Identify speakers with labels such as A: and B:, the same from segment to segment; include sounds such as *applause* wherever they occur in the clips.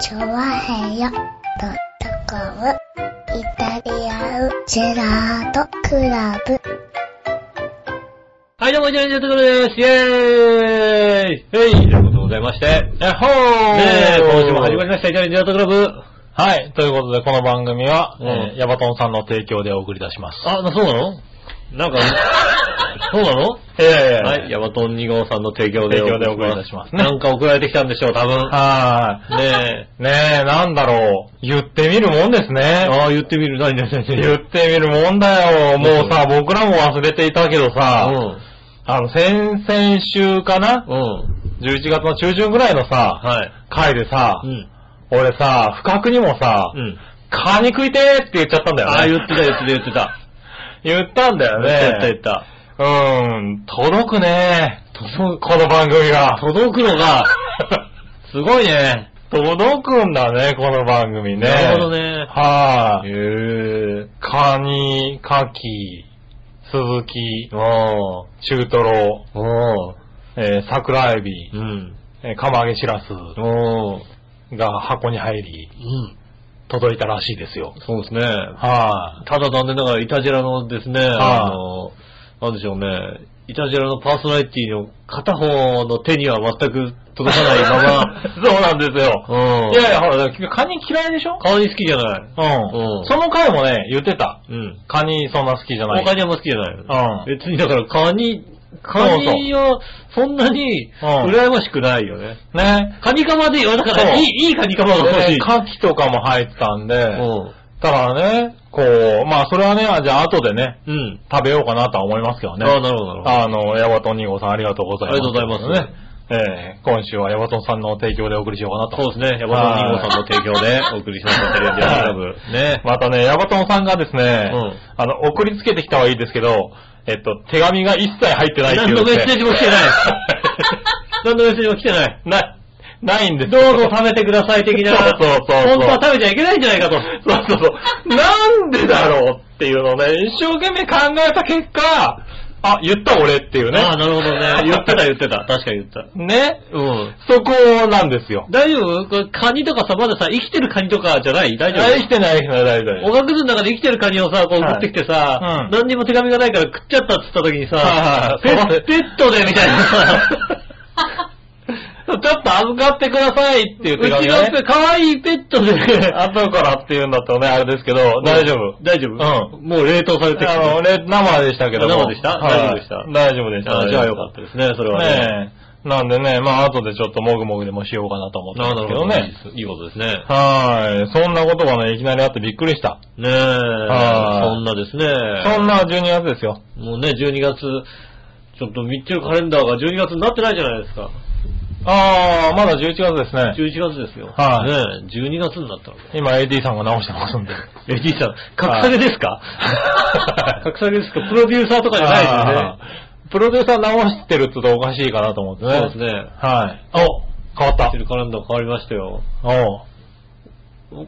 A: チョワヘヨドットコムイタリアンジェラートクラブ。
B: はい、どうも、ジャニーズところです。イェーイ
C: はい、ということでございまして。ね
B: やっほー
C: え、今週も始まり
B: ま
C: ました、イタリアンジェラートクラブ。はい、ということで、この番組は、
B: うん
C: えーヤバトンさんの提供でお送り出します。
B: あ、なそうなのなんか、
C: *laughs*
B: そうなの
C: ええ
B: はい、ヤマトン2号さんの提供で
C: 提供でお送り出しますね
B: なんか送られてきたんでしょう、多分。
C: はーい。
B: ね
C: ねえ、なんだろう。言ってみるもんです
B: え。
C: ね。
B: ああ、言ってみる。何何何何
C: 言ってみるもんだよ。もうさ、僕らも忘れていたけどさ、あの、先々週かな
B: うん。うん。
C: ?11 月の中旬ぐらいのさ、
B: はい。
C: 回でさ
B: う、ん。
C: 俺さ、不覚にもさ、
B: うん。
C: カニ食いてーって言っちゃったんだよね。
B: ああ、言ってた、言ってた、言ってた。
C: 言ったんだよね。
B: 言った、言った。
C: うーん、届くね。届く。この番組が。
B: 届く
C: *laughs*
B: のが、すごいね。
C: 届くんだね、この番組ね。
B: なるほど。ね。
C: はい、
B: へえ。
C: カニ、カキ、スズキ、中トロ、
B: おー。
C: えー桜エビ
B: う、ん。
C: えー釜揚げしらす
B: おー。
C: が箱に入り、
B: うん。
C: 届いたらしいですよ。
B: そうですね。
C: はい、
B: ただ残念ながら、イタジェラのですね、あの、なんでしょうね、イタジェラのパーソナリティの片方の手には全く届かないま
C: *laughs* そうなんですよ。 *laughs*
B: ま、うん。
C: いやいや、ほら、カニ嫌いでしょ
B: 顔に好きじゃない。
C: うん
B: うん
C: その回もね、言ってた。
B: うん。
C: カニそんな好きじゃない。
B: 他にあんま好きじゃない。
C: うん
B: 別にだから、カニ、カニを、そんなに、
C: うん
B: 羨ましくないよね。
C: ね。
B: カニカマでいいよ。だから、
C: そ
B: いうい、いいカニカマが欲しい。
C: でカキとかも入ってたんで、
B: うん。
C: だからね、こう、まあそれはね、あじゃあ後でね、
B: うん。
C: 食べようかなとは思いますけどね。
B: ああ、なるほど、なるほど。
C: あの、ヤバトン2号さんありがとうございます。
B: ありがとうございます。
C: ええ今週はヤバトンさんの提供でお送りしようかなと。
B: そうですね。ヤバトン2号さんの提供でお送りしました。テレビアラブ。ね。
C: またね、ヤバトンさんがですね、
B: うん
C: あの、送りつけてきたはいいですけど、えっと、手紙が一切入ってないってい
B: 何
C: う
B: の
C: んで
B: メ
C: すね、
B: ッセージも来
C: *laughs*
B: てない。何のメッセージも来てない。
C: ない、ないんです
B: どうぞ食べてください的 *laughs* な。
C: そうそうそうそう
B: 本当は食べちゃいけないんじゃないかと。
C: そうそうそう。なんでだろうっていうのをね、一生懸命考えた結果、あ、言った俺っていうね。
B: ああ、なるほど *laughs* ね。言ってた言ってた。確かに言った。
C: ね。
B: うん。
C: *laughs* そこなんですよ。
B: 大丈夫これカニとかさ、まださ、生きてるカニとかじゃない
C: あ
B: 大丈
C: 生き
B: 夫
C: てない人は大丈
B: お
C: 夫。
B: がくずの中で生きてるカニをさ、こう送
C: はい
B: ってきてさ、
C: うん
B: 何にも手紙がないから食っちゃったっつった時にさ、
C: はいはいはい
B: ペッペットで
C: *laughs*
B: みたいなさ、
C: ちょっと預かってくださいっていうう手紙
B: ち
C: が
B: の
C: ね。
B: かわいいペットで、
C: *laughs* 後からっていうんだったらね、あれですけど、大丈夫。
B: 大丈夫
C: う
B: もう冷凍されてきてる
C: あの、俺、生でしたけども。
B: 生でし
C: は
B: た
C: い
B: 大丈夫でした
C: 大丈夫でした。
B: じゃあよかったですね、それはね。
C: ねえ。なんでね、まあ後でちょっともぐもぐでもしようかなと思ったんですけどね。
B: いいことですね。
C: はい。そんなことがね、いきなりあってびっくりした。
B: ねえ、
C: はい
B: そんなですね。
C: そんな12月ですよ。
B: もうね、12月、ちょっと見てるカレンダーが12月になってないじゃないですか。
C: あー、まだ11月ですね。
B: 11月ですよ。
C: はい
B: ねえ、12月になったの。
C: 今 AD さんが直してますんで。
B: え、じいさん、格下げですか格下げですかプロデューサーとかじゃないで
C: いプロデューサー直してるって言うとおかしいかなと思って
B: すね。
C: ね。
B: そうですね。
C: はい。お変わっ
B: 見
C: た
B: て。るカレンダー変わりましたよ。
C: おう
B: も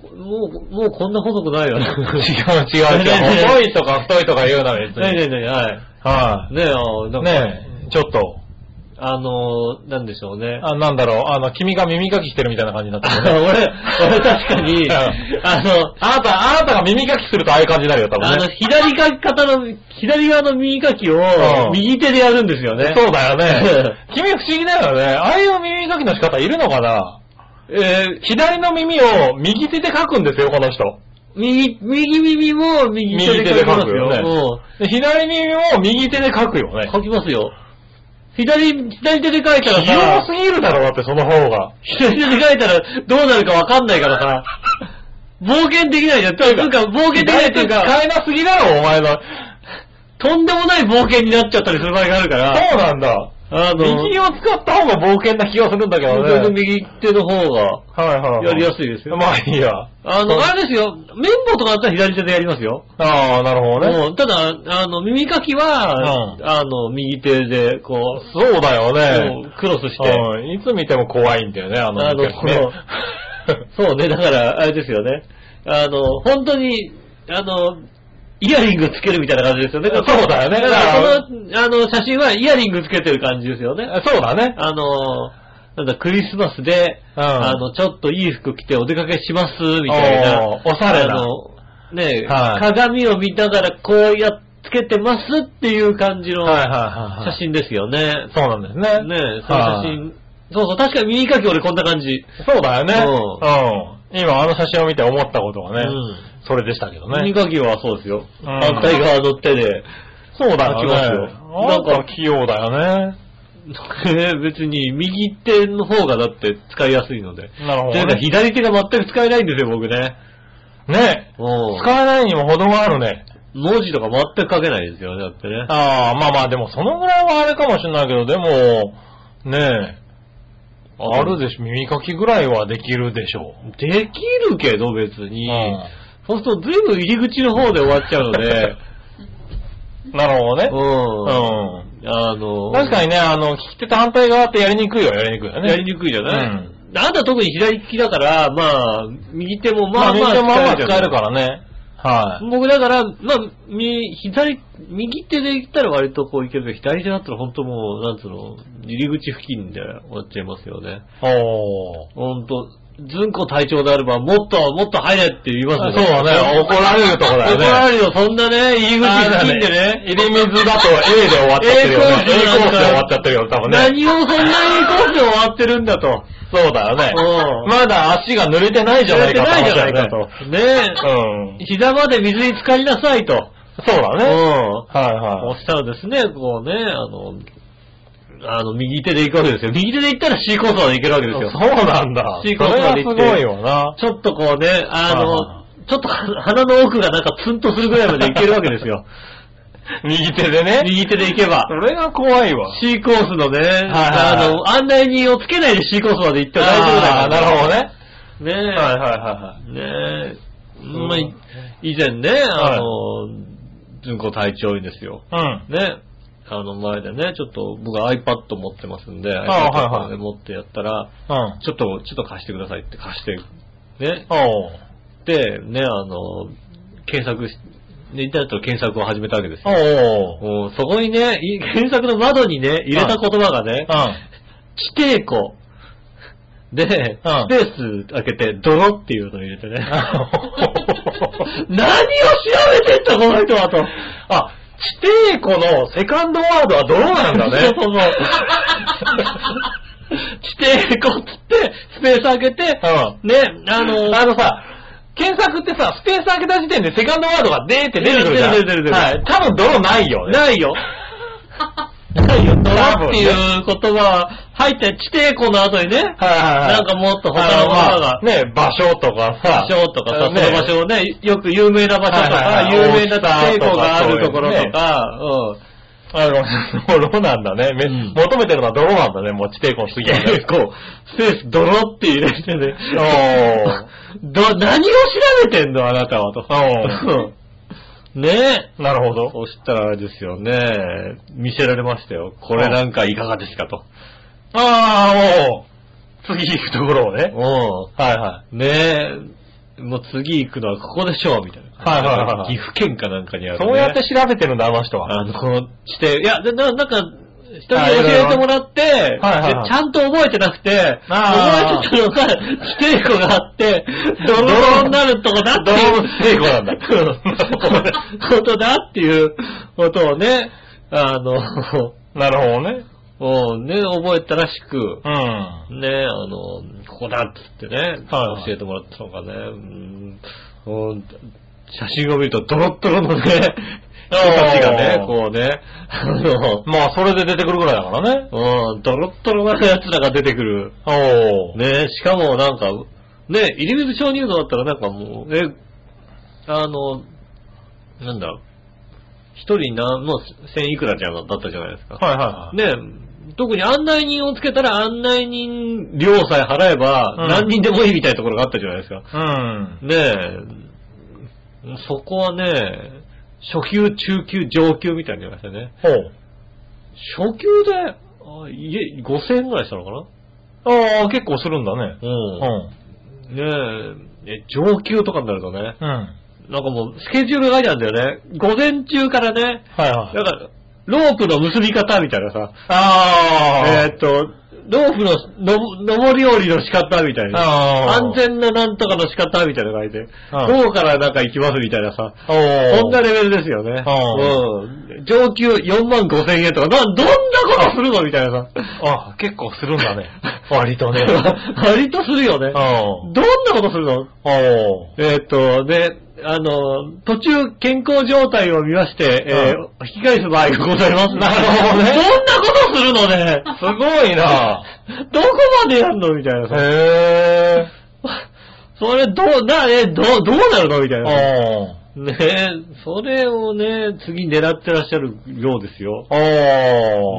B: う、もうこんな細く *laughs* ないよね。
C: 違う違う
B: ねえね
C: 違
B: え
C: う。細いとか太いとか言うなら別
B: ねえね
C: に。
B: えねえ、はい。
C: は。
B: ねえ、あのないんか、
C: ねえ、ちょっと。
B: あの、なんでしょうね。
C: あ、なんだろう、あの、君が耳かきしてるみたいな感じになって *laughs*
B: あ
C: る
B: の
C: ね。
B: 俺、俺確かに
C: *laughs* うん、
B: あの、
C: あなた、あなたが耳かきするとああいう感じになるよ、多
B: あ
C: 分
B: の、
C: ね。
B: 左か方の、左側の右かき
C: う、
B: を
C: ん
B: 右手でやるんですよね。
C: そうだよね。 *laughs* 君不思議だよね。ああいう耳かきの仕方いるのかな
B: えー
C: 左の耳を右手で書くんですよ、この人。
B: 右、右耳も右手で書きま
C: 右手で書く
B: すよ。
C: よね
B: も
C: で左耳を右手で書くよ
B: う
C: ね。
B: 書きますよ。左、左手で書いた
C: 器用
B: ら
C: す
B: さ、
C: ぎるだろ、だってその方が。
B: 左手で書いたらどうなるかわかんないからさ、冒険できないじゃん。というか、冒険できないというか、
C: 使えなすぎだろ、お前の。
B: とんでもない冒険になっちゃったりする場合があるから、
C: そうなんだ。
B: あ
C: 右
B: の、
C: を使った方が冒険な気がするんだけどね。
B: 僕右手の方が
C: はいはい、はい。
B: やりや
C: い
B: すいですよ。
C: まあいいや。
B: あ
C: そう
B: の、あれですよ、綿棒とかだったら左手でやりますよ。
C: ああ、なるほどね。
B: もうただ、あの、耳かきは、
C: う
B: あの、右手で、こう、
C: そうだよ
B: こ
C: ね。
B: うクロスして、
C: うんいつ見ても怖いんだよね、あの、
B: あの
C: ね
B: このそうね、だから、あれですよね。あの、本当に、あの、イヤリングつけるみたいな感じですよね。
C: そうだよねだか
B: だか
C: ら
B: ら、この、あの、写真はイヤリングつけてる感じですよね。
C: そうだね。
B: あの、なんだ、クリスマスで、
C: うん
B: あの、ちょっといい服着てお出かけします、みたいな。
C: おーおしゃれな
B: あの、ねえ、
C: はい
B: 鏡を見ながらこうやっつけてますっていう感じの
C: はいはい
B: 写
C: はいはい。
B: 真ですよね。
C: そうなんですね。
B: ねえ、その写
C: はい
B: 真。そうそう、確かに耳かき俺こんな感じ。
C: そうだよね。
B: う
C: うん。今あの写真を見て思ったことがね、
B: うん
C: それでしたけど
B: 耳
C: ね。
B: かきはそうですよ。
C: うん
B: 反対側の手で。
C: そうだよ
B: 書き
C: ね。
B: ますよ
C: なん
B: なん
C: か
B: か
C: 器用だよね。
B: えー *laughs* 別に右手の方がだって使いやすいので。
C: なるほ
B: と
C: ど
B: いうか
C: ね。
B: 左手が全く使えないんですよ、僕ね。
C: ね
B: うん
C: 使えないにも程があるね。
B: 文字とか全く書けないですよね、だってね。
C: ああ、まあまあ、でもそのぐらいはあれかもしれないけど、でも、ねえ、あるでしょ、耳かきぐらいはできるでしょう。
B: できるけど、別に。
C: うん
B: そうすると、ずいぶん入り口の方で終わっちゃうので。
C: なるほどね。
B: うん。あの、
C: 確か
B: に、
C: にね、あの、聞き手と反対側ってやりにくいよ、やりにくいよね。
B: やりにくいじゃない、
C: うん
B: あんた特に左利きだから、まあ、右手も
C: ま
B: まあ
C: あ、
B: ま
C: ま
B: あ
C: あ、まあまあ
B: じゃん
C: 使えるからね。はい。
B: 僕だから、まあ、み、左、右手で言ったら割とこういけるけど、左手だったら本当もう、なんつうの、入り口付近で終わっちゃいますよね。
C: おー。
B: ほんと、ずんこ隊長であれば、もっと、もっと入れって言います
C: そ
B: よ
C: うだね、怒られるとこだよね。
B: 怒られるよ、そんなね、入り口付近でね。
C: 入り水だと A で終わっちゃってるよね。
B: A コ
C: A コー
B: ース
C: スで終わっちゃってるよ、多分ね。
B: 何をそんなにコースで終わってるんだと。
C: そうだよね。
B: うん
C: まだ足が濡れてないじゃないか
B: やってないじゃないか
C: と
B: と。ね
C: うん
B: え、。膝まで水に浸かりなさいと。
C: そうだね。
B: うん。
C: はい
B: そ
C: は
B: したらですね、こうね、あの、あの、右手で行くわけですよ。右手で行ったら C コースまで行けるわけ
C: い。
B: ですよ。
C: そうなんだ。それ
B: シーコースま
C: は
B: です
C: ご
B: 行って
C: いよな。
B: ちょっとこうね、あ
C: はいは
B: の、ちょっと鼻の奥がなんかツンとするぐらいまで行けるわ
C: *laughs*
B: けですよ。
C: 右手でね。
B: 右手で行けば
C: そ。れが怖いわ。
B: C コースのね、
C: はい
B: あの、案内人をつけないで C コースまで行っても大丈夫だから。
C: あーなるほどね。
B: ど。ねえ。
C: はいはいは
B: ねえ。
C: ん
B: まあい以前ね、あの、ずんこ隊長にですよ。
C: いはい。うん。
B: ね、あの前でね、ちょっと僕 iPad 持ってますんで、
C: あはいは
B: iPad
C: い
B: で持ってやったら、
C: うん。
B: ちょっと、ちょっと貸してくださいって貸して、ね、
C: おう。
B: で、ね、あの、検索し、ね、インターネットの検索を始めたわけですよ。
C: おう。
B: もうそこにね、い検索の窓にね、入れた言葉がね
C: う、ん。
B: 地底湖。で、スペース開けて、泥っていうのを入れ
C: *laughs*
B: てね。何を調べてんだ、この人はと。
C: あ、地底湖のセカンドワードは泥なんだ
B: *laughs* そ
C: ね
B: う。そうそう。地底湖っつって、スペース開けて、
C: うん
B: ね、あの、
C: あのさ、検索ってさ、スペース開けた時点でセカンドワードがデーって出てくるじゃん。
B: 出る出る出る出る
C: はい。多分泥ないよね。
B: ないよ。ないよ、泥
C: 多分
B: って
C: ね
B: いう言葉は入って、地底湖の後にね、
C: はいはいはい。
B: なんかもっと他のもの
C: あま
B: が、
C: あね、場所とかさ
B: 場。所とかさ、そ
C: ね
B: の場所をね、よく有名な場所と
C: はい
B: か、
C: はいはい
B: 有名な地底湖があるところとか、うん。
C: あの、泥なんだね。め
B: うん
C: 求めてるのは泥なんだね。もう地底湖の次はね。
B: 結構、スペース、泥って入れてね。 *laughs* ど、何を調べてんのあなたはと。 *laughs* うんね
C: おー。なるほ
B: え。
C: ど。
B: そしたらあれですよね、見せられましたよ。これなんかいかがですかと。
C: ああ、もう、次行くところをね。
B: う
C: はいは
B: ん。ねえ、もう次行くのはここでしょう、みたいな。
C: はいはいはい
B: 岐阜県かなんかにあ
C: い。
B: る、ね。
C: そうやって調べてるんだ、あの人は。
B: あの、して、いや、でななんか、人に
C: あい
B: 教
C: ろいろ
B: えてもらって、でち
C: はいはいはい
B: ゃんと覚えてなくて、
C: あー
B: 覚えてたのが、地底湖があって、ドロドロになるとこだってい
C: ド
B: う。
C: ロの地底湖なんだ
B: うんことだっていうことをね、あの、 *laughs*
C: なるほどね。
B: もうね、覚えたらしく、
C: うん。
B: ね、あの、ここだっつってね、
C: はい
B: 教えてもらったのがね、うんうん写真を見るとドロッドロのね、人
C: *laughs*
B: たちがね、こうね、あの、
C: まあ、それで出てくるぐらいだからね。
B: うん、ドロッドロなやつらが出てくる。
C: おー。
B: ね、しかもなんか、ね、入り水鍾乳洞だったらなんかもう、え、あの、なんだ、一人何の千いくらちゃんだったじゃないですか。
C: はいはいはい。
B: ね、特に案内人をつけたら案内人料さえ払えば
C: うん
B: 何人でもいいみたいなところがあったじゃないですか。
C: うん。
B: ねえ、そこはね、初級、中級、上級みたいになりましたね。
C: ほう。
B: 初級で、あいえ、5000円ぐらいしたのかな
C: ああ、結構するんだね。うん。
B: うん。ねえ、え上級とかになるとね、
C: うん。は
B: なんかもうスケジュールが書いてあるんだよね。午前中からね、
C: いはい。
B: なんか、ロープの結び方みたいなさ、
C: あ
B: え
C: あ。
B: ーっと、ロープの、の、登り降りの仕方みたいな。
C: あ
B: 安全ななんとかの仕方みたいなの書いて、
C: あ
B: 午後からなんか行きますみたいなさ、
C: おー
B: そんなレベルですよね。
C: う
B: うん。上級4万5千円とか、な、どんなことするのみたいなさ。
C: あ、結構するんだ
B: *laughs*
C: ね。割 *laughs* とね。
B: 割とするよね。
C: うん。
B: どんなことするの
C: おー
B: えーっと、で、あの、途中健康状態を見まして、えー引き返す場合がございま
C: なる
B: す。
C: ほどね
B: どんなことするのね。
C: すごいな
B: どこまでやんのみたいなさ。
C: へ
B: それ、どう、な、え、どう、どうなるのみたい
C: ぇー。
B: なさ。
C: おー
B: ねえ、それをね、次狙ってらっしゃるようですよ。
C: おー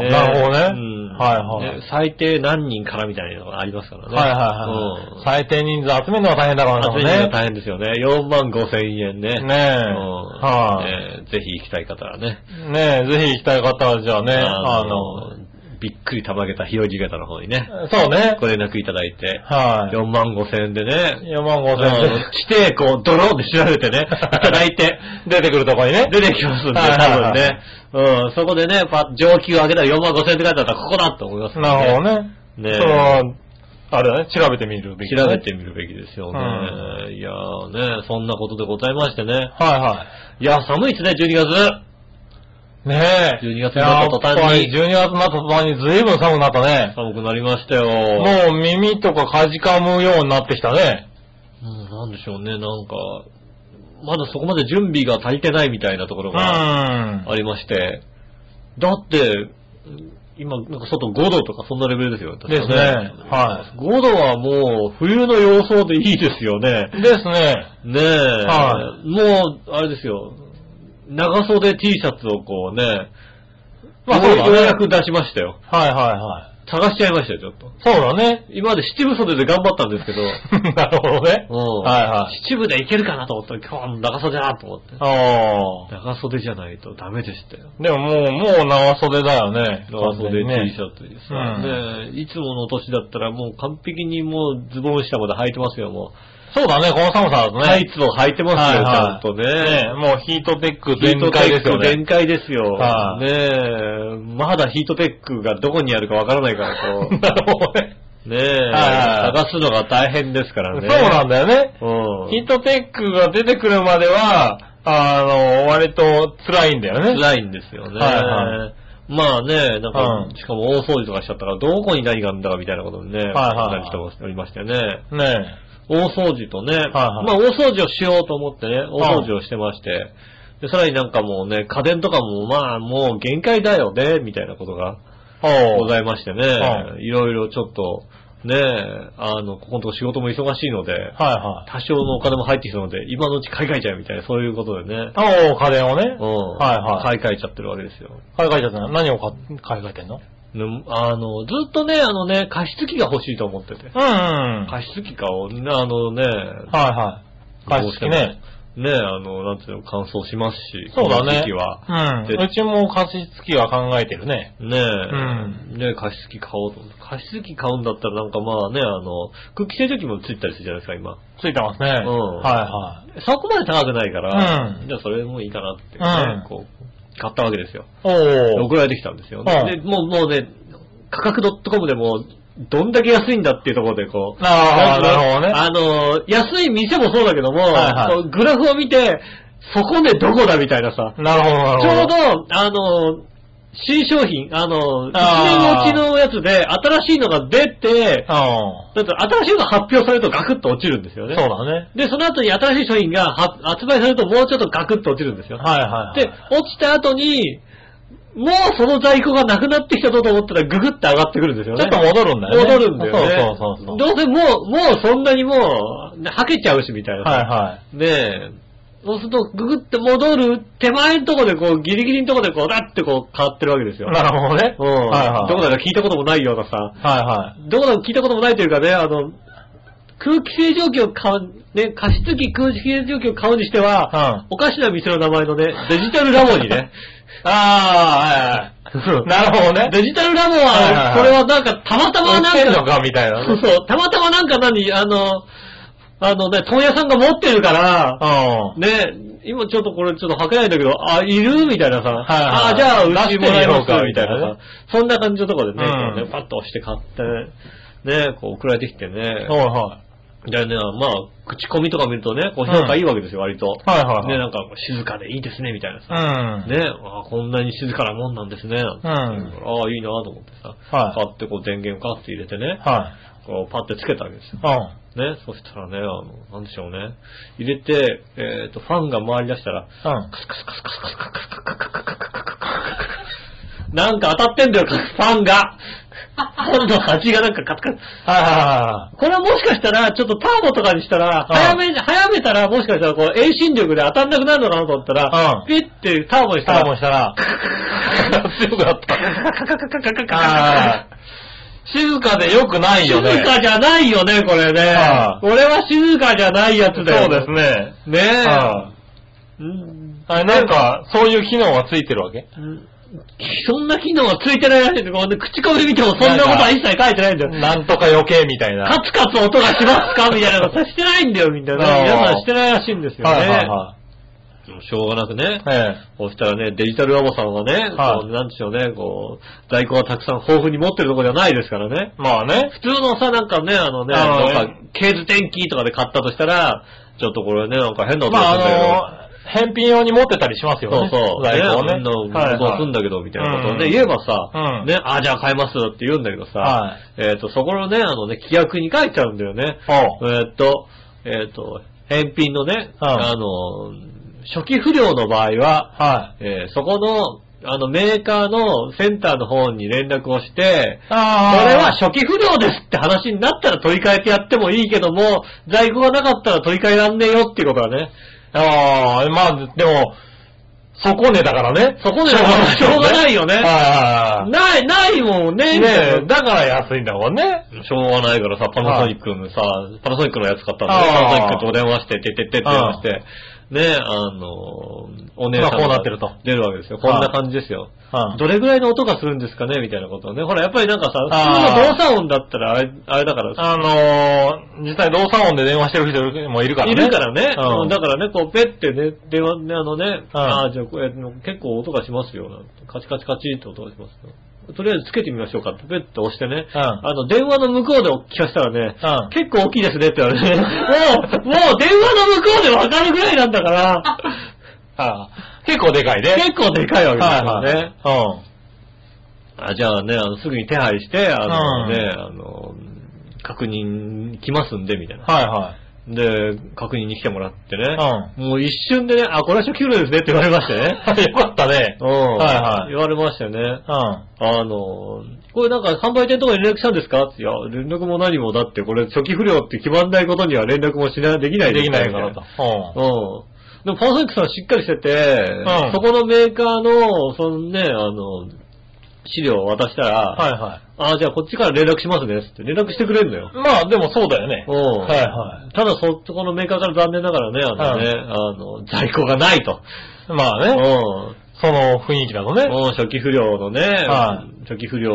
B: ね
C: なるほどね。
B: うん
C: はいはい。
B: ね最低何人からみたいなのがありますからね。
C: はいはいはい。
B: うん
C: 最低人数集めるのは大変だから
B: 集めるのが
C: ね。
B: 大変ですよね。4万5千円ね。
C: ねえ。
B: うん
C: は
B: ねえぜひ行きたい方はね。
C: い。ねえ、ぜひ行きたい方はじゃあね、あの、、
B: びっくりたまげたひより方の方にね、
C: そうね。
B: ご連絡いただいて、
C: はい。
B: 4万5千円でね、
C: 4万5
B: あ
C: 千円
B: の地底湖をドローンで調
C: *laughs*
B: べてね、いただいて、
C: 出てくるとこにね。
B: 出てきますんで、
C: はいはいは
B: 多分
C: い
B: ね。うん、そこでね、パッ上級を上げたら4万5千円って書いてあったら、ここだと思いますんで
C: なるほどね。
B: ね
C: そのあれだね、調べてみるべき、ね。
B: 調べ。てみるべきですよね。
C: う
B: いやーね、そんなことでございましてね。
C: はいはい
B: や、寒いですね、12月。
C: い。ねえ。
B: 12月になった途端に
C: やっぱり12月になった途端に随分寒くなったね。
B: 寒くなりましたよ。
C: もう耳とかかじかむようになってきたね。
B: うん、なんでしょうね、なんか、まだそこまで準備が足りてないみたいなとこ
C: う
B: ろ
C: ん。
B: が
C: は
B: ありまして、だって、今、なんか外5度とかそんなレベルですよ。確か
C: ですねは
B: 5度はもう冬の様相でいいですよね。
C: い。ですね。
B: ねえ。
C: は
B: もう、あれですよ。長袖 T シャツをこうね、
C: まあそ
B: よ
C: うだね
B: ようやく出しましたよ。
C: はいはいは
B: 探しちゃいましたよ、ちょっと。
C: い。そうだね。 *laughs*
B: 今まで七分袖で頑張ったんですけど、
C: なるほどね。
B: うん
C: はいはい。
B: 秩父でいけるかなと思ったら、今日は長袖だなと思って。
C: あ
B: 長袖じゃないとダメでしたよ。
C: あ。でももう、もう長袖だよね。
B: 長袖 T
C: 完全にね
B: シャツでさ、
C: う
B: ねいつもの年だったらもう完璧にもうズボン下まで履いてますよ、も
C: そうだね、この寒さだと
B: う。
C: ね。
B: タイツを履いてますよ、
C: はいはい
B: ちゃんとね。
C: ねもうヒートテック
B: ヒ
C: 全
B: ートテ
C: 開
B: ッ
C: ですよ
B: ク
C: ね
B: 全。開ですよ。
C: はい
B: ねえ、まだヒートテックがどこにあるかわから *laughs* ないから、こ
C: *laughs* なるほどね。
B: う。ねえ、
C: はい
B: 探すのが大変ですから
C: そう
B: ね。
C: なんだよね。
B: うん。
C: ヒートテックが出てくるまでは、あの、割と辛いんだよね。
B: 辛いんですよね。
C: はいは
B: まあね、なんか、
C: うん
B: しかも大掃除とかしちゃったから、どこに何があるんだかみたいなことにね、
C: はいはい
B: なる人もおりましたよね。
C: ね
B: 大掃除とね、
C: はい
B: まあ大掃除をしようと思ってね、大掃除をしてまして、で、さらになんかもうね、家電とかも、まあもう限界だよね、みたいなことが
C: え。
B: ござ
C: い
B: いましてね、
C: う
B: いろいろちょっと、ね、あの、ここのとこ仕事も忙しいので、
C: は
B: 多少のお金も入ってきたので、今のうち買い替えちゃえみたいな、そういうことでね
C: い、はい。おー、家電をね。
B: うん、
C: はいはい。
B: 買い替えちゃってるわけですよ。
C: 買い替えちゃったの何を買買い替えてんの
B: ねあの、ずっとね、あのね、加湿器が欲しいと思ってて。
C: うんうん。はい
B: 加湿器かを、なあのね、
C: はい。加湿器ね。
B: ね、あの、なんていうの、乾燥しますし、
C: そうだ
B: この
C: ね
B: 時期は。。
C: うん。うちも加湿器は考えてるね。
B: ねえ、
C: ん
B: ね加湿器買おうと思って。加湿器買うんだったらなんかまあね、あの、空気清浄機もついたりするじゃないですか、今。
C: ついてますね。はいは
B: そこまで高くないから、
C: うん
B: じゃあそれもいいかなって、ね
C: うん
B: こう、買ったわけですよ。
C: い。おー。
B: 送られてきたんですよ、
C: うん
B: で、もう、もうね、価格 .com でもう、どんだけ安いんだっていうところでこう、
C: あー
B: んていうのあの、安い店もそうだけども、
C: いはい
B: こうグラフを見て、そこねどこだみたいなさ、
C: なるほど、なるほ
B: ち
C: ど。
B: ょうど、あの、新商品、あの、1
C: あー
B: 年落ちのやつで、新しいのが出て、
C: う
B: だって新しいのが発表されるとガクッと落ちるんですよ
C: ん。
B: ね。
C: そうだね。
B: で、その後に新しい商品が発発売されるともうちょっとガクッと落ちるんですよ。
C: はいはい。
B: で、落ちた後に、もうその在庫がなくなってきたぞと思ったらググって上がってくるんですよ
C: ち
B: ね。
C: ょっと戻るんだよね。
B: 戻るんだよね。
C: そうそうそうそう。
B: どうせもう、もうそんなにもう、はけちゃうしみたいな。
C: はいはい。
B: ねえ。そうすると、ググって戻る手前のとこでこう、ギリギリのとこでこう、だってこう、変わってるわけですよ。
C: なるほどね。
B: うん。
C: はいはい。
B: どこだか聞いたこともないようなさ、
C: はいはい。
B: どこだか聞いたこともないというかね、あの、空気清浄機を買う、ね、加湿器空気清浄機を買うにしては、
C: うん
B: おかしな店の名前のね、デジタルラボにね、
C: *laughs* ああ、はい
B: *laughs*
C: はい。なるほどね。
B: デジタルラボ
C: はいはいは
B: は、
C: い
B: これはなんか、たまたま
C: 売
B: な
C: ってん
B: ん
C: の
B: か、
C: かみたいな
B: そう
C: ね。
B: そう、たまたまなんか何、あの、あのね、問屋さんが持ってるから、
C: ああ。
B: ね、今ちょっとこれちょっと履けないんだけど、あ、いるみたいなさ、
C: はい
B: あ、じゃあ、うち
C: 出し
B: も
C: てみようから
B: えますみたい
C: みたい
B: な
C: な
B: さ、そんな感じのところでね、
C: うん
B: こうねパッと押して買って、ね、こう送られてきてね、
C: はいはい。
B: じゃあね、まあ、口コミとか見るとね、こう評価いいわけですよ、割と。
C: はいはい。
B: ね、なんか静かでいいですね、みたいなさ。
C: うん。
B: ね、あこんなに静かなもんなんですね。なんて言うからああ、いいなと思ってさ、
C: はい
B: 買ってこう電源カッて入れてね、
C: は
B: こうパッてつけたわけですよ。
C: い。うん。
B: ね、そしたらね、あの、なんでしょうね。入れて、えっ、と、ファンが回り出したら、
C: うん。
B: カスカスカスカスカスカスカスカスカスカスカスカスカスなんか当たってんだよ、ファンが。ファンの端がなんかカツカツ。
C: はいは
B: これはもしかしたら、ちょっとターボとかにしたら、
C: うん
B: 早め、早めたら、もしかしたら、こう、遠心力で当たんなくなるのかなと思ったら
C: う、ん
B: ピッてターボにし
C: いはい。ター
B: た
C: ボ
B: *laughs* ら、
C: したら、強くなった。
B: カカカカカカカ
C: あ
B: カ
C: あ。静かで良くないよね。
B: 静かじゃないよね、これね
C: は。い
B: これは静かじゃないやつだよ。
C: そうですね。
B: ねえ。
C: は
B: うん
C: い。あれなんか、そういう機能がついてるわけ
B: うんそんな機能はついてないらしいんで、こうね口コミ見てもそんなことは一切書いてないんだよ。
C: なんとか余計みたいな。
B: カツカツ音がしますかみたいなのさしてないんだよ、みたいな。
C: あー
B: 皆さんしてないらしいんですよ
C: はいはい
B: ね。
C: は
B: しょうがなくね。
C: い。え
B: そしたらね、デジタルラボさんはね、
C: はい
B: こうなんでしょうね、こう、在庫がたくさん豊富に持ってるとこじゃないですからね。
C: え。まあね。
B: 普通のさ、なんかね、あのね、
C: あの
B: なんか、ケーズ天気とかで買ったとしたら、ちょっとこれね、なんか変な音
C: ま
B: がするんだけど。
C: ああの、返品用に持ってたりしますよ
B: そう
C: ね。
B: そう。
C: 在庫をね。
B: ね、こんな
C: はい
B: の、
C: はい
B: すんだけど、みたいなことをね、
C: うん
B: 言えばさ、
C: うん
B: ね、あ、じゃあ買いますって言うんだけどさ、
C: はい
B: えっ、と、そこのね、あのね、規約に書いちゃうんだよね。
C: お
B: え
C: う
B: っ、と、えっ、と、返品のね、
C: うん
B: あの、初期不良の場合は、
C: はい。
B: えーそこの、あの、メーカーのセンターの方に連絡をして、こ
C: あ
B: れは
C: あ。
B: 初期不良ですって話になったら取り替えてやってもいいけども、在庫がなかったら取り替えらんねえよっていうことだね。
C: ああ、まあ、でも、そこねだからね。
B: そこでしょうがないよね。
C: はいはいは
B: ない、ないもんね。
C: い。
B: みたい
C: ね
B: な
C: え、だから安いんだもんね。
B: しょうがないからさ、パナソニックのさ、パナソニックのやつ買ったんだよ。パ
C: あー
B: ナソニックとお電話して、てててって電話して、ね、あの、お姉さん
C: まあこうなってると
B: 出るわけですよ。こんな感じですよ。
C: うん
B: どれぐらいの音がするんですかねみたいなことをね。ほら、やっぱりなんかさ、
C: あ
B: 普
C: ー
B: 通の動作音だったらあれ、あれだからさ、
C: あのー、実際動作音で電話してる人もいるからね。
B: いるからね。
C: うん
B: うんだからね、こう、ペッてね、電話ね、あのね、ああ、じゃあ、これ結構音がしますよ。なんてカチカチカチって音がしますよ。とりあえずつけてみましょうかって、ペッて押してね。
C: うん
B: あの、電話の向こうで聞かせたらね、
C: うん
B: 結構大きいですねって言わ *laughs* れて、もう、もう電話の向こうでわかるぐらいなんだから、 *laughs*
C: ああ結構でかいね。
B: 結構でかいわけですよね。
C: はいはい。
B: あじゃあね、あのすぐに手配して、あの
C: うん
B: ね、あの、確認来ますんで、みたい
C: うん。
B: な。
C: はいはい。
B: で、確認に来てもらってね、もう一瞬でね、あ、これは初期不良ですねって言われましてね。
C: *laughs* よかったね。
B: うん。
C: はいはい
B: 言われましたよね。
C: うん。は
B: あの、これなんか販売店とかに連絡したんですかっていや、連絡も何もだって、これ初期不良って決まんないことには連絡もしない、できない
C: い。できないからと
B: と。。うん。でもパナソニックさんしっかりしてて、
C: うん
B: そこのメーカーの、そのね、あの、資料を渡したら、
C: はいは
B: あじゃあこっちから連絡しますね、つって連絡してくれるのよ
C: い。。まあでもそうだよね。
B: うん
C: はいは
B: ただそ、そこのメーカーから残念ながらね、あのね、あの、在庫がないと。
C: い。まあ
B: う
C: ね、
B: ん。
C: その雰囲気だとね。
B: もう初期不良のね、
C: は
B: 初期不良、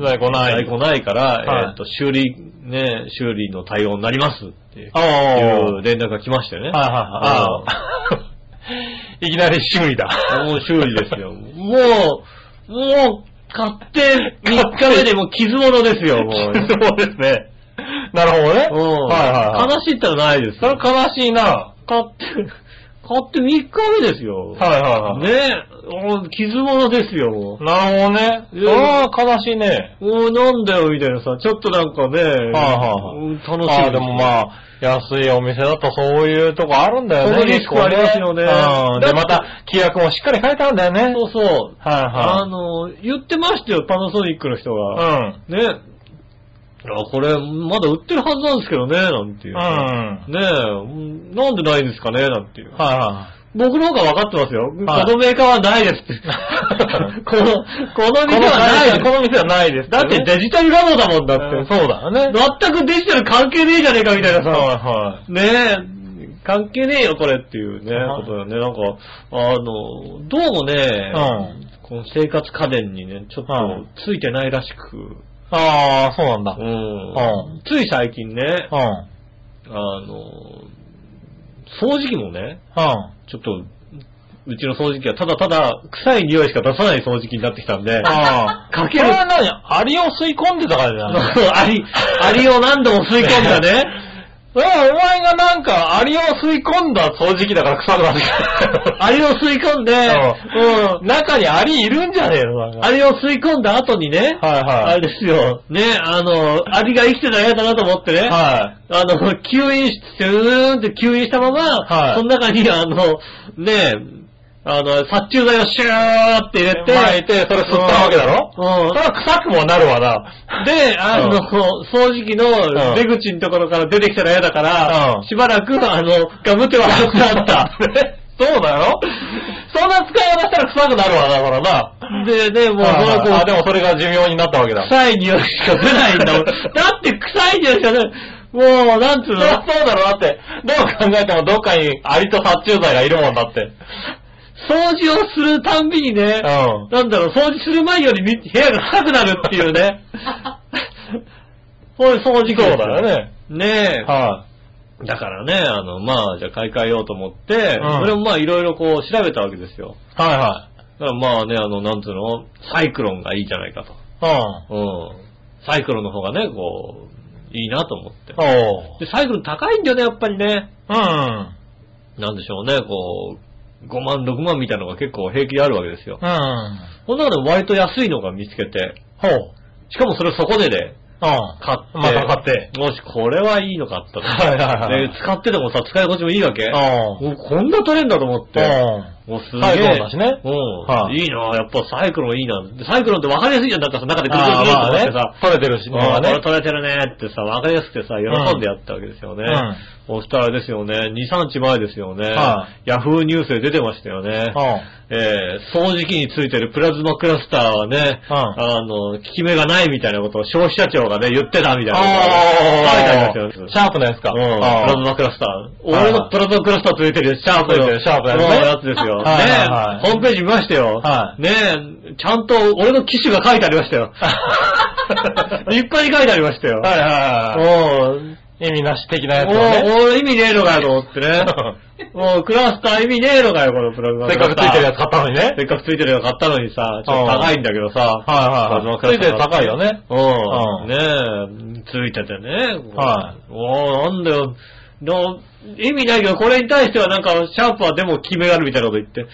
C: 在庫ない
B: 在庫ないから、
C: はい
B: えっと、修理、ね、修理の対応になりますっていう
C: ああ。はい
B: 連絡が来まして
C: は
B: ね。
C: いはい。あ *laughs* あいきなり修理だ。
B: もう修理ですよ。もう、もう、買って3日目でもう傷物ですよ、もう。
C: そうですね。 *laughs* なるほどね。
B: うん
C: はいはいはい。
B: 悲しいったらないです
C: それ
B: よ。
C: 悲しいな。は
B: 買って、買って3日目ですよ
C: い。はいはい。
B: ねもう傷物ですよ、もう。
C: なるほどね。それは悲しいね。
B: もうなんだよ、みたいなさ、ちょっとなんかね、
C: はい
B: うん楽しみ。
C: ああ、でもまあ、安いお店だとそういうとこあるんだよね。
B: そのリスクありますよね
C: 結構ねうん。
B: だっ
C: で、
B: て
C: また、規約もしっかり書いてあるんだよね。
B: そうそう。あ
C: は
B: の、言ってましたよ、パナソニックの人
C: い
B: が。
C: はい。
B: ね。あ、これ、まだ売ってるはずなんですけどね、なんてい
C: ん。うん。
B: うう。
C: はい
B: ねえうん、なんでないんですかね、なんていう。
C: は
B: 僕の方が分かってますよ。
C: はい
B: このメーカーはないです
C: *laughs*
B: って。この、この
C: い。こ
B: 店
C: の
B: はないです
C: この店はないです。
B: だってデジタルラボだもんだ
C: うん
B: って。
C: そうだよね。
B: 全くデジタル関係ねえじゃねえかみたいなさ。
C: は
B: ねえ、関係ねえよ、これっていうね、
C: はい
B: ことだよね。なんか、あの、どうもね
C: い、はい。うん。
B: この生活家電にね、ちょっ
C: はい
B: とついてないらしく、
C: ああ、そうなんだ。
B: う
C: は
B: んつい最近ね、
C: うん。
B: あの、掃除機もね、
C: は
B: ちょっと、うちの掃除機はただただ臭い匂いしか出さない掃除機になってきたんで、
C: あ。ああ。
B: かける
C: これは何アリを吸い込んでたからじゃない *laughs*
B: *laughs* アリ、アリを何度も吸い込んだね。
C: いやお前がなんか、アリを吸い込んだ掃除機だから臭くなって *laughs* きた。
B: アリを吸い込んで、
C: うん。中にアリいるんじゃねえのなんか
B: アリを吸い込んだ後にね、
C: はいは
B: あ
C: い。
B: れですよ、ね、あの、アリが生きてたら嫌だなと思ってね、
C: は
B: あの、吸引し、スーンって吸引したまま、
C: はい
B: その中に、あの、ねえ、あの、殺虫剤をシューって入れて、
C: 巻いてそれ吸ったわけだろ
B: うん
C: い。それは臭くもなるわ *laughs* な。
B: で、あの、
C: うん
B: 掃除機の
C: うん
B: 出口のところから出てきたら嫌だから、
C: うん
B: しばらく、あの、ガムテを貼ってあった。
C: *laughs* そうだよ。そんな使い方したら臭くなるわな、ほらな。
B: で、で、もう、そ
C: はいはい
B: の
C: あ、でもそれが寿命になったわけだ。
B: 臭い匂いしか出ないんだも
C: *laughs*
B: ん。だって臭い匂いしか出ない。もう、なんつ
C: そ
B: う
C: *laughs*
B: の
C: りゃそうだろ、だって。どう考えてもどっかにアリと殺虫剤がいるもんだって。
B: 掃除をするたんびにね、
C: うん。
B: なんだろう、掃除する前よりみ部屋が臭くなるってい
C: *laughs*
B: うね。そういう掃除機です
C: そうだよ。ね。
B: ね
C: は
B: え。だからね、あの、まあ、じゃあ買い替えようと思って、
C: うん
B: それもまあ、いろいろこう調べたわけですよ。
C: い。は
B: だからまあね、あの、なんつうの、サイクロンがいいじゃないか
C: いはい。
B: と。うん。サイクロンの方がね、こう、いいなと思って。
C: うん。おう。
B: で、サイクロン高いんだよね、やっぱりね。
C: うん。
B: なんでしょうね、こう、5万、6万みたいなのが結構平気であるわけですよ。
C: うん。
B: その中で割と安いのが見つけて、
C: ほう。
B: しかもそれをそこでで
C: うん。
B: 買って、
C: また買って。
B: もしこれはいいの買ったと。
C: はいはいはい
B: で、使っててもさ、使い心地もいいわけ。
C: うん。
B: もうこんな取れんだと思って。
C: うん。
B: もうすげえ。
C: サイクロンだしね
B: うん。
C: はい
B: い、いなやっぱサイクロンいいな。でサイクロンって分かりやすいじゃん。だってさ、中でグルグルグル
C: ああ、ま
B: グルっ
C: あ
B: て
C: ね
B: さ。。
C: 取れてるし、
B: うん
C: のはね
B: これ。取れてるねってさ、分かりやすくてさ、喜んでやったわけですよね。
C: うん
B: お二人ですよね。2、3日前ですよね。
C: は
B: ヤフーニュースで出てましたよね。
C: う
B: えー掃除機についてるプラズマクラスターはね、
C: うん
B: あの、効き目がないみたいなことを消費者庁がね、言ってたみた
C: ん。
B: いなこと
C: あ
B: 書いてあ
C: あ
B: りますよね。
C: シャープなやつか。
B: うん、プラズマクラスター。俺のプラズマクラスターついてるシャープ
C: ついてるシャープだよね
B: のやつですよ。ね
C: はいはいはい
B: えホームページ見ましたよ。
C: はい
B: ねえちゃんと俺の機種が書いてありま
C: *laughs*
B: したよ。立派に書いてありましたよ。
C: はいはいはい
B: うん。
C: 意味なし的なやつを
B: も
C: ね。
B: う、もう意味ねえのかよと思っ
C: *laughs*
B: てね。もうクラスター意味ねえのかよ、このプラズマク
C: せっ
B: ラスター。
C: かくついてるやつ買ったのにね
B: せ。っかくついてるやつ買ったのにさ、ちょっと高いんだけどさ。
C: はいはいはい
B: プラズマクラ
C: つ
B: スター
C: いてる高いよね。
B: う。
C: うんん
B: ねえ、ついててね。。
C: はい
B: おーなんだよ。の意味ないけど、これに対してはなんか、シャープはでも決めがあるみたいなこと言って。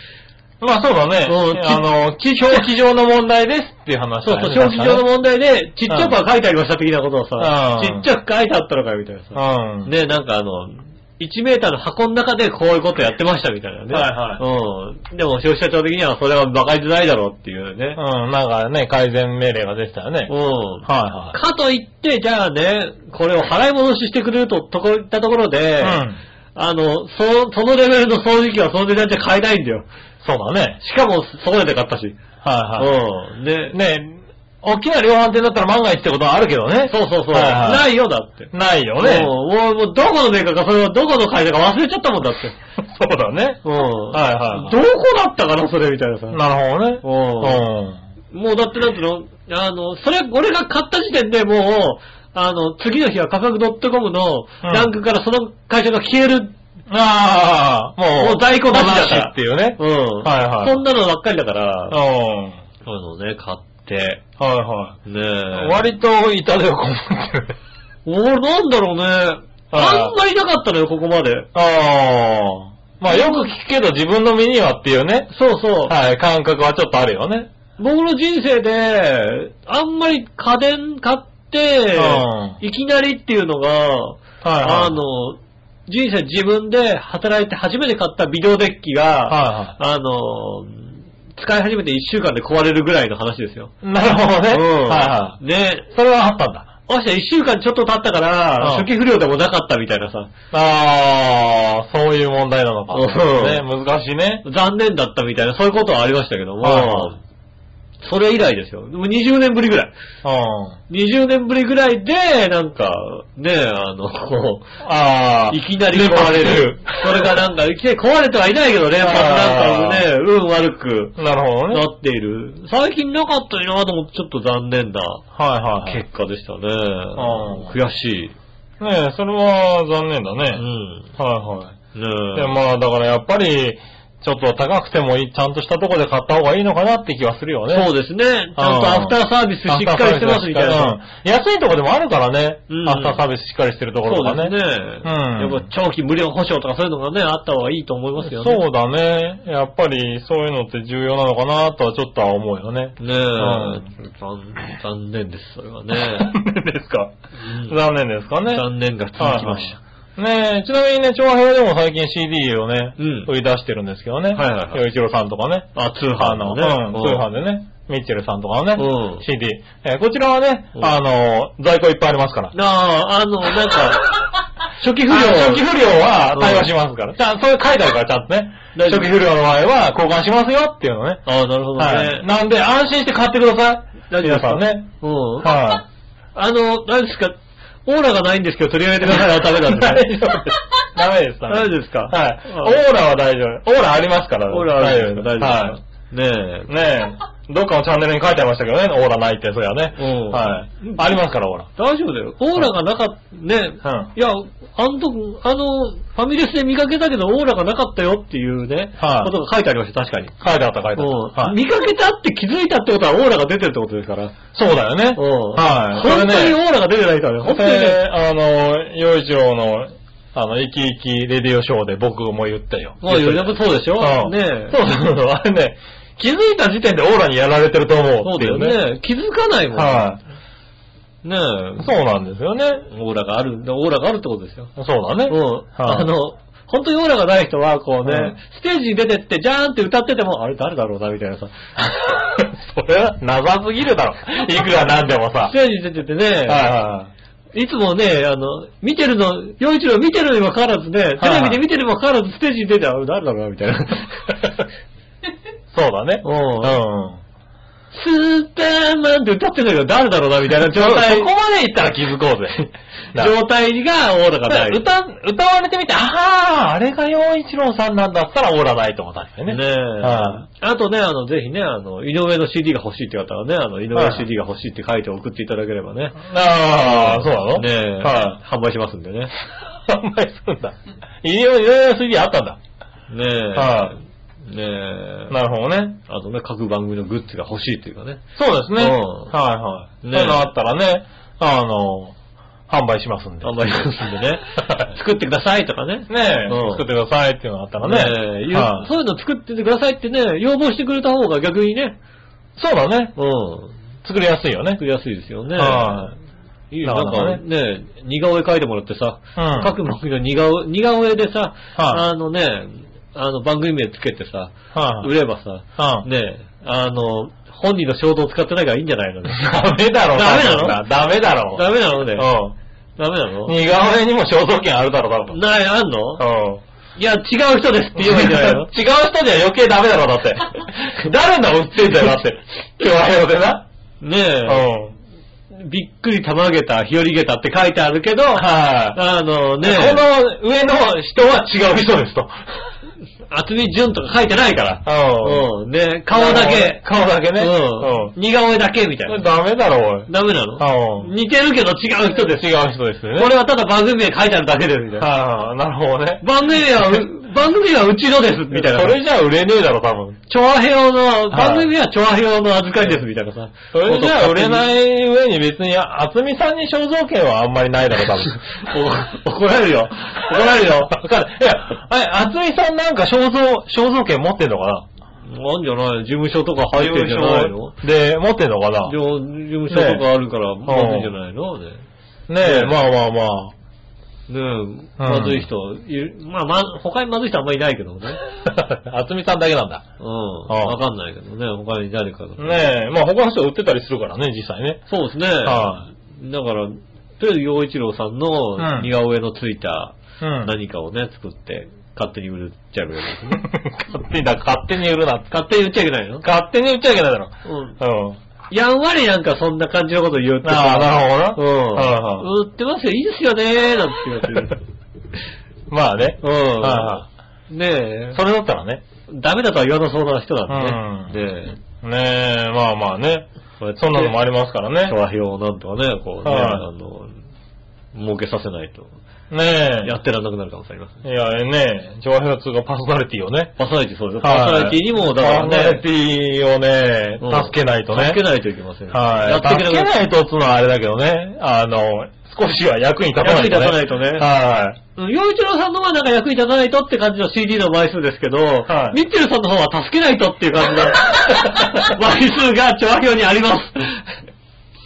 C: まあそうだね。
B: うん
C: あの、表記上の問題ですっていう話
B: そう
C: だね
B: そう、表記上の問題で、ちっちゃくは書いてありました的なことを
C: う
B: さ、
C: ん
B: ちっちゃく書いてあったのかよみたいなさ。
C: うん。
B: ねなんかあの、1メーターの箱の中でこういうことやってましたみたいなね。
C: はい
B: はい。うん。でも消費者庁的にはそれは馬鹿にしないだろうっていうね。
C: うん、なんかね、改善命令が出てたよね。
B: うん。
C: は
B: かといって、じゃあね、これを払い戻ししてくれると、とこいったところ
C: い
B: で、
C: はい。うん。
B: あの、そ、そのレベルの掃除機はその値段じゃ買えないんだよ。
C: そうだね。
B: しかも、そこでで買ったし。
C: はいはい。
B: うん。で、
C: ね、大きな量販店だったら万が一ってことはあるけどね。
B: そうそうそう。
C: はいはい
B: ないよ、だって。
C: ないよね。
B: もう、もうもうどこのメーカーか、それをどこの会社か忘れちゃったもんだって。
C: そうだね。
B: うん。
C: はいはい
B: どこだったかな、それ、みたいなさ。
C: なるほどね。
B: もうだってなんていうの、あの、それ、俺が買った時点でもう、あの、次の日は価格 .com のランクからその会社が消える
C: うん。ああ、もう、
B: もう在庫なしだから
C: っていうね。
B: うん。
C: はいはい
B: そんなのばっかりだか
C: うん。
B: ら、
C: は
B: そういうのをね、買って、
C: いは
B: ね
C: い。
B: え。
C: 割と痛手をこも
B: *laughs*
C: ってるね。
B: おなんだろうね。あんまりなかったのよ、ここまで。
C: ああ。まあよく聞くけど自分の身にはっていうね。
B: そうそう。
C: はい、感覚はちょっとあるよね。
B: 僕の人生で、あんまり家電買って、
C: う
B: いきなりっていうのが、
C: はいはい。
B: あの、人生自分で働いて初めて買ったビデオデッキが、
C: は
B: あの、使い始めて1週間で壊れるぐらいの話ですよ。
C: いはい。なるほどね。
B: うん
C: はいは
B: ね
C: い。それはあったんだ。
B: あした1週間ちょっと経ったから、
C: うん
B: 初期不良でもなかったみたいなさ、
C: ああ、そういう問題なのか。
B: うん
C: ね、難しいね。
B: 残念だったみたいな、そういうことはありましたけども、
C: はいはい
B: それ以来ですよ。でも20年ぶりぐら
C: う
B: い。
C: ん。
B: 20年ぶりぐらいで、なんか、ね、あの、こう、
C: ああ。
B: いきなり壊れる。それがなんか、いきなり壊れてはいないけど、連発なんかもね、運悪く
C: なるほど
B: な
C: ね。
B: っている。最近なかったよなと思って、ちょっと残念な
C: はいはいはい。
B: 結果でしたね。
C: ん
B: 悔しい。
C: ねえ、それは残念だ
B: う
C: ね。
B: ん。
C: はいはい。
B: ね
C: でまあだからやっぱり、ちょっと高くてもいい、ちゃんとしたとこで買った方がいいのかなって気はするよね。
B: そうですね。ちゃんとアフターサービスしっかりしてますみたいな。
C: うん安いとこでもあるからね。
B: うん
C: アフターサービスしっかりしてるところ
B: そ
C: と
B: う
C: か
B: です
C: ね。
B: ね。
C: うん
B: やっぱ長期無料保証とかそういうのがね、あった方がいいと思いますよね。
C: そうだね。やっぱりそういうのって重要なのかなとはちょっとは思うよね。
B: ねえ、
C: ん
B: 残残念です、それはね。
C: 残念 *laughs* ですか。
B: *laughs* うん
C: 残念ですかね。
B: 残念が続きました。
C: ねえ、ちなみにね、調和表でも最近 CD をね、
B: うん
C: 売り出してるんですけどね。
B: はいはいはい
C: 洋一郎さんとかね。
B: あ、通
C: あ
B: 販
C: の、う
B: の
C: ん、
B: ね。
C: 通販
B: で。
C: でね、ミッチェルさんとかのね、
B: うん
C: CD。えーこちらはね、
B: うん
C: あの、在庫いっぱいありますから。
B: なあ、あの、なん *laughs* か、初期不良。
C: あ初期不良は
B: うん
C: 対話しますから。ちゃん、そういう書いてあるから、ちゃんとね。
B: 大丈
C: 初
B: 夫
C: 期不良の場合は交換しますよっていうのね。
B: ああ、なるほどね。
C: はい。なんで、安心して買ってください。
B: 大丈夫で
C: 皆
B: す
C: さ
B: か
C: んね。
B: うん。
C: は
B: あの、何ですか、オーラがないんですけど取り上 *laughs* げてくださいはダメ
C: い。
B: なん
C: *laughs* 大丈
B: *laughs* で
C: 夫です。ダメです、ダメ
B: 大丈
C: で
B: 夫ですか
C: す。はい。
B: うん
C: オーラは大丈夫。オーラありますから。
B: オーラあるんですか
C: 大
B: 大
C: 丈夫です
B: 丈夫ですかねえ。
C: はい。ねえ。どっかのチャンネルに書いてありましたけどね、オーラないって、そりゃね。
B: うん
C: はい。ありますから、オーラ。
B: 大丈夫だよ。オーラがなかった、ね、
C: ん
B: いや、あの時、あの、ファミレスで見かけたけど、オーラがなかったよっていうね、
C: はい
B: ことが書いてありました、確かに。
C: 書いてあった、書いて
B: う
C: あ
B: ん
C: った。はい
B: 見かけたって気づいたってことはオーラが出てるってことですから。
C: *laughs* そうだよね。
B: うん
C: はい。
B: 本当にオ
C: ね、
B: ーラが出てないからね、本当にね。
C: で、あの、洋一郎の、あの、生き生きレディオショーで僕も言ったよ。
B: もう
C: 言
B: 余
C: ったよ
B: 裕なそうでしょ
C: うん
B: ね
C: そうそうそう。あれね、気づいた時点でオーラにやられてると思
B: そうう
C: って
B: だ
C: い
B: よ
C: うね。
B: ね。気づかないもん。
C: はい。
B: ねえ
C: そうなんですよね。
B: オーラがあるんだ、オーラがあるってことですよ。
C: そうだね。
B: うん。
C: はい
B: あの、本当にオーラがない人は、こうね、
C: うん
B: ステージに出てって、ジャーンって歌ってても、あれ誰だろうな、みたい
C: *laughs*
B: なさ。
C: それは謎すぎるだろ。いくらなんでもさ
B: ス。テージに出ててね、、
C: はいはい
B: つもね、あの、見てるの、洋一郎見てるにもかかわらずね、テレビで見てるにもかかわらず、ステージに出て、あれ誰だろうな、みたいな。
C: い。そうだね。
B: う
C: *laughs*
B: ん
C: うん。
B: スーパーマンって歌ってんだけど、誰だろうな、みたいな状態。。
C: そそこまでいったら気づこうぜ
B: 状態がオーラがない。
C: 歌、歌われてみて、ああ、あれが洋一郎さんなんだったらオーラないと思ったんですよね。
B: ねえ。
C: は
B: あとね、あの、ぜひね、あの、井上の CD が欲しいって方はね、あの、井上
C: はい
B: の CD が欲しいって書いて送っていただければね。
C: ああ、そうなの
B: ねえ、
C: は
B: 販売しますんでね。ね
C: い。販売するんだ。いろいろ CD あったんだ。
B: え。
C: は
B: ねえ。
C: なるほどね。
B: あとね、各番組のグッズが欲しいっていうかね。
C: そうですね。
B: うん
C: はいはい。
B: ねえ
C: そういうのあったらね、あの、販売しますんで。
B: 販売しますんでね。作ってくださいとかね。
C: *laughs* ねえ、
B: うん
C: 作ってくださいっていうのあったらね。
B: ねえゆ
C: はい
B: そういうの作っててくださいってね、要望してくれた方が逆にね、
C: そうだね。
B: うん。
C: 作りやすいよね
B: 作。りやすいですよね。
C: はい
B: いよ
C: な
B: な
C: か
B: ん
C: なか
B: かね、似顔絵描いてもらってさ、
C: うん
B: 各番組の似顔似顔絵でさ、あのね、あの番組名つけてさ、
C: はい
B: 売ればさ、
C: うん
B: ね、あの、本人の衝動を使ってないからいいんじゃないのね。
C: ダメだろ、
B: ダメなの
C: ダメだろ。
B: ダメなのね。
C: うん。
B: ダメなの
C: 似顔絵にも肖像権あるだろ、多分。
B: ない、あんの
C: うん。
B: いや、違う人ですって言えばいいんじゃな
C: *laughs*
B: いの
C: 違う人には余計ダメだろ、だ
B: *laughs*
C: って。誰の売ってんだよ、だって。今日はよでな。
B: ね
C: うん。
B: え、びっくりたまげた、日和げたって書いてあるけど、
C: は
B: あの
C: い。
B: ね
C: こ、の上の人は違う人ですと。
B: 厚み順とか書いてないから。
C: う
B: うん。ね、顔だけ。
C: 顔だけね。
B: うん。
C: ん。
B: 似顔絵だけみたいな。
C: ダメだろ、
B: ダメなの
C: おい。うん。
B: 似てるけど違う人です。
C: 違う人ですよね。
B: これはただ番組名書いてあるだけです、みたいな。
C: はい、なるほどね。
B: 番組
C: *laughs*
B: 名はう、番組名はうちのです、みたいな。
C: それじゃ売れねえだろ、多分。
B: 調和票の、
C: はい
B: 番組は調和票の預かりです、みたいなさ。。
C: それじゃ売れないい上に別に、厚みさんに肖像権はあんまりないだろ、多分。
B: *laughs* お怒られるよ。怒られる
C: わ
B: よ。
C: かる。いや、あ厚みさんなんか肖像、肖像権持ってんのかな
B: なんじゃない事務所とか入ってんじゃないの
C: で、持ってんのかな
B: 事務所とかあるから、まずいんじゃないのね
C: ねえ、
B: ね
C: まあまあま
B: ねえ、まずい人、いるまあ、ま、他にまずい人あんまりいない
C: *laughs*
B: けどね。
C: あ。厚みさんだけなんだ。
B: うん。わかんないけどね、他に誰かが。
C: ねえ、まあ他の人売ってたりするからね、実際ね。
B: そうですね。
C: は
B: だから、とりあえず洋一郎さん
C: うん
B: の似顔絵のついた
C: う
B: 何かをね、作って、勝手に売っちゃうようですね。
C: 勝手にだ、勝手に売るなって。
B: 勝手に売っちゃいけないの
C: 勝手に売っちゃいけないだろ。
B: うん。
C: うん。
B: やんわりなんかそんな感じのこと言って
C: ああ、なるほ
B: う
C: ど
B: ん
C: な。うん。。
B: 売ってますよ、いいですよねー、なんて言われてる。
C: まあね。はいは
B: うん。ねえ
C: い。それだったらね。
B: ダメだとは言わなそうな人なんでね。ねえ
C: ねえ、まあまあね。
B: そうやって
C: そんなのもありますからね
B: 調。和表をなんとかね、こうね、
C: はい
B: あの、儲けさせないと、
C: ね
B: やってらんなくなる可能性ありますね。
C: え。いや、ねえ、調和平通がパーソナリティをね。
B: パーソナリティそうですよ。パーソナリティにも、だから
C: パーソナリ
B: ね、
C: ティをね、
B: うん
C: 助けないとね。
B: 助けないといけませんよ。
C: はい。
B: やって
C: 助
B: い
C: け
B: けな
C: ないいとっつうのはあれだけどね。あの、少しは役に立たないとね。
B: 役に立たないとね
C: はい。
B: うん洋一郎さんのはなんか役に立たないとって感じの CD の枚数ですけど、
C: はい
B: ミッチェルさんの方は助けないとっていう感じの *laughs* 枚数が調和表にあります。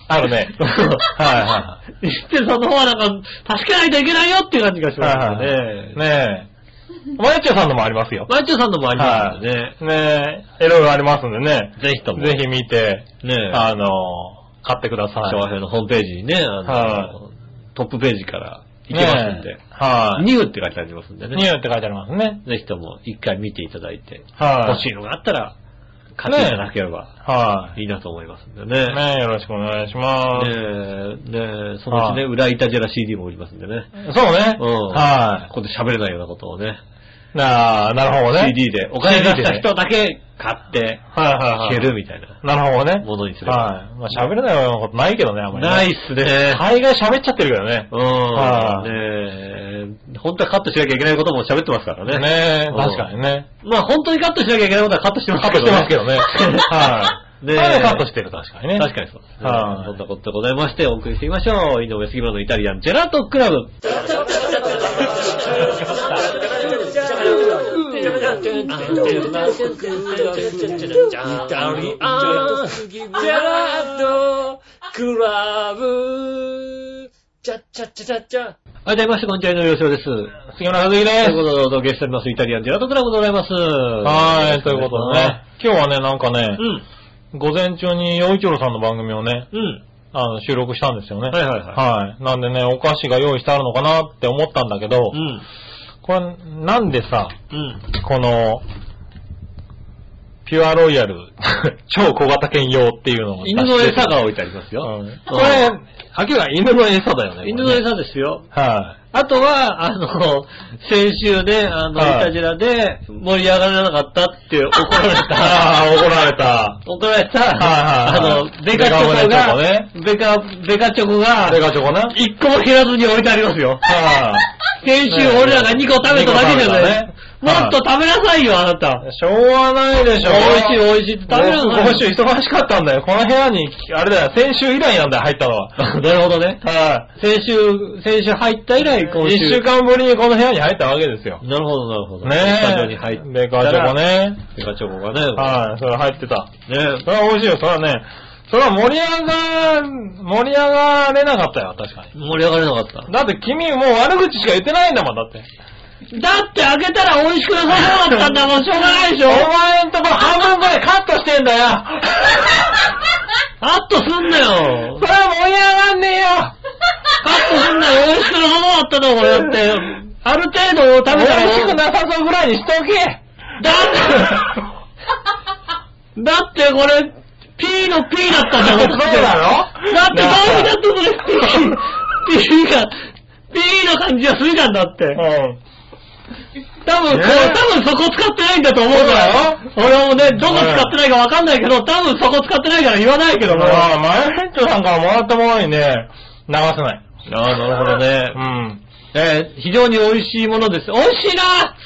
C: あ
B: *laughs*
C: るね。はいは
B: ミッチェルさんの方はなんか助けないといけないよっていう感じがし
C: い。は
B: ま
C: いは
B: すよ
C: い。
B: ね。
C: ねえ。マヤチョさんのもありますよ。
B: マイチェルさんのもありますよね。
C: ねえ。いろいろありますんでね。
B: ぜひとも。
C: ぜひ見て、
B: ねえ。
C: あの、買ってください。
B: 昭和
C: は
B: 平のホームページにね、あの、
C: は
B: トップページから行けますんで、
C: はい。
B: ニューって書いてありますんで
C: ニュ
B: ね、
C: ーって書いてありますね。
B: ぜひとも一回見ていただいて、
C: はい。
B: 欲しいのがあったら買っていただければ
C: はい。
B: いいなと思いますんでね。ね
C: ねえ、よろしくお願いします。
B: え、ねえそのうちね、
C: は
B: 裏板ジェラ CD も売りますんでね。
C: そうね。
B: うん
C: は
B: ここで喋れないようなことをね、
C: い。なあ、なるほどね。
B: CD でお金出し
C: CD で
B: た
C: ね
B: 人だけ買って
C: はいはいは
B: 聴
C: い。
B: けるみたいな
C: なるほどね。
B: ものにすれば。
C: はい。まあ喋れないようなことないけどね、あんまり、ね。
B: ないっすね。
C: 大概喋っちゃってるけどね。
B: うん。
C: はい
B: ねえ、本当はカットしなきゃいけないことも喋ってますからね。
C: ねえ
B: うん
C: 確かにね。
B: まあ本当にカットしなきゃいけないことはカットしてま
C: カ
B: す
C: ット
B: け
C: し
B: ど
C: て
B: ね。
C: ますけ
B: *laughs*
C: どね。はい。
B: ねえ
C: ねえ。カットしてる、確かにね。
B: 確かにそうですね。
C: はい
B: そんなことでございまして、お送りしていきましょう。井上杉村のイタリアンジェラートクラブ。はい、どうもみなさんこんにちは、井上洋です。
C: 杉村和樹で
B: と
C: す
B: いう。ことでお届けしております、イタリアンジェラートクラブでございます。
C: はい、ということでね。。今日はね、なんかね
B: う、ん、
C: 午前中に洋一郎さんの番組をね、
B: うん。
C: あの、収録したんですよね。
B: はいはいは
C: はい。なんでね、お菓子が用意してあるのかなって思ったんだけど、
B: い。うん、
C: これ、なんでさ、
B: うん。
C: この、ピュアロイヤ
B: *laughs*
C: ル、超小型犬用っていうのが出して
B: 犬
C: る。
B: の餌が置いてありますよ。
C: うんこれ、明らかに犬の餌だよね。
B: 犬の
C: こ
B: 餌ですよ。
C: れねは
B: あとは、あ *laughs* の、先週ね、あの、
C: はい
B: イタジラで盛り上がらなかったって怒られ
C: い。 *laughs*
B: *laughs*
C: あ
B: た、
C: あ、怒られた。
B: 怒られた、
C: はいはいはい
B: あの、ベカチョコが、ベカ、ベカチョコが
C: そ、れがチョコな。はい。
B: 一個も減らずに置いてありますよ。先週俺らが2個食べただけじゃない、
C: ね
B: もっと食べなさいよ、あなた。
C: しょうがないでし
B: 美
C: ょ。
B: 味しい美味しいって食べるの
C: 今週忙しかったんだよ。この部屋に、あれだよ、先週以来なんだよ、入ったの
B: *laughs*
C: は。
B: なるほどね。
C: は
B: 先週、先週入った以来、今
C: い。
B: 週。
C: 一週間ぶりにこの部屋に入ったわけですよ。
B: なるほど、なるほど。
C: ねえ。
B: スタジオに入って。
C: で、ガチョコ。ね。
B: ベカチョコがね。
C: はい、それ入ってた。
B: ね
C: それは美味しいよ、それはね。それは盛り上が、盛り上がれなかったよ、確かに。
B: 盛り上がれなかった。
C: だって君もう悪口しか言ってないんだもん、だって。
B: だって開けたら美味しくなさそうだったんだもん、しょうがないでし
C: お
B: ょ
C: 前んとこ半分ぐらいカットしてんだよ。 *laughs*
B: カットすん
C: それ
B: なよ
C: は盛り上がんねえよ。
B: カットすんなよ美味しくなさそうだったんだもん、だって。ある程度食べた
C: 美
B: ら
C: 味しくなさそうぐらいにしとけ。
B: だって、だってこれ、P の P だったんだもん、
C: そうだろ
B: だって豆腐だってそれ P、P が、P の感じがするじゃんだって。
C: うん。
B: 多分、これ
C: ね
B: 多分そこ使ってないんだと思うから。
C: そ
B: 俺もね、どこ使ってないかわかんないけど、多分そこ使ってないから言わないけども。
C: まあ、マヨネットさんからもらったものにね、流せない。
B: ああ、なるほどね
C: う。ん。
B: えー非常に美味しいものです。美味しいな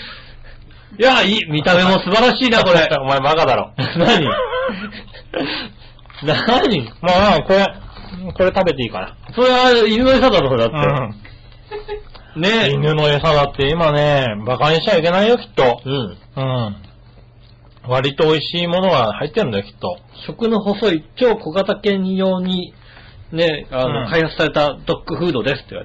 B: いや、いい、見た目も素晴らしいな、 *laughs* これ。
C: お前バカだろ。
B: 何 *laughs* 何
C: まあ、これ、これ食べていいかな。
B: それは犬の餌だろ、だって。
C: ね
B: ね
C: 犬の餌だって今ね、馬鹿にしちゃいけないよ、きっと。
B: うん。
C: うん。割と美味しいものが入ってるんだよ、きっと。
B: 食の細い超小型犬用に、ね、あ
C: う
B: の、
C: ん
B: 開発されたドッグフードですって言わ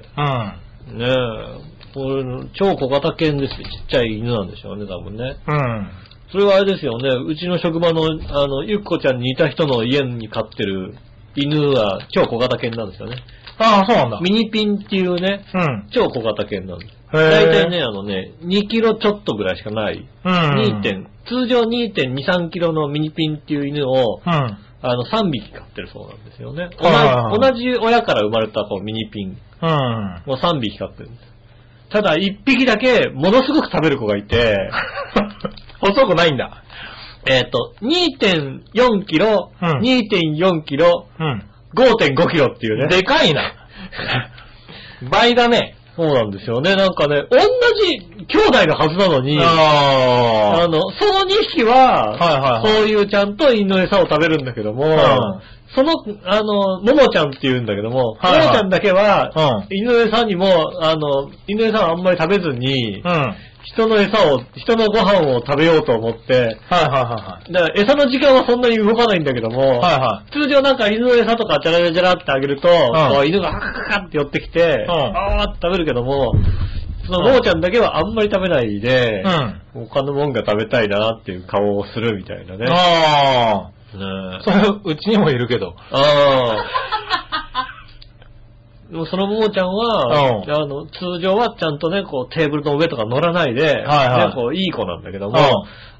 C: う
B: れて。
C: ん。
B: ねえ、これ、超小型犬ですよ。ちっちゃい犬なんでしょうね、多分ね。
C: うん。
B: それはあれですよね、うちの職場の、あの、ゆっこちゃんに似た人の家に飼ってる犬は超小型犬なんですよね。
C: ああ、そうなんだ。
B: ミニピンっていうね、
C: うん。
B: 超小型犬なんです。
C: へ
B: だい
C: え
B: たいね、あのね、2キロちょっとぐらいしかない。
C: うん。
B: 2点、通常2.2、3キロのミニピンっていう犬を、
C: うん。
B: あの、3匹飼ってるそうなんですよね。同
C: はいはいはい
B: じ同じ親から生まれたこうミニピン。
C: うん。
B: もう3匹飼ってるんです。ただ1匹だけものすごく食べる子がい
C: *laughs*
B: て、
C: 細くないんだ。
B: えっと、2.4キロ、
C: うん
B: 2.4キロ、
C: うん。
B: *laughs* 5.5キロっていうね。
C: でかいな。倍だね。
B: そうなんですよね。なんかね、同じ兄弟のはずなのに、あ
C: ああ。
B: の、その2匹は、
C: はいはいはい
B: そういうちゃんと犬の餌を食べるんだけども、
C: うん
B: その、あの、ももちゃんって言うんだけども、もも、
C: はいはい
B: ちゃんだけ
C: う
B: は、
C: ん。
B: 犬の餌にも、あの、犬の餌をあんまり食べずに、
C: うん。はい
B: 人の餌を、人のご飯を食べようと思って、
C: はいは
B: だから餌の時間はそんなに動かないんだけども、
C: いはい。はいは
B: 通常なんか犬の餌とかジャラジャラジャラってあげると、こう犬がハカハカって寄ってきて、
C: うん
B: あーって食べるけども、そのもーちゃんだけはあんまり食べないで、
C: い。
B: 他のもんが食べたいなっていう顔をするみたいな
C: う
B: ね。
C: ん。ああ。
B: ね
C: それ、うちにもいるけど。
B: あーでもそのももちゃんは、
C: うん
B: あの、通常はちゃんとね、こうテーブルの上とか乗らないで、
C: はい
B: ね、こういい子なんだけど
C: うん。
B: も、
C: はい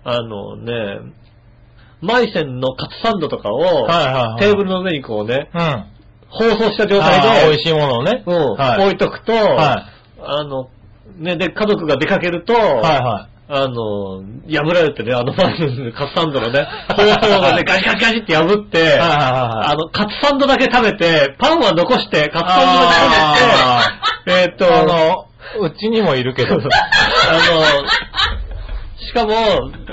B: あのね、マイセンのカツサンドとかを、
C: はいはい。
B: テーブ
C: ル。
B: ルの上にこうね、
C: うん。あ
B: 包装した状
C: あ
B: 態
C: ー、
B: で
C: 美、味しいものをね。
B: うん
C: はい
B: 置いとくと、
C: は
B: あの、ね、で、家族が出かけると、
C: い。はいは
B: あの、破られてね、あの、 *laughs* マイセンのカツサンドのね、包装がね、ガシガシガシって破って、
C: い。はいはいはいは
B: あ
C: い。
B: の、カツサンドだけ食べて、パンは残して、カツサンドだけ食べて、えーっと、
C: あの、うちにもいるけ *laughs* ど。
B: あの、しかも、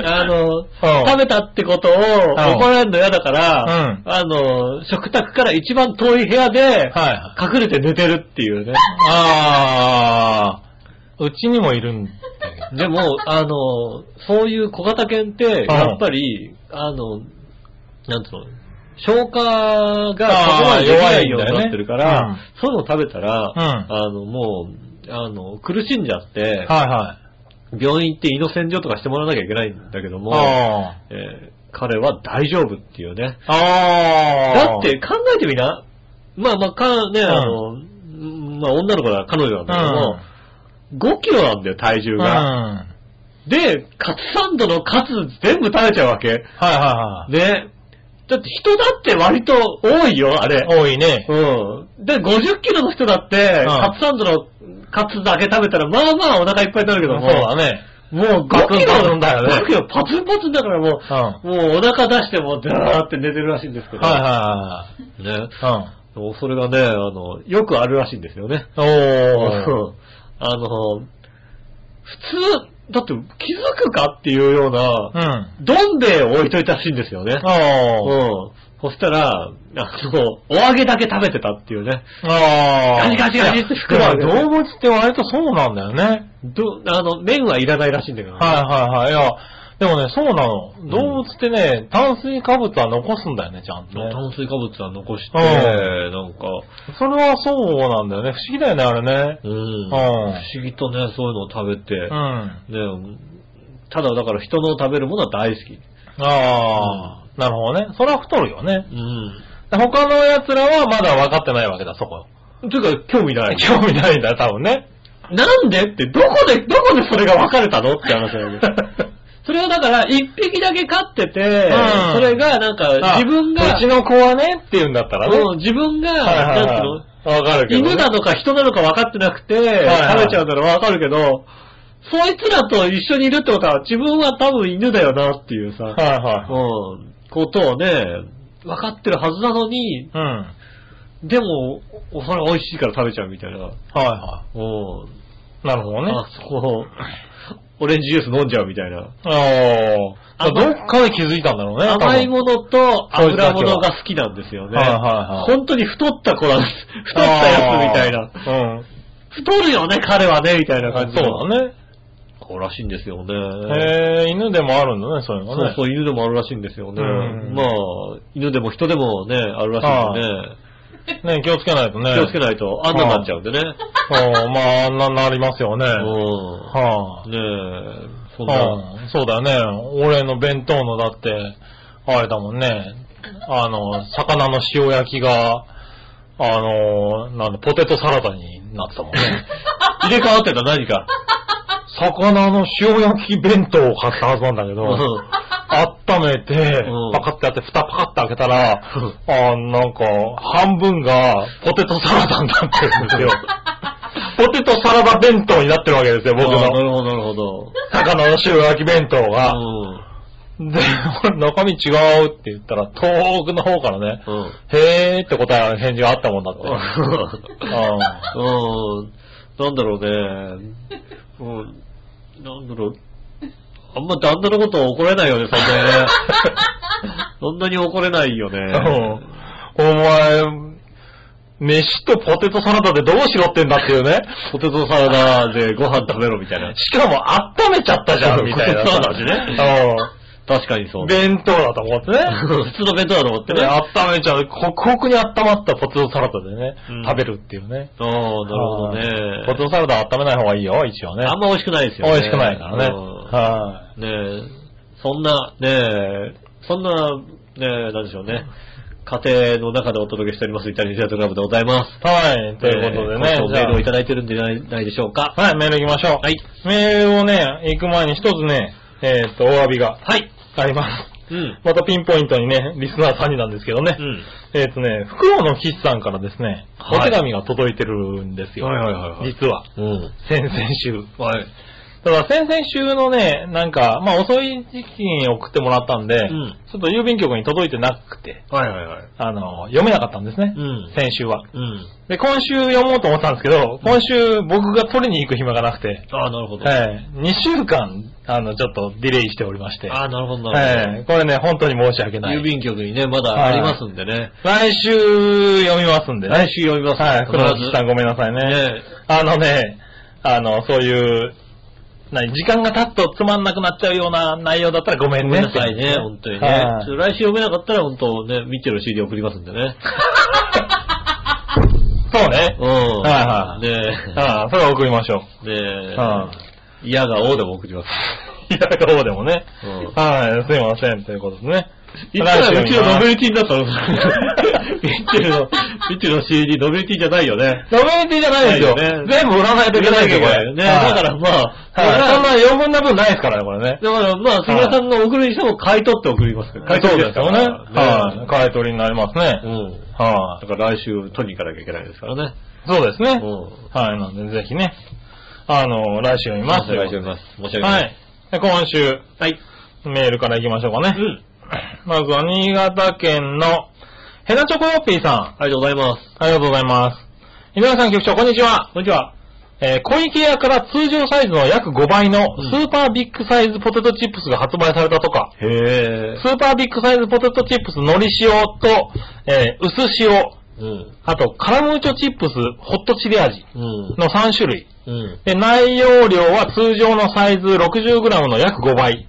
B: あの、
C: うん
B: 食べたってことを怒られるの嫌だから、
C: う
B: あの、食卓から一番遠い部屋で、
C: はい。
B: 隠れて寝てるっていうね。
C: ああ、うちにもいるんだけ
B: *laughs* でも、あの、そういう小型犬って、
C: ん
B: やっぱり、あの、なんつうの、消化がそこまでできないようになってるか
C: あー弱いんだよ
B: ら
C: ね、
B: そういうの食べたら、
C: うん
B: あの、もう、あの、苦しんじゃって
C: ど。、はいはい。
B: 病院行って胃の洗浄とかしてもらわなきゃいけないんだけども、
C: あ
B: えー彼は大丈夫っていうね。
C: あ。ああ。
B: だって考えてみな。まあまあ、か、ね、
C: ん
B: あの、うんまあ女の子だ、彼女なんだけども、5キロなんだよ、体
C: う
B: 重
C: ん。うん。
B: が。
C: は
B: で、カツサンドのカツ全部食べちゃうわけ。
C: いはい
B: ね。だって人だって割と多いよ、あれ。
C: はい。多いね。
B: うん。で、50キロの人だって、
C: ん
B: カツサンドのカツだけ食べたら、まあまあお腹いっぱいになるけ
C: そう
B: ども、
C: だね。
B: もう
C: ガツ
B: 5
C: ン
B: キ
C: ガツ
B: ロ
C: ンだよね
B: 5キロパツンパツンだからもう、
C: うん。はい
B: もうお腹出してもうダーって寝てるらしいんですけど。。
C: はい
B: ね。
C: いはい。
B: そうそれがね、あの、よくあるらしいんですよね。
C: うん。おー。
B: あの、普通、だって気づくかっていうよう
C: う
B: な、
C: ん。
B: どん兵衛を置いといたらしいんですよね。う
C: おー。
B: ん。そしたら、あの、お揚げだけ食べてたっていうね。
C: あー。
B: ガチガチガチって
C: いや
B: 袋開けて
C: 動物って割とそうなんだよね。
B: ど、あの、麺はいらないらしいんだけどね。
C: はいはいはい。いや、でもね、そうなの。動物ってね、炭水化物は残すんだよね、ちゃんとね。
B: 炭水化物は残して、
C: うん
B: なんか、
C: それはそうなんだよね。不思議だよね、あれね。
B: うん。
C: ん
B: 不思議とね、そういうのを食べて、
C: うん。あ
B: ねただだから人の食べるものは大好き。
C: あー、なるほどね。それは太るよね。
B: うん。
C: 他の奴らはまだ分かってないわけだ、そこ。
B: というか、興味ない。
C: 興味ないんだ、多分ね。
B: なんでって、どこで、どこでそれが分かれたのって話
C: *laughs*
B: だけど。それはだから、一匹だけ飼ってて、
C: うん
B: それがなんか、自分
C: あ
B: が
C: う、ちの子はねって言うんだったらね。
B: うん自分が、
C: はいはい
B: なんつうの
C: は、い。わかるけど、ね。
B: 犬なのか人なのか分かってなくて、食べ
C: はい
B: ちゃうなら分かるけど、そいつらと一緒にいるってことは、自分は多分犬だよなっていうさ、
C: はいはい。
B: うん、ことをね、分かってるはずなのに、
C: うん。はい
B: でも、おそれ美味しいから食べちゃうみたいな。
C: は
B: うん。
C: い。なるほどね。
B: あ、そこ、オレンジジュース飲んじゃうみたいな。
C: ああ。
B: 甘
C: ど
B: い
C: っかで気づいたんだろうね。多分
B: 甘いものと
C: そういう時は
B: 油物が好きなんですよね。
C: はいはいはい
B: 本当に太った子なんです。 *laughs* 太ったやつみたいな。
C: な。うん。
B: 太るよね、彼はね、みたいな感じの。
C: そうだね。
B: そうらしいんですよね。
C: へえ、犬でもあるんだね、そういう
B: そ
C: のね
B: う。そう、犬でもあるらしいんですよね。
C: うん
B: まあ、犬でも人でもね、あるらしいんでね。
C: ね、気をつけないとね。
B: 気をつけないと、あんなになっちゃうんでね。
C: そう、まあ、あんなになりますよね。
B: う
C: はあ
B: ん。ねえ、そんな。
C: はあそうだよね。俺の弁当のだって、あれだもんね。あの、魚の塩焼きが、あの、なんだ、ポテトサラダになってたもん
B: *laughs*
C: ね。
B: 入れ替わってた何か。
C: 魚の塩焼き弁当を買ったはずなんだけ
B: う
C: ど、
B: ん
C: 温めて
B: うん、
C: パカってやって、蓋パカって開けたら、あーなんか、半分がポテトサラダになってるん
B: *laughs*
C: ですよ。ポテトサラダ弁当になってるわけですよ、僕
B: あーな
C: の。
B: るほど、なるほど。
C: 魚の塩焼き弁当が。
B: う
C: で、中身違うって言ったら、遠くの方からね、
B: うん。
C: へーって答え、返事があったもんだって。あ
B: うん。なんだろうね。うん。なんだろう。あんま旦那のことは怒れないよね、そんなに
C: *laughs*
B: ね。そんなに怒れないよね。
C: うんお前、飯とポテトサラダでどうしろってんだっていうね。
B: ポテトサラダでご飯食べろみたいな。
C: しかも温めちゃったじゃん、みたいな。
B: そうだしね確かに
C: う
B: そ
C: ん
B: う。
C: 弁当だと思ってね。
B: 普通の弁当だと思って
C: で
B: ね。
C: ね、
B: ああ、
C: 温めちゃう。ホクホクに温まったポテトサラダでね、
B: うん
C: 食べるっていうね。
B: なるほどね。
C: ポテトサラダ温めない方がいいよ、一応ね。
B: あんま美味しくないですよね。
C: 美味しくないからね。は
B: ねえ、そんな、ねえ、そんな、ねえ、なんでしょうね。家庭の中でお届けしております、イタリアンジェラートクラブでございます。
C: い。はい、ということでね。
B: えー今週も
C: じ
B: メ
C: ゃ
B: ー
C: あ
B: ルをいただいてるんじゃないないでしょうか。
C: はい、メール行きましょう。
B: はい。
C: メールをね、行く前に一つね、えーっと、お詫びが。はい。あります。
B: うん。
C: またピンポイントにね、リスナーさんになんですけどね。
B: うん。
C: えーっとね、フクロウの岸さんからですね、
B: はい
C: お手紙が届いてるんですよ。
B: はいはいはいはい
C: 実は。
B: うん。
C: 先々週。
B: はい。
C: ただ先々週のね、なんか、まあ遅い時期に送ってもらったんで、
B: ん
C: ちょっと郵便局に届いてなくて、
B: はいはいはい。
C: あの、読めなかったんですね。
B: うん。
C: 先週は。
B: うん。
C: で、今週読もうと思ったんですけど、今週僕が取りに行く暇がなくて、
B: ああ、なるほど。
C: ええ、2週間、あの、ちょっとディレイしておりまして、
B: ああ、なるほど、な
C: え
B: る
C: え、これね、本当に申し訳
B: ほど。
C: な
B: 郵
C: い。
B: 便局にね、まだありますんでね。
C: 来週読みますんでね。
B: 来週読みます。
C: はい、黒木さん
B: ん。
C: ごめんなさいね。
B: ね
C: あのね、あの、そういう、何、時間が経つとつまんなくなっちゃうような内容だったらごめ
B: ご
C: ん
B: め
C: ねっ
B: んな
C: て。
B: さいね、本当にね。
C: はい
B: ちょっと来週読めなかったら、本当ね、見てる CD 送りますんでね。
C: そうね。
B: うん。
C: はいはい
B: ね
C: ああ、それは送りましょう。
B: ねえ
C: は。
B: 嫌が王でも送ります。
C: いや、どうでもね。
B: うん
C: はい、すいません、ということですね。
B: いつからうちのノベルティになったの
C: ます
B: ミッチェルの、ミッチェルの CD、ノベルティじゃないよね。
C: ノベルティじゃないですよ。
B: ないよね
C: 全部売らないといけないですよ、これ。
B: ね。
C: はい
B: だからまあ、
C: はい、そんな余分な分ないですからね、これね。
B: だからまあ、杉村さんの送るにしても買い取って送りますから。買い取
C: そう
B: り
C: ですよね。はい、買い取りになります
B: う
C: ね。
B: ん。
C: は
B: だ
C: い、
B: から来週取りに行かなきゃいけないですからね。
C: そうです
B: う
C: ね。
B: ん。
C: はい、なんでぜひね、あの、来週読みます
B: お願いします。申し訳
C: は
B: ない。
C: い。で今週、
B: はい。
C: メールから行きましょうか
B: う
C: ね。
B: ん。
C: まずは新潟県の、ヘナチョコヨッピーさん。
B: ありがとうございます。
C: ありがとうございます。井上さん局長、こんにちは。
B: こんにちは。
C: えー、小池屋から通常サイズの約5倍の
B: うん
C: スーパービッグサイズポテトチップスが発売されたとか、
B: へえ。
C: スーパービッグサイズポテトチップスのり塩と、えー、薄塩、
B: うん。
C: あとカラムーチョチップスホットチリ味
B: うん。
C: の3種類。
B: うん。
C: で、内容量は通常のサイズ 60g の約5倍。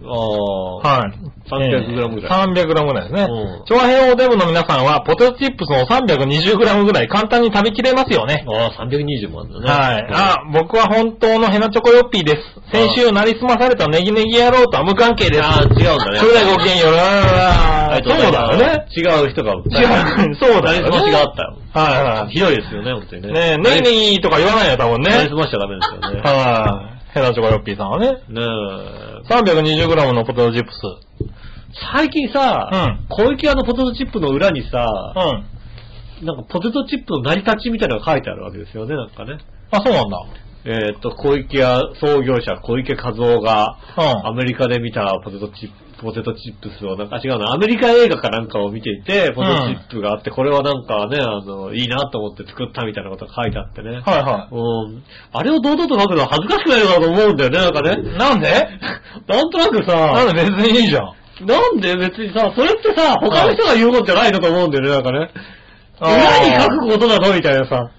B: ああ。
C: はい。
B: 300g ぐら
C: 300g ぐらいですね
B: うん。
C: 長編オーデブの皆さんは、ポテトチップスの 320g ぐらい簡単に食べきれますよね。
B: ああ、320もあるんだね。
C: はい。
B: うん
C: あ、僕は本当のヘナチョコヨッピーです。先週なりすまされたネギネギ野郎とは無関係です。
B: あー違うんだね
C: それではごきげんよう。
B: あ
C: あー
B: り
C: そ
B: が
C: う
B: とうござい
C: だ
B: ます
C: よね。。
B: 違う人が。
C: 違う、 *laughs* そうだ
B: なり
C: よね。
B: すましがあったよ。
C: はいはい。
B: ひどいですよね、本当にね。
C: ねえ、ネギネギとか言わないよ、多分
B: なり
C: ね
B: す。ましちゃダメですよね。
C: はい。ヘナチョコヨッピーさんはね。
B: ねえ
C: 320g のポテトチップス。
B: 最近さ、小池屋のポテトチップの裏に
C: う
B: さ、
C: ん。
B: なんかポテトチップの成り立ちみたいなのが書いてあるわけですよね、なんかね。
C: あ、そうなんだ。
B: えっと、小池屋創業者小池和夫が、
C: うん。
B: アメリカで見たポテトチップ、ポテトチップスをなんかあ違うな、アメリカ映画かなんかを見ていて、ポテトチップがあって、これはなんかね、あの、いいなと思って作ったみたいなことが書いてあってね。
C: はいは
B: うん。あれを堂々と書くのは恥ずかしくないのかなと思うんだよね、なんか
C: い。
B: ね。
C: なんで
B: なんとなく
C: な
B: さ、
C: んで別にいいじゃん。
B: なんで別にさ、それってさ、他の人が言うことじゃないのと思うんだよね、なんかね。裏に書くことなのみたいなさ。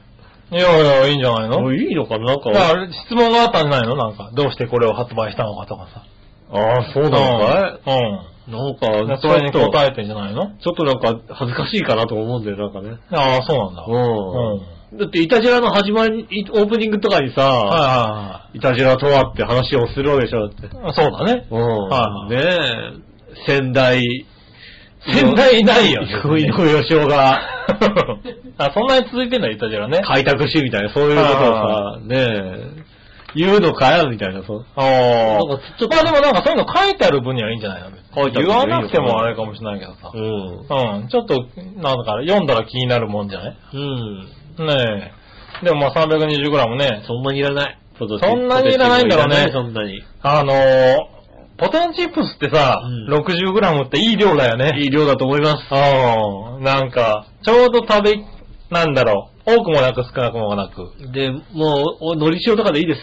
C: いやいや、いいんじゃないの
B: もういいのかななんか。
C: だから質問があったんじゃないのなんか、どうしてこれを発売したのかとかさ。
B: ああ、そうなのかいなん
C: うん。だ
B: か、
C: から
B: ち
C: そ
B: ょ
C: れ
B: っ
C: に
B: と、
C: 答えてんじゃないの
B: ちょっとなんか恥ずかしいかなと思うんだよ、なんかね。
C: ああ、そうなんだ。
B: うん。だって、イタジラの始まり、いオープニングとかにさ、、
C: はい
B: イタジラとはって話をするわけでしょ、だって。
C: いはいはい。そうだね。
B: うん。
C: はい
B: ねえ、仙台、
C: 先代いないよ。
B: 井上義雄が
C: *laughs* あ、そんなに続いてんだ、イタジラね。
B: 開拓しみたいな、そういうことをさ、ねえ、言うのかよ、みたいな、そう。
C: ああ。
B: なんかちょっと
C: まあでもなんかそういうの書いてある分にはいいんじゃないの
B: 書いてある分にはい
C: 言わ
B: いのかな
C: なくてもあれかもしれないけどさ。
B: うん。
C: うん。ちょっと、なんか読んだら気になるもんじゃない
B: うん。
C: ねえ。でもまあ 320g ね、
B: そんなにいらない。
C: そんなにいらないんだろうね
B: そんなに。
C: あのー、ポテンチップスってさ、
B: うん
C: 60g っていい量だよね。
B: いい量だと思います。
C: うん。なんか、ちょうど食べ、なんだろう。多くもなく少なくもなく。
B: で、もう、お海苔塩とかでいいです。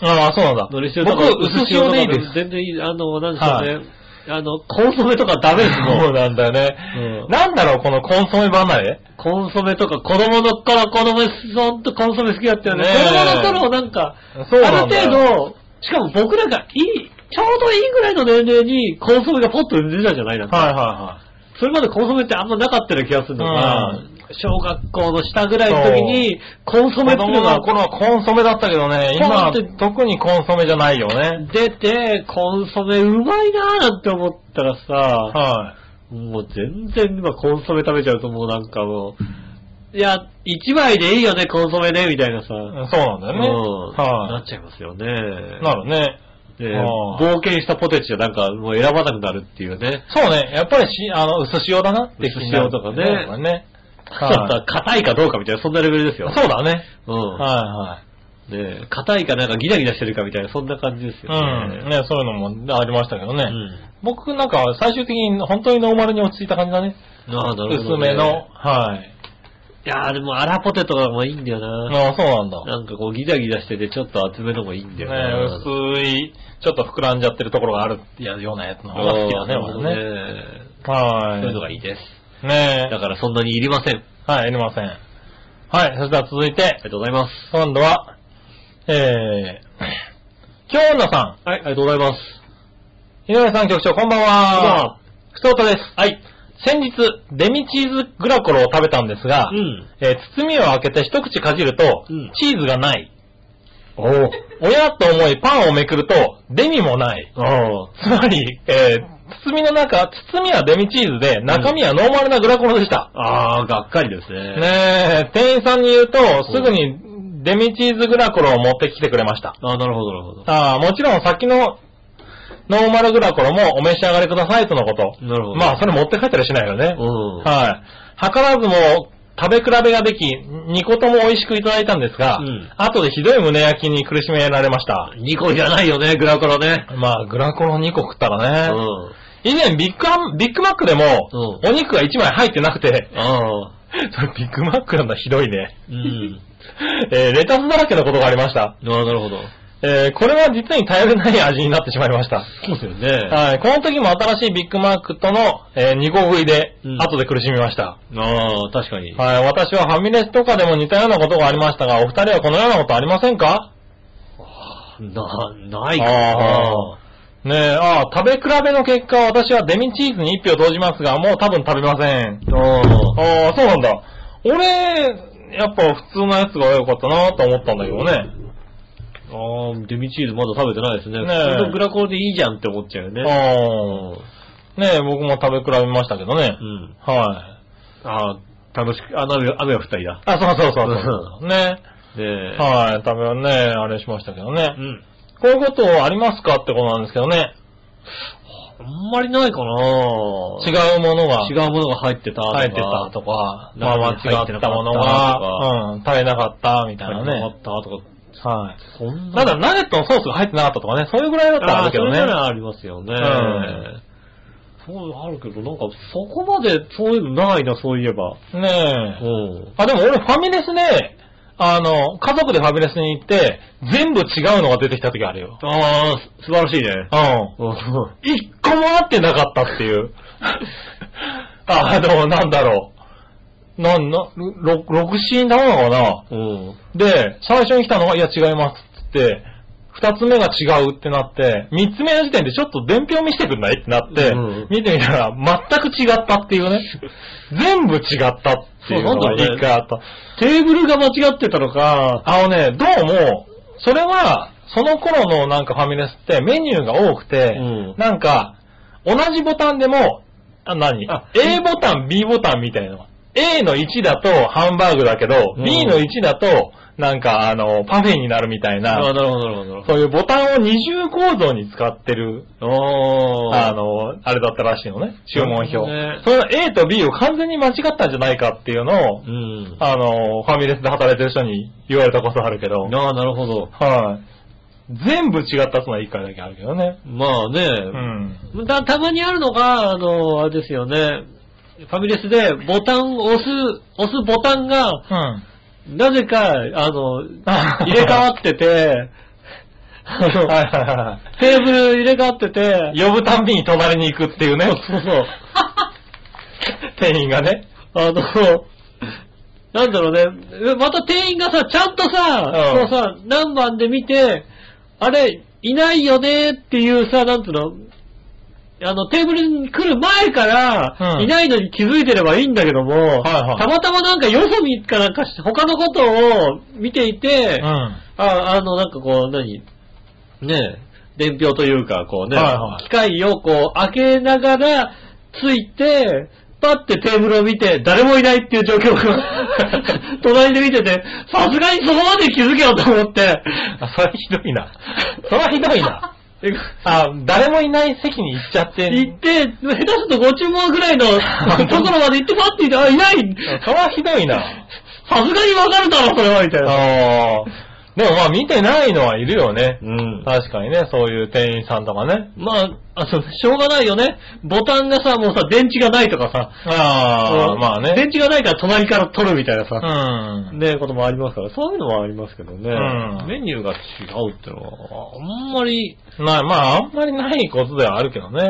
C: ああ、そうなんだ。
B: 海苔塩とか。
C: 僕、薄塩でいいです
B: 薄。全然いい、あの、なんでしょうね。あの、コンソメとかダメですも。
C: *laughs* そうんなんだよ
B: う
C: ね。
B: ん
C: なんだろう、このコンソメ離れ
B: コンソメとか、子供の頃、子供、ほんとコンソメ好きだったよね。
C: ね
B: 子供
C: え
B: の頃、なんか、
C: そう
B: ある
C: なんだよ
B: 程度、しかも僕らがいい、ちょうどいいぐらいの年齢にコンソメがポッと出てたじゃないなんか。
C: はいは
B: それまでコンソメってあんまなかったような気がするの
C: う
B: が、
C: ん
B: 小学校の下ぐらいの時に、コンソ
C: いはい。
B: メ
C: 子
B: ってい
C: 供
B: うのが
C: の頃はコンソメだったけどね、
B: コン
C: 今
B: って、
C: 特にコンソメじゃないよね。
B: 出て、コンソメうまいなーなんて思ったらさ、
C: は
B: もう全然今コンソメ食べちゃうともうなんかもう、いや、一枚でいいよね、コンソメね、みたいな
C: い。
B: さ。
C: そうなんだよね。
B: うんな
C: は
B: っちゃいますよね。
C: い。なるね。
B: で、
C: あー
B: 冒険したポテチはなんかもう選ばなくなるっていうね。
C: そうね。やっぱりし、あの、薄塩だなって気になる
B: 薄塩とかね
C: そうだね。
B: ちょっと硬いかどうかみたいな、そんなレベルですよ。
C: そうだね。
B: う
C: は
B: ん。ね硬いかなんかギラギラしてるかみたいな、そんな感じです
C: い
B: よ
C: はい。うん。
B: ね。
C: ね、そういうのもありましたけどね。
B: うん
C: 僕なんか最終的に本当にノーマルに落ち着いた感じだね。
B: ああ、なるほど、
C: 薄めの。。はい。
B: いやーでも、アラポテトがもういいんだよな。
C: ああ、そうなんだ。
B: なんかこうギザギザしててちょっと厚めのもいいんだよね。
C: ね、薄い、ちょっと膨らんじゃってるところがあるやようなやつの方が好きだね、
B: あー
C: 俺ね。は。
B: ないるほどねそういうのがい
C: い。
B: いです。
C: ね
B: だからそんなにいりません。あ
C: え。はい、いりません。はい、そしたら続いて
B: り、がとうございます。
C: 今度は、えー、京女さ
B: はい、ありがとうございま
C: ん、
B: す。
C: 井上さん局長、こんばん
B: こんばん
C: は
B: は。
C: ふつおたです。はい。先日、デミチーズグラコロを食べたんですが、
B: うん。
C: えー包みを開けて一口かじると、
B: うん
C: チーズがない。おおやと思いパンをめくると、デミもない。
B: あ
C: つまり、えー包みの中、包みはデミチーズで、中身はノーマルなグラコロでした。
B: あー、がっかりですね。
C: ねえ、店員さんに言うと、すぐにデミチーズグラコロを持ってきてくれました。
B: あー、なるほど、なるほど。
C: ああ、もちろん先のノーマルグラコロもお召し上がりくださいとのこと。
B: なるほど。
C: まあ、それ持って帰ったりしないよね。
B: うん。
C: はい。図らずも食べ比べができ、2個とも美味しくいただいたんですが、
B: うん
C: 後でひどい胸焼きに苦しめられました。
B: 2個じゃないよね、グラコロね。
C: まあ、グラコロ2個食った
B: う
C: らね、
B: ん。
C: 以前ビッグハンビッグマックでも、
B: う
C: お肉が1枚入ってなくて、 *laughs*
B: ああ。
C: それビッグマックなんだ、ひどいね。
B: *laughs* うん。
C: えーレタスだらけのことがありました。
B: あー、なるほど。
C: えーこれは実に頼れない味になってしまいました。
B: そうですよね。
C: はい、この時も新しいビッグマックとの、え2個食いで
B: う、ん
C: 後で苦しみました。
B: ああ、確かに。
C: はい、私はファミレスとかでも似たようなことがありましたが、お二人はこのようなことありませんか
B: な、ないか
C: あ
B: な。
C: ーねえ、ああ、食べ比べの結果、私はデミチーズに一票投じますが、もう多分食べません。あ
B: あ
C: あ、そうなんだ。俺、やっぱ普通のやつが良かったなと思ったんだけどね。
B: ーあー、デミチーズまだ食べてないですね。
C: ねえ
B: 普通のグラコロでいいじゃんって思っちゃうよね。
C: ああ、ねえ、僕も食べ比べましたけどね
B: う。ん。
C: はい。
B: ああ、楽しく、あ、雨、雨が降ったりだ。
C: あ、そうそうそうそう。ね
B: ねえ。
C: はい、食べねえ、あれしましたけどね
B: う。ん。
C: こういうことありますかってことなんですけどね。
B: あんまりないかな
C: 違うものが。
B: 違うものが入ってたとか。
C: 生えてたとか、ま
B: ラ
C: あ
B: ーメン
C: 間違ったものが、うん、食べなかったみたいな
B: 入ってなか
C: ね
B: っ。たとか。
C: はい。
B: そん
C: た
B: な。
C: だナゲットのソースが入ってなかったとかね、そういうぐらいだったらあ
B: あ
C: る
B: る
C: け
B: け
C: ど
B: ど
C: ね
B: ね。。ありますよね。
C: ん
B: そう、あるけど、なんか、そこまで、そういうのないな、そういえば。う
C: ねえ。
B: ん。
C: あ、でも俺ファミレスで、あの、家族でファミレスに行って、全部違うのが出てきた時あるよ。
B: ああ、素晴らしいね。
C: うん。
B: うん
C: 一個も合ってなかったっていう。あの、なんだろう。なんな、ろ6シーンだものかな
B: うん。
C: で、最初に来たのが、いや違いますっつって、二つ目が違うってなって、三つ目の時点でちょっと伝票見せてくんないってなって、
B: うん
C: 見てみたら全く違ったっていうね。全部違ったっていうの
B: そうな
C: が
B: んだよね
C: 一回あった。
B: テーブルが間違ってたのか、
C: あのね、どうも、それは、その頃のなんかファミレスってメニューが多くて、
B: うん
C: なんか、同じボタンでも、あ、何
B: あ
C: ?A ボタン、B ボタンみたいなのが。A の1だとハンバーグだけど、
B: うん
C: B の1だと、なんかあの、パフェになるみたい
B: あ
C: な、
B: あ、なるほど、なるほどなるほ
C: そういうボタンを二重構造に使ってる、
B: ど。
C: あ
B: ああ、
C: の、あれだったらしいのね、注文表。
B: なる
C: その A と B を完全に間違ったんじゃないかっていうのを
B: う、ん。
C: あの、ファミレスで働いてる人に言われたことあるけど。
B: ああ、なるほど。
C: は全部違ったってのは一回だけあるけどね。
B: まあね、
C: うん。
B: だたまにあるのが、あの、あれですよね。ファミレスでボタンを押す、押すボタンが、
C: うん。
B: なぜか、あ
C: *laughs*
B: の、
C: あ
B: 入れ替わってて、
C: *laughs*
B: あ
C: はい
B: の
C: はいは
B: テーブル入れ替わってて、
C: いはい。呼ぶたんびに隣に行くっていうね。
B: そうそう。
C: *laughs* 店員がね。
B: あの、なんだろうね、また店員がさ、ちゃんとさ、
C: うん
B: こうさ、何番で見て、あれ、いないよねっていうさ、なんつうの、あの、テーブルに来る前から、
C: うん
B: いないのに気づいてればいいんだけども、
C: はいはい
B: たまたまなんかよそ見かなんかして、他のことを見ていて、
C: うん。
B: あ、あの、なんかこう、何ねえ、伝票というか、こうね、
C: はいはい
B: 機械をこう開けながら、ついて、パッてテーブルを見て、誰もいないっていう状
C: *laughs*
B: 況が、隣で見てて、さすがにそこまで気づけよと思って、
C: あ、それはひどいな。それはひどいな。
B: え
C: あ、誰もいない席に行っちゃって。
B: 行って、下手するとご注文ぐらい
C: *laughs*
B: のところまで行ってパッていて、あ、いない
C: それはひどいな。
B: さすがにわかるだろ、それは、みたいな。
C: ああ。でもまあ見てないのはいるよね。
B: うん
C: 確かにね、そういう店員さんとかね。
B: まあ、あの、しょうがないよね。ボタンがさ、もうさ、電池がないとかさ、
C: ああ、まあ
B: 電
C: ね。
B: 池がないから隣から取るみたいな
C: う
B: さ、
C: ん。
B: ね、こともありますから、そういうのはありますけどね。
C: うん
B: メニューが違うってのは、あんまり、
C: まあ、まあ、あんまりないことではあるけどね。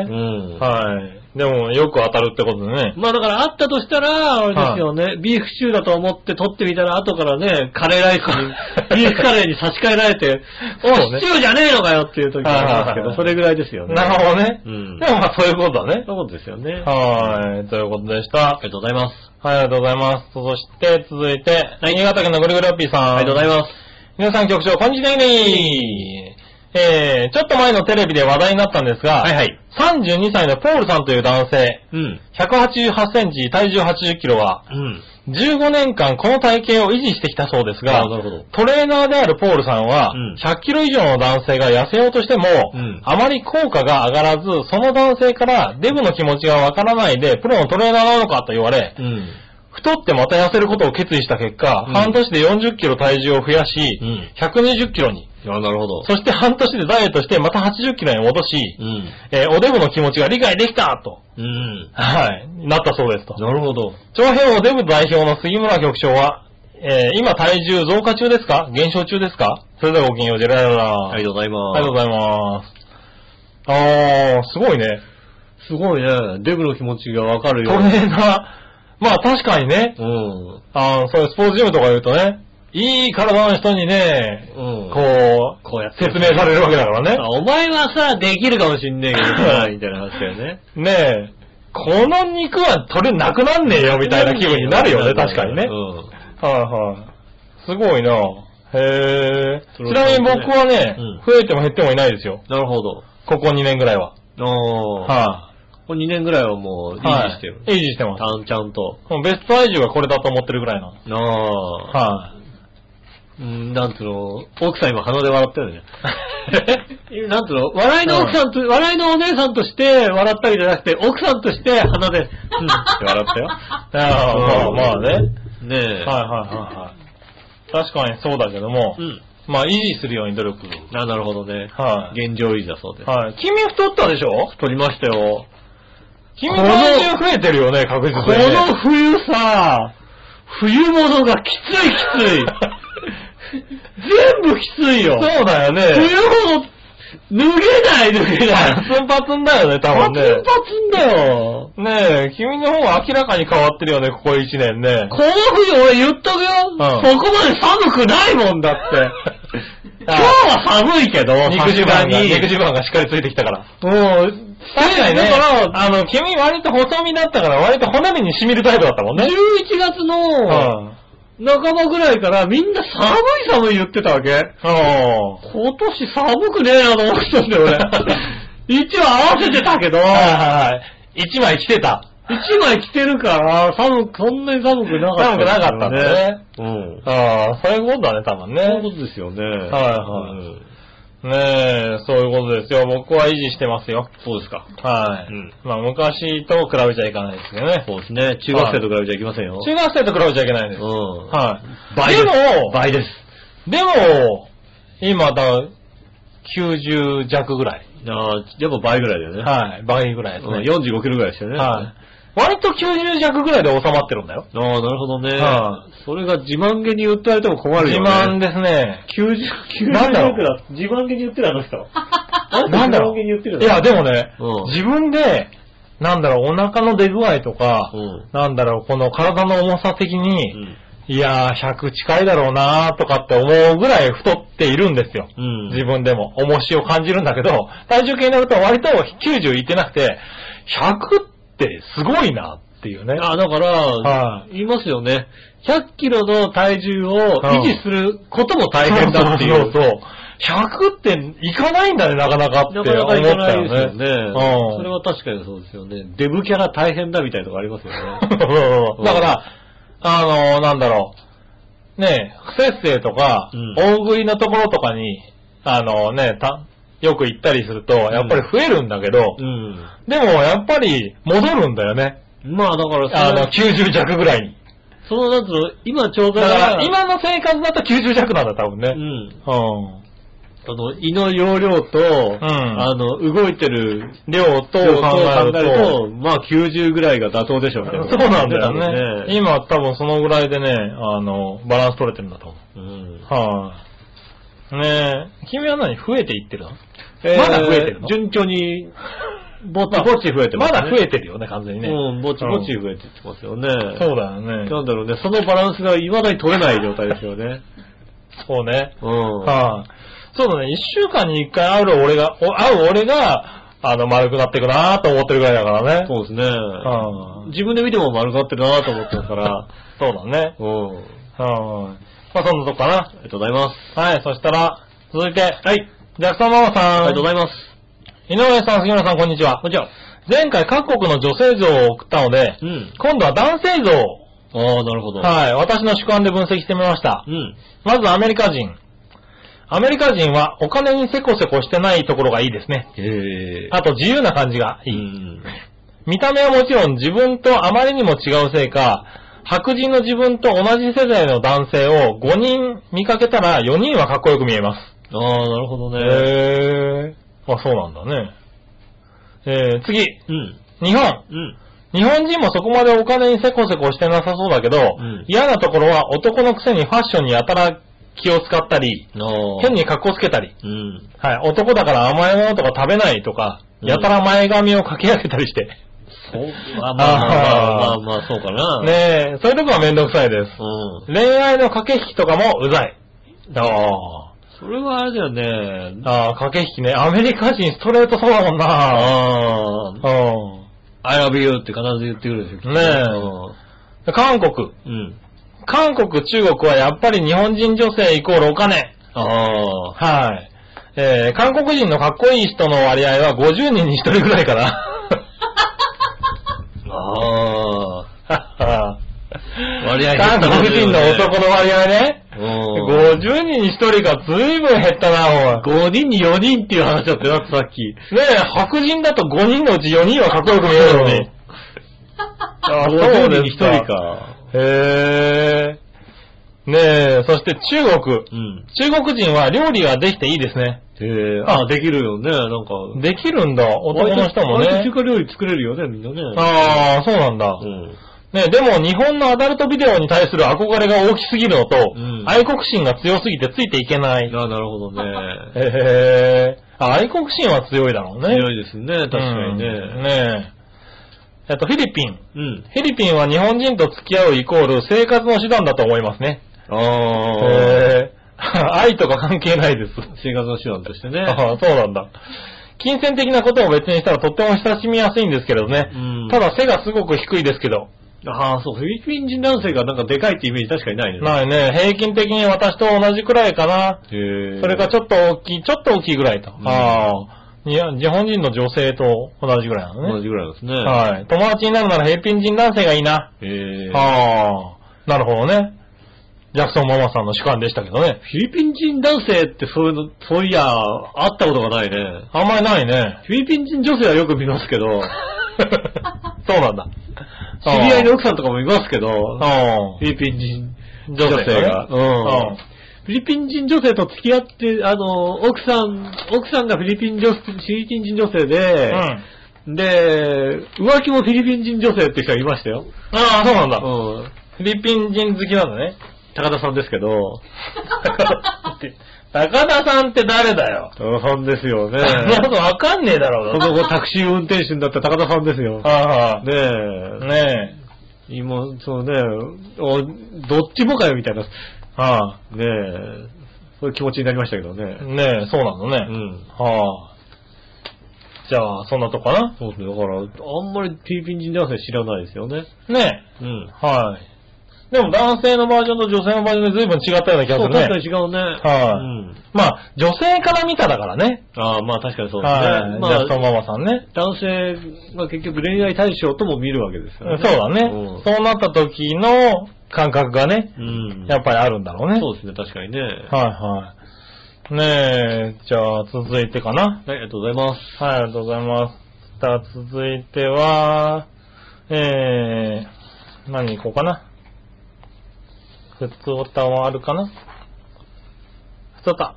B: はい
C: はい。でも、よく当たるってことでね。
B: まあだからあったとしたら、あれですよね、ビーフシチューだと思って取ってみたら、後からね、カレーライスに、ビーフカレーに差し替えられて、
C: *laughs* そう
B: お、
C: ね
B: シチューじゃねえのかよっていう時がありますけ
C: はいはいはい
B: ど、それぐらいですよね。
C: なるほどね。
B: うん
C: でもまあ、そういうことだね。
B: そういうことですよね。あ
C: はい。ということでした。
B: りがとうございます。
C: はい、ありがとうございます。そして、続いて、新潟県のぐるぐるラッピーさん。
B: ありがとうございます。
C: 皆さん局長、こんにちはねえー、ちょっと前のテレビで話題になったんですが、
B: はいはい。
C: 32歳のポールさんという男性、
B: うん。
C: 188センチ、体重80キロは、
B: うん。
C: 15年間この体型を維持してきたそうですが
B: あ、なるほど。
C: トレーナーであるポールさんは、
B: うん
C: 100キロ以上の男性が痩せようとしても、
B: うん
C: あまり効果が上がらず、その男性からデブの気持ちがわからないで、プロのトレーナーなのかと言われ、
B: うん。
C: 太ってまた痩せることを決意した結果、
B: うん
C: 半年で40キロ体重を増やし、
B: うん
C: 120キロに、
B: あ、なるほど。
C: そして半年でダイエットしてまた80キロに戻し、
B: うん。
C: えーおデブの気持ちが理解できたと、
B: うん。
C: はい、なったそうですと。
B: なるほど。
C: 長編おデブ代表の杉村局長は、えー今体重増加中ですか減少中ですかそれではごきげんよう、ジェラララ。
B: ありがとうございます。
C: ありがとうございます。あー、すごいね。
B: すごいね。デブの気持ちがわかるよ
C: ト。レーナー、まあ確かにね、
B: うん。
C: あーそういうスポーツジムとか言うとね、いい体の人にね、
B: うん。
C: こう、
B: こうやって
C: 説明されるわけだからね。
B: あお前はさ、できるかもしんねえけど *laughs* さ、みたいな話だよね。
C: ねえ、この肉は取れなくなんねえよみたいな気分になるよね、確かにね。
B: う
C: はい
B: ん。
C: はい。すごいなへえ。
B: そ
C: ち
B: れ
C: な
B: は
C: みに僕はね
B: うん、
C: 増えても減ってもいないですよ。
B: なるほど。
C: ここ2年ぐらいは。
B: おー。
C: は
B: これ2年ぐらいはもう
C: い。
B: 維持してる
C: は。い維持してます。
B: たんちゃんと。
C: もうベスト体重はこれだと思ってるぐらいの。
B: なあ。
C: はい。
B: うん、なんつうの、奥さん今鼻で笑って *laughs* るね。なんつうの、笑いの奥さんと、笑いのお姉さんとして笑ったりじゃなくて、奥さんとして鼻で、うん、って笑ったよ。 *laughs*
C: ああ、
B: うん
C: まあまあね。はい
B: ねえ。
C: はいはいはい。確かにそうだけども
B: う、ん。
C: まあ維持するように努力。
B: あ、なるほどね。
C: はい。
B: 現状維持だそうです。
C: はい。君太ったでしょ
B: 太りましたよ。
C: 君
B: この
C: 体重増えてるよね、確実
B: こ
C: にね。
B: の冬さ、冬物がきついきつ *laughs* い。全部きついよ。
C: そうだよ
B: 冬
C: ね。
B: 物、脱げない脱げない。 *laughs*
C: パツンパツンだよね、多
B: パ
C: 分
B: ツン
C: ね。
B: パツンだよ。
C: ねえ、君の方が明らかに変わってるよね、ここ1年ね。
B: この冬俺言っとくよ、そこまで寒くないもんだって。
C: *laughs*
B: 今日は寒いけど、
C: 肉汁が、
B: さすがに
C: 肉汁がしっかりついてきたから。
B: もう、
C: 確かにね、
B: だから、
C: あの、君割と細身だったから、割と骨身に染みるタイプだったもんね。
B: 11月
C: う
B: の
C: ん。
B: 半ばぐらいからみんな寒い寒い言ってたわけ。
C: お
B: 今年寒くねえなと思ってたん
C: *laughs*
B: だよ俺。一応合わせてたけど、
C: はいはいはい。1枚着てた。
B: 一枚着てるから、寒く、そんなに寒くなかった、
C: 寒くなかったんだね。
B: うん。
C: ああ、そういうことだね、多分ね。
B: そういうことですよね。はい
C: はいねえ、そういうことですよ。僕は維持してますよ。
B: そうですか。
C: はい。
B: うん
C: まあ、昔と比べちゃいかないですけどね。
B: そうですね。中学生と比べちゃいけませんよ。
C: 中学生と比べちゃいけないです。
B: うん。
C: は
B: 倍
C: い。
B: で。
C: ですも、
B: 倍です。
C: でも、今だ、 90弱ぐらい。
B: あーでも倍ぐらいだよね。
C: はい。倍ぐらいです
B: うん
C: ね。
B: 45キロぐらいでしたよね。
C: はい。割と90弱ぐらいで収まってるんだよ。
B: ああ、なるほどね。
C: は
B: それが自慢げに言ってられても困る
C: 自
B: よね。
C: 慢ですね。
B: 90、90
C: なんだろう
B: だ。自慢げに言ってるあの人。
C: なんだろ
B: 自慢げに言ってる
C: う。いや、でもね、
B: うん
C: 自分で、なんだろう、お腹の出具合とか、
B: うん
C: なんだろう、この体の重さ的に、
B: うん。
C: いやー、100近いだろうなーとかって思うぐらい太っているんですよ。
B: うん
C: 自分でも。重しを感じるんだけど、体重計になると割と90いってなくて、100ってすごいなっていうね。
B: あ、だから、
C: はい
B: 言いますよね。100キロの体重を維持することも大変だってい
C: そう
B: う。
C: そうそう100っていかないんだね、なかなかって思
B: な
C: っ
B: か
C: た
B: なかいかない
C: よ
B: で
C: ね。
B: す
C: う
B: よね。
C: ん
B: それは確かにそうですよね。デブキャラ大変だみたいなとこありますよね。うん
C: だから、あのなんだろう。ねえ、不節制とか、
B: うん
C: 大食いのところとかに、あのねた、よく行ったりすると、やっぱり増えるんだけど、
B: うん。
C: でもやっぱり戻るんだよね。
B: まあだから
C: あ
B: その
C: の、、90弱ぐらいに。
B: その、なんつうの、今ちょうど
C: だから、、今の生活だと90弱なんだ、多分
B: う
C: ね。
B: ん。
C: うん。
B: あの、胃の容量と、あの、動いてる
C: 量と
B: 量を考
C: 考える
B: える
C: と、
B: と、まあ90ぐらいが妥当でしょうみたいな
C: そうなんだよね。
B: ね。
C: 今多分そのぐらいでね、あの、バランス取れてるんだと思う。
B: うん
C: はい、ねえ、君は何増えていってるの
B: えー
C: まだ増えてるの
B: 順調
C: *laughs*
B: に、ぼちぼち増えて
C: ま
B: ま
C: す
B: ね。
C: だ増えてるよね、完全にね。
B: うん、ぼちぼち増えてってますよね。
C: そうだよね。
B: なんだろうね、そのバランスが未だに取れない状態ですよね。
C: そうね。
B: うん。
C: はい、そうだね、一週間に一回会う俺が、お会う俺が、あの、丸くなっていくなーと思ってるぐらいだからね。
B: そうですね。
C: はい
B: 自分で見ても丸かってるなと思ってますから。
C: そうだね。
B: うん。
C: はい、まあ、そんなとこか
B: あ
C: な。
B: りがとうございます。
C: はい、そしたら、続いて、
B: はい。
C: ジャクソンママさん。
B: ありがとうございます。
C: 井上さん、杉村さん、こんにちは。
B: こんにちは。
C: 前回各国の女性像を送ったので、
B: うん。
C: 今度は男性像を
B: ああ、なるほど。
C: はい。私の主観で分析してみました。
B: うん。
C: まずアメリカ人。アメリカ人はお金にせこせこしてないところがいいですね。
B: へえ。
C: あと自由な感じが
B: う
C: いい。
B: ん。
C: 見た目はもちろん自分とあまりにも違うせいか、白人の自分と同じ世代の男性を5人見かけたら4人はかっこよく見えます。
B: ああ、なるほどね。
C: へー。あ、そうなんだね。えー、次。
B: うん。
C: 日本。
B: うん。
C: 日本人もそこまでお金にせこせこしてなさそうだけど、
B: ん
C: 嫌なところは男のくせにファッションにやたら気を使ったり、
B: ああ。
C: 変に格好つけたり、
B: うん。
C: はい、男だから甘いものとか食べないとか、
B: うん
C: やたら前髪をかき上げたりして、
B: そう。あまあまあまあ
C: あー
B: まあまあ、そうかな。。
C: ねえ、そういうとこはめんどくさいです。
B: うん。
C: 恋愛の駆け引きとかもうざい。あ
B: それはあれだよね。
C: あー、駆け引きね。アメリカ人ストレートそうだもんな。
B: ああ。I love you って必ず言ってくるでしょきっと。
C: ねうん。韓国。
B: え。うん。
C: 韓国、中国はやっぱり日本人女性イコールお金。
B: ああ。
C: はい。えー、韓国人のかっこいい人の割合は50人に1人ぐらいかな。
B: ああ。 *laughs* 割
C: 割合
B: 合減っ
C: *laughs*
B: た
C: 韓
B: ね
C: 国人の男の割合ね。
B: うん。
C: 50人に1人がずいぶん減ったな、おい。
B: 5人に4人っていう話だったよ、だってさっき。
C: ねえ、白人だと5人のうち4人はかっこよく見えるの
B: *laughs*
C: に。あ
B: 5人に1人。か。
C: へえ。ねえ、そして中国。
B: うん。
C: 中国人は料理ができていいですね。
B: へえ。あ、できるよね、なんか。
C: できるんだ、男の人も
B: 割と中
C: ね。
B: 華料理作れるよね、みんなね。
C: ああ、そうなんだ
B: う。ん。
C: ね、でも日本のアダルトビデオに対する憧れが大きすぎるのと、
B: うん
C: 愛国心が強すぎてついていけない。
B: あなる
C: *laughs*
B: ほどね。
C: へーあ愛国心は強いだろうね。
B: 強いですね、確かに
C: うん
B: ね。
C: ねえ。えっと、フィリピン。
B: うん。
C: フィリピンは日本人と付き合うイコール生活の手段だと思いますね。
B: ああ。
C: へー *laughs* 愛とか関係ないです。
B: 生活の手段としてね。
C: ああ *laughs* そうなんだ。金銭的なことを別にしたらとっても親しみやすいんですけれどね。
B: うん
C: ただ背がすごく低いですけど。
B: ああ、そう、フィリピン人男性がなんかでかいってイメージ確かにないね。
C: ないね。平均的に私と同じくらいかな。
B: へえ。
C: それかちょっと大きい、ちょっと大きいぐらいと。
B: ん
C: ああ。いや、日本人の女性と同じぐらいなのね。
B: 同じぐらいですね。
C: はい。友達になるなら平均人男性がいいな。
B: い。へえ。
C: ああ。なるほどね。ジャクソンママさんの主観でしたけどね。
B: フィリピン人男性ってそういうの、そういや、会ったことがないね。
C: あんまりないね。
B: フィリピン人女性はよく見ますけど、
C: *laughs* そうなんだ。
B: 知り合いの奥さんとかもいますけど、
C: ああ。
B: フィリピン人
C: 女性
B: 女性が
C: が。
B: うん
C: うん。
B: フフィリピン人女性と付き合って、あの、奥さん、奥さんがフィリピン女、フィリピン人女性
C: う
B: で
C: ん。、あ
B: で、浮気もフィリピン人女性って人がいましたよ。
C: あ、そうなん
B: う
C: だ。
B: ん。
C: フィリピン人好きなんだ
B: *laughs*
C: ね。
B: 高田さんですけど、
C: 高田さんって誰だよ。
B: 高田さんですよね。
C: そんなわかんねえだろ
B: *laughs* そう
C: な。
B: の後タクシー運転手になった高田さんですよ。
C: ああ、
B: ねえ。
C: ね
B: 今、そうね、おどっちもかよみたいな、ね
C: え。あ
B: え、そういう気持ちになりましたけどね
C: あ。ねえ、そうなのね。
B: うん。
C: はあ。じゃあ、そんなとこか
B: そうですね。だから、あんまりフィリピン人男性知らないですよね。
C: な。ね
B: うん
C: え。。はい。でも男性のバージョンと女性のバージョンで随分違ったような気が
B: そ
C: す
B: う、
C: る
B: 確か
C: ね。
B: に違うね。
C: はい
B: うん。
C: まあ、女性から見ただからね。
B: ああ、まあ確かにそうですね。
C: はい。
B: ま
C: ジャ
B: あ
C: ク、ソンママさんね。
B: 男性が結局恋愛対象とも見るわけですよ
C: そう
B: ね。
C: だね。そうなった時の感覚がね、
B: うん。うん。
C: やっぱりあるんだろうね。
B: そうですね、確かにね。はい。
C: はいはい。ねえ、じゃあ続いてかな。
B: ありがとうございます。
C: はい、ありがとうございます。さあ、続いては、えー、何行こうかな。普通おたはあるかな普通おた。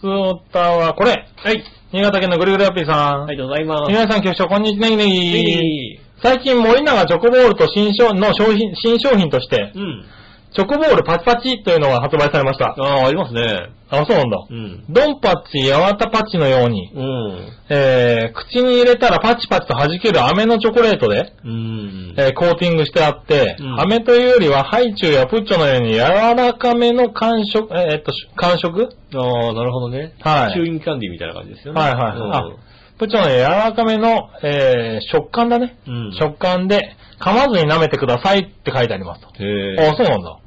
C: 普通おたはこれはい。新潟県のぐるぐるやっぴーさん。
B: ありがとうございます。
C: 皆さん局長、こんにちは。ねぎねぎ
B: いい
C: 最近、森永チョコボールと新商の商品、新商品として、
B: うん。
C: チョコボールパチパチというのが発売されました。
B: ああ、ありますね。
C: あ、そうなんだ。
B: うん。
C: ドンパッチ、やわたパッチのように、
B: うん。
C: えー、口に入れたらパチパチと弾ける飴のチョコレートで、
B: うん。
C: えーコーティングしてあって、
B: うん
C: 飴というよりはハイチュウやプッチョのように柔らかめの感触、えーえっと、し感触
B: ああ、なるほどね。
C: はい
B: チューイングキャンディーみたいな感じですよね。
C: はいはいはいプッチョのように柔らかめの、えー食感だね。
B: うん。うん。
C: 食感で、噛まずに舐めてくださいって書いてありますと。
B: へえ。
C: あ、そうなんだ。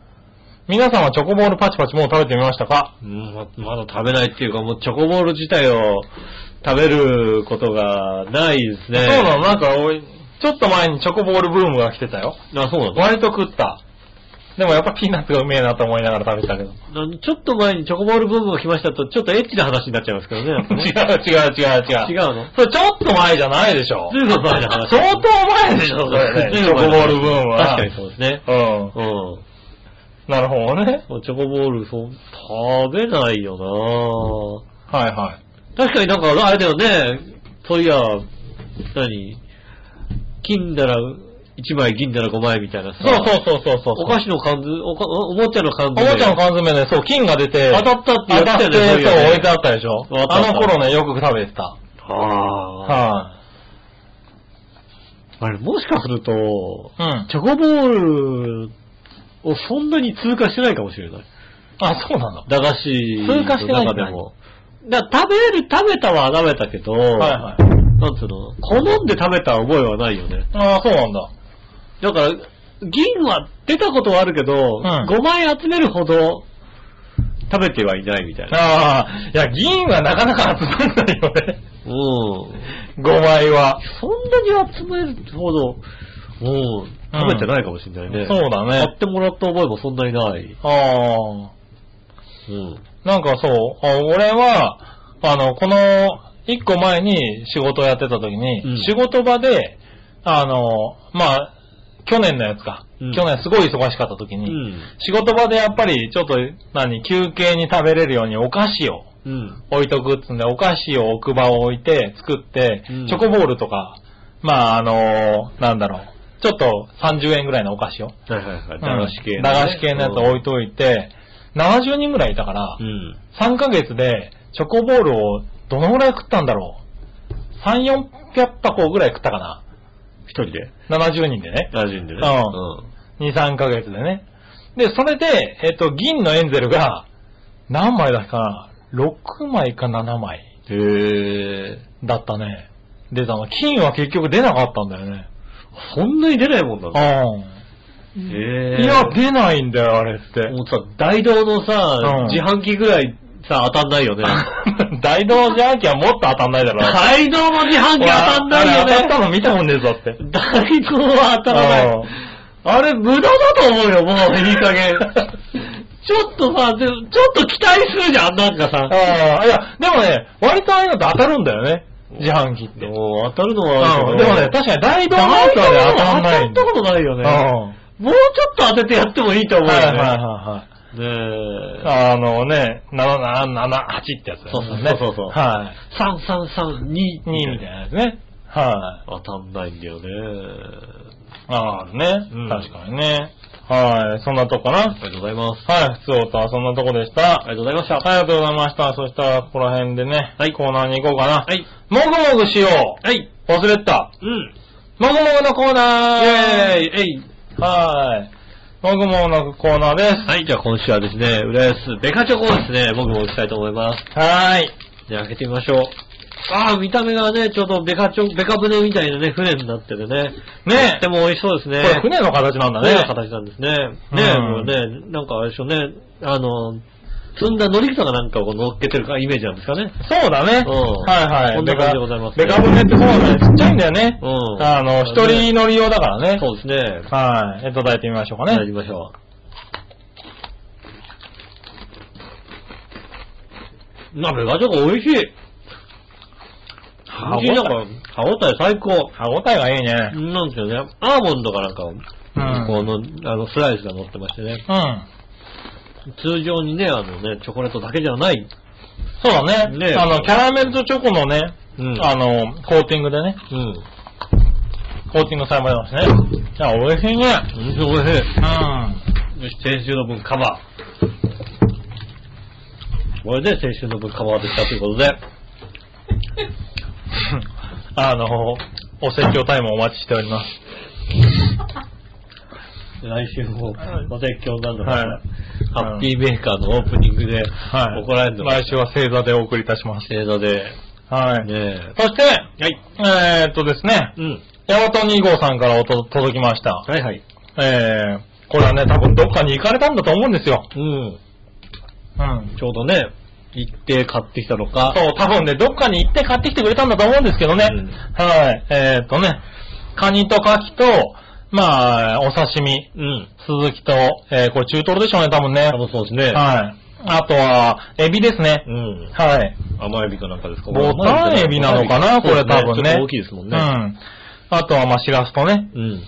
C: 皆さんはチョコボールパチパチもう食べてみましたか
B: うんままだ食べないっていうか、もうチョコボール自体を食べることがないですね。
C: そうなの、なんかおい、ちょっと前にチョコボールブームが来てたよ。
B: のあ、そうなの
C: 割と食った。でもやっぱピーナッツがうめえなと思いながら食べてたけど。
B: なんちょっと前にチョコボールブームが来ましたと、ちょっとエッチな話になっちゃいますけどね。やっぱ
C: *laughs* 違う違う
B: ね
C: 違う *laughs* 違う。
B: 違うの
C: それちょっと前じゃないでしょ。
B: ずいぶん前の話
C: 相当前でしょ、それね。チ
B: ずい
C: ョコ
B: ぶん
C: ボ
B: 前の話
C: ールブームは。
B: 確かにそうですね。
C: うん。
B: うん。
C: なるほどね。
B: もうチョコボール、そう、食べないよ
C: はいはい。
B: な確かになんか、あれだよね。そういや、何金なら1枚、銀なら5枚みたいなさ。
C: そうそうそうそうそう。
B: お菓子の缶詰、おかおもちゃの缶
C: お
B: 詰。
C: もちゃの缶詰ね、そう、金が出て、
B: 当たったってやってたよね
C: 当たって
B: そうい
C: そうう、
B: ね
C: 置いてあったでしょ。
B: あったあ
C: あ
B: った
C: の頃ね、よく食べてた。
B: ああ。
C: は
B: あれ、もしかすると、
C: い。うん。
B: チョコボールをそんなに通過してないかもしれない。
C: あ、そうなの。
B: 駄菓子の
C: 通過してない
B: 中でも。だから食べる、食べたは食べたけど、
C: はいはい。
B: なんつうの、好んで食べた覚えはないよね。
C: ああ、そうなんだ。
B: だから、銀は出たことはあるけど、
C: ん
B: 5枚集めるほど食べてはいないみたいな。
C: ああ、いや、銀はなかなか集まんないよね。 *laughs*
B: うん。
C: 5倍は。
B: そんなに集めるほど、もう、食べてないかもしれないね。
C: そうだ
B: 買
C: ね。
B: ってもらった覚えもそんなにない。
C: ああ。
B: うん。
C: なんかそう、あ俺は、あの、この、一個前に仕事をやってた時に、
B: うん
C: 仕事場で、あの、まあ、去年のやつか、
B: うん
C: 去年すごい忙しかった時
B: う
C: に、
B: ん。
C: 仕事場でやっぱりちょっと、何、休憩に食べれるようにお菓子を
B: うん。
C: 置いとくっつうんで、お菓子を置く場を置いて作って、
B: うん
C: チョコボールとか、まあ、あの、なんだろう、ちょっと30円ぐらいのお菓子を、
B: はいはいはい。
C: うん
B: 駄菓子系のね、
C: 駄菓子系のやつを置いといて、70人ぐらいいたから、
B: うん。
C: 3ヶ月でチョコボールをどのぐらい食ったんだろう。3、400箱ぐらい食ったか
B: 一人で
C: な。70人でね。
B: 馴染んでね。
C: 2、3ヶ月でね。で、それで、えっと、銀のエンゼルが、何枚だっけかな ?6 枚か7枚
B: うん。へえ。
C: だったね。出たの。金は結局出なかったんだよね。
B: そんなに出ないもんだね。
C: うん。
B: へえ。
C: いや、出ないんだよ、あれって。
B: もうさ、大道のさ
C: う、ん
B: 自販機ぐらいさ、当たんないよね。
C: *laughs* 大道自販機はもっと当たんないだろ。
B: *laughs* 大道の自販機 *laughs* 当たんないよ
C: あれ当たっ
B: ね。
C: たの見たもんねえぞって。
B: 大道は当たらない。あれ、無駄だと思うよ、もう、いい加減。ちょっとさ、でもちょっと期待するじゃん、なんか *laughs* さ。
C: ああ、いや、でもね、割とああいうのって当たるんだよね。自販機って。うん
B: もう当たるの
C: で
B: はあ
C: も
B: るけど
C: ね、確かに大道のや
B: 大
C: つ
B: 道
C: はね、
B: は
C: 当たんない
B: 当たったことないよね。もうちょっと当ててやってもいいと
C: うん
B: 思うよ
C: はい
B: ね。
C: はいはいはい。
B: ねえ。
C: あのね、7、7、8ってやつだよね。
B: そうそう
C: ね
B: そうそうそう
C: はい。2
B: 333、2、
C: みたいなやつね。はい。
B: 当たんないんだよね。
C: ああね、
B: うん
C: 確かにね。はい、そんなとこか
B: あ
C: な。
B: りがとうございます。
C: はい、普通音はそんなとこでした。
B: ありがとうございました。
C: ありがとうございました。そしたら、ここら辺でね、
B: はい
C: コーナーに行こうかな。
B: はい。
C: もぐもぐしよ
B: はい。
C: う忘れてた
B: うん。
C: もぐもぐのコーナー
B: イェーイえい
C: はい。もぐもぐのコーナーです。
B: はい、じゃあ今週はですね、浦安デカチョコをですね、僕も打ちたいと思います。
C: はーい。
B: じゃあ開けてみましょう。ああ、見た目がね、ちょっとデカチョ、デカ船みたいなね、船になっててね。
C: ね
B: とっても美味しそうですね。
C: これ船の形なんだね。
B: 船の形なんですね。ね
C: うん
B: もうね、なんかあれでしょうね、あの、積んだ乗り草かなんかをこう乗っけてるかイメージなんですかね。
C: そうだね。
B: うん
C: はいはい。
B: こんな感じでございますね
C: デカ船ってそうなんだね。ちっちゃいんだよね。
B: うん
C: あの、一人乗り用だからね。
B: そうですね。
C: はい。えっと、抱いてみましょうか
B: や
C: ね。
B: りましょう。な、メガチョコ美味しい。
C: 歯応
B: 美味しいなん
C: え。
B: か、歯応え最高。
C: 歯応えがいいね。
B: なんですよね。アーモンドかなんかを、
C: うん
B: この、あの、スライスが乗ってましてね。
C: うん。
B: 通常にね、あのね、チョコレートだけじゃない。
C: そうだね。
B: ね
C: あの、キャラメルとチョコのね、
B: うん
C: あの、コーティングでね、
B: うん。
C: コーティングされましたね。いや、美味しいね。
B: 美味しい美味し
C: うん。
B: い。よし、先週の分カバー。これで先週の分カバーできたということで。
C: *laughs* あの、お説教タイムお待ちしております。
B: 来週も
C: はい、
B: お説教なんだか
C: はい
B: ら、ハッピーメーカーのオープニングで
C: はい。
B: 怒られるのが
C: 来週は星座でお送りいたします。
B: 正座で、
C: はい。
B: ね
C: そして、えーっとですね、
B: え。うん。
C: ヤマト2号さんからおと届きました。
B: はいはい。
C: えー、これはね、多分どっかに行かれたんだと思うんですよ。
B: うん。
C: うん。
B: ちょうどね、行って買ってきたのか。
C: そう、多分ね、どっかに行って買ってきてくれたんだと思うんですけどね。
B: うん
C: はい。えーっとね、カニとカキと、まあ、お刺身、
B: うん。
C: 鈴木と、えー、これ中トロでしょうね、多分ね
B: 多。分そうですね。
C: はい。あとは、エビですね
B: う。ん。
C: はい。
B: 甘エビかなんかですか
C: ボタンエビなのかな、これ多分ね。
B: ちょっと大きいですもんね。
C: うん。あとは、まあ、シラスとね。
B: うん。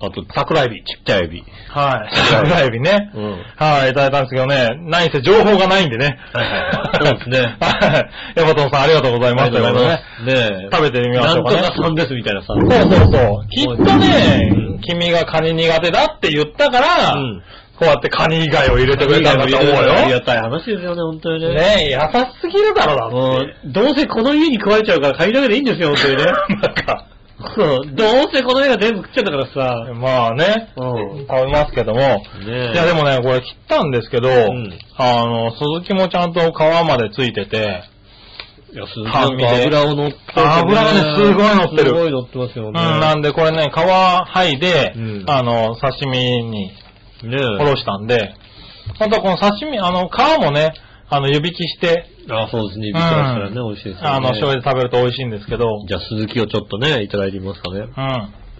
B: あと、桜エビ、ちっちゃいエビ。
C: はい。
B: 桜
C: 桜エビね。
B: うん
C: はい、いただいたんですけどね、何せ情報がないんでね。
B: はいはいそうですね
C: はい。ヤマトさんありがとうございま
B: あ
C: す。
B: りがとうございます
C: というこ
B: ねえ
C: 食べてみましょうかね
B: なんとかさんですみたいなさ。
C: とでねそうそうそう。きっと
B: うん
C: ね、君がカニ苦手だって言ったから、
B: うん
C: こうやってカニ以外を入れてくれたんだと思う
B: あり
C: よ
B: が。たい話ですよね、本当にね。
C: ねえ、優しすぎるだろだ
B: もう、どうせこの家に食われちゃうから、買いだけでいいんですよ、本当 *laughs* にね。
C: って。 *laughs* なんか、
B: そう、どうせこの家が全部食っちゃったからさ。
C: まあね、
B: うん。
C: 食べますけども、
B: ねえ。
C: いやでもね、これ切ったんですけど、
B: ん
C: あの、鈴木もちゃんと皮までついてて、
B: いや、すごいなんか油を乗ってるね
C: 油がねすごい乗ってる
B: すごい乗ってますよ
C: うん、
B: ね。
C: なんでこれね、皮剥いで、
B: うん
C: あの、刺身に
B: ね
C: おろしたんで、あとこの刺身、あの、皮もね、あの、湯引きして、
B: あ、そうですね。ビビってますからね、美味しいですよね。
C: あの、醤油で食べると美味しいんですけど、う
B: じゃあ、鈴木をちょっとね、いただいてみますかね。
C: ん。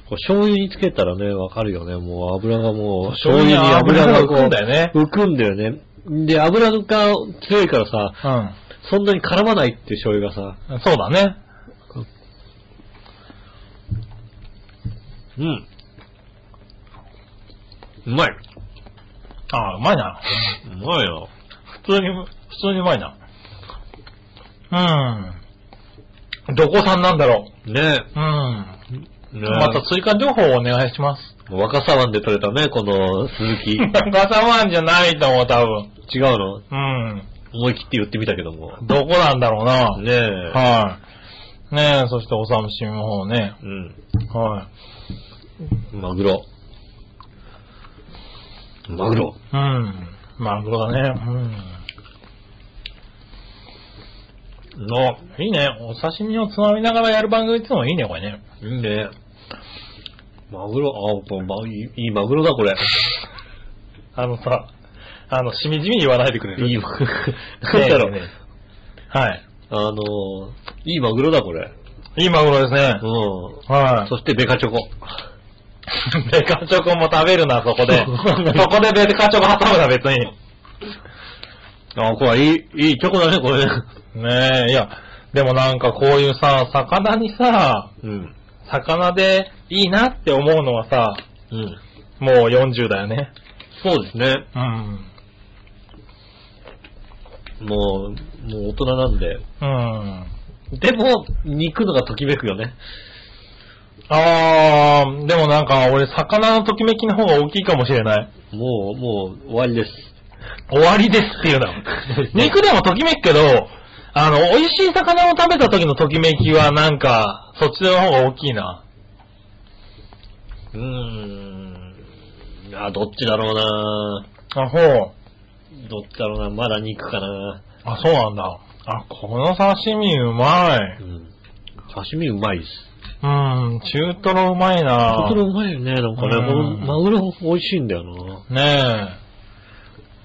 B: こう醤油につけたらね、わかるよね。もう油がもう、
C: 醤油に油が浮くんだよね
B: 浮くんだよね。で、油が強いからさ、
C: うん。
B: そんなに絡まないっていう醤油がさ。
C: そうだね。
B: うん。うまい。
C: あーうまいな。
B: うまいよ。
C: 普通に、普通にうまいな。うん。どこさんなんだろう。う
B: ね
C: ん。
B: え。ねえ
C: また追加情報をお願いします。
B: 若狭湾で取れたね、この
C: *laughs*
B: 鈴木。違う
C: ガサワンじゃないと思う、多分。
B: の
C: うん。
B: 思い切って言ってみたけども。
C: どこなんだろうな。
B: ねえ。
C: はい。ねえ、そしてお刺身の方ね。
B: うん。
C: は
B: マグロ。マグロ。
C: い。うん。マグロだね。うん。の、いいね。お刺身をつまみながらやる番組ってのもいいね、これね。
B: いいね。マグロ、あ、これまいいいいマグロだ、
C: *laughs*
B: これ。
C: あのさ、あの、しみじみ言わないでくれる。
B: いい
C: ね
B: マグロ。
C: え
B: なんだろう
C: ねえはい。
B: あのー、いいマグロだ、これ。
C: いいマグロですね
B: う。ん。
C: はい。
B: そして、ベカチョコ。
C: ベカチョコも食べるな、そこ *laughs* で。そこでベカチョコ挟むな、別に。
B: あ、これいい、いいチョコだね、これ。
C: ねえ、いや、でもなんかこういうさ、魚にさ、
B: *laughs* うん。
C: 魚でいいなって思うのはさ、
B: うん。
C: もう40だよね。
B: そうですね。
C: うん。
B: もう、もう大人なんで。
C: うん。
B: でも、肉のがときめくよね。
C: あー、でもなんか俺魚のときめきの方が大きいかもしれない。
B: もう、もう、終わりです。
C: 終わりですっていう *laughs* な。肉でもときめくけど、あの、美味しい魚を食べた時のときめきはなんか、そっちの方が大きいな。
B: うーん。あ、どっちだろうな
C: あ、ほう。
B: どっちだろうなまだ肉かな
C: あ、そうなんだ。あ、この刺身うまい。
B: うん。刺身うまいです。
C: うん、中トロうまいな
B: トトロうまいよね。なんかね、
C: うん
B: このマグロ美味しいんだよな
C: ね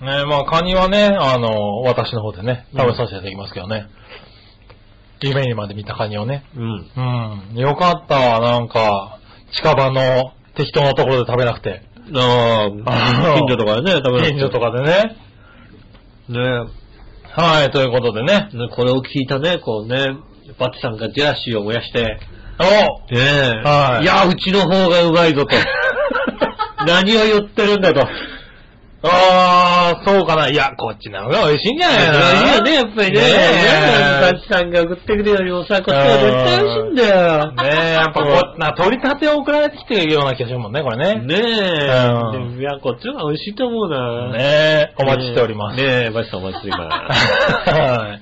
C: え。ねえ、まあ、カニはね、あの、私の方でね、食べさせていただきますけどね。夢にまで見たカニをね。
B: うん。
C: うん、よかったわ、なんか、近場の適当なところで食べなくて。
B: ああ、
C: あー
B: 近所とかでね、食べなくて
C: 近所とかでね。
B: ね
C: はい、ということでね。
B: ねこれを聞いたね、こうね、バチさんがジェラシーを燃やして、ね
C: お
B: え、
C: はい
B: いや、うちの方がうま
C: *laughs*
B: いぞと。何を言ってるんだと。
C: あー、そうかな。いや、こっちの方が美味しいんじゃないかな。
B: いいよね、やっぱり
C: ねえ
B: ね。ねバチさんが送ってくるよりもさ、こっちは絶対美味しいんだよ。
C: ねえ、やっぱこ、な、取り立てを送られてきてるような気がするもんね、これね。
B: ねえ。
C: う
B: いや、こっちの方が美味しいと思うな。
C: ねえ、お待ちしております。ね
B: ねえ、バチさんお待ちしていま
C: *laughs* は
B: す。ね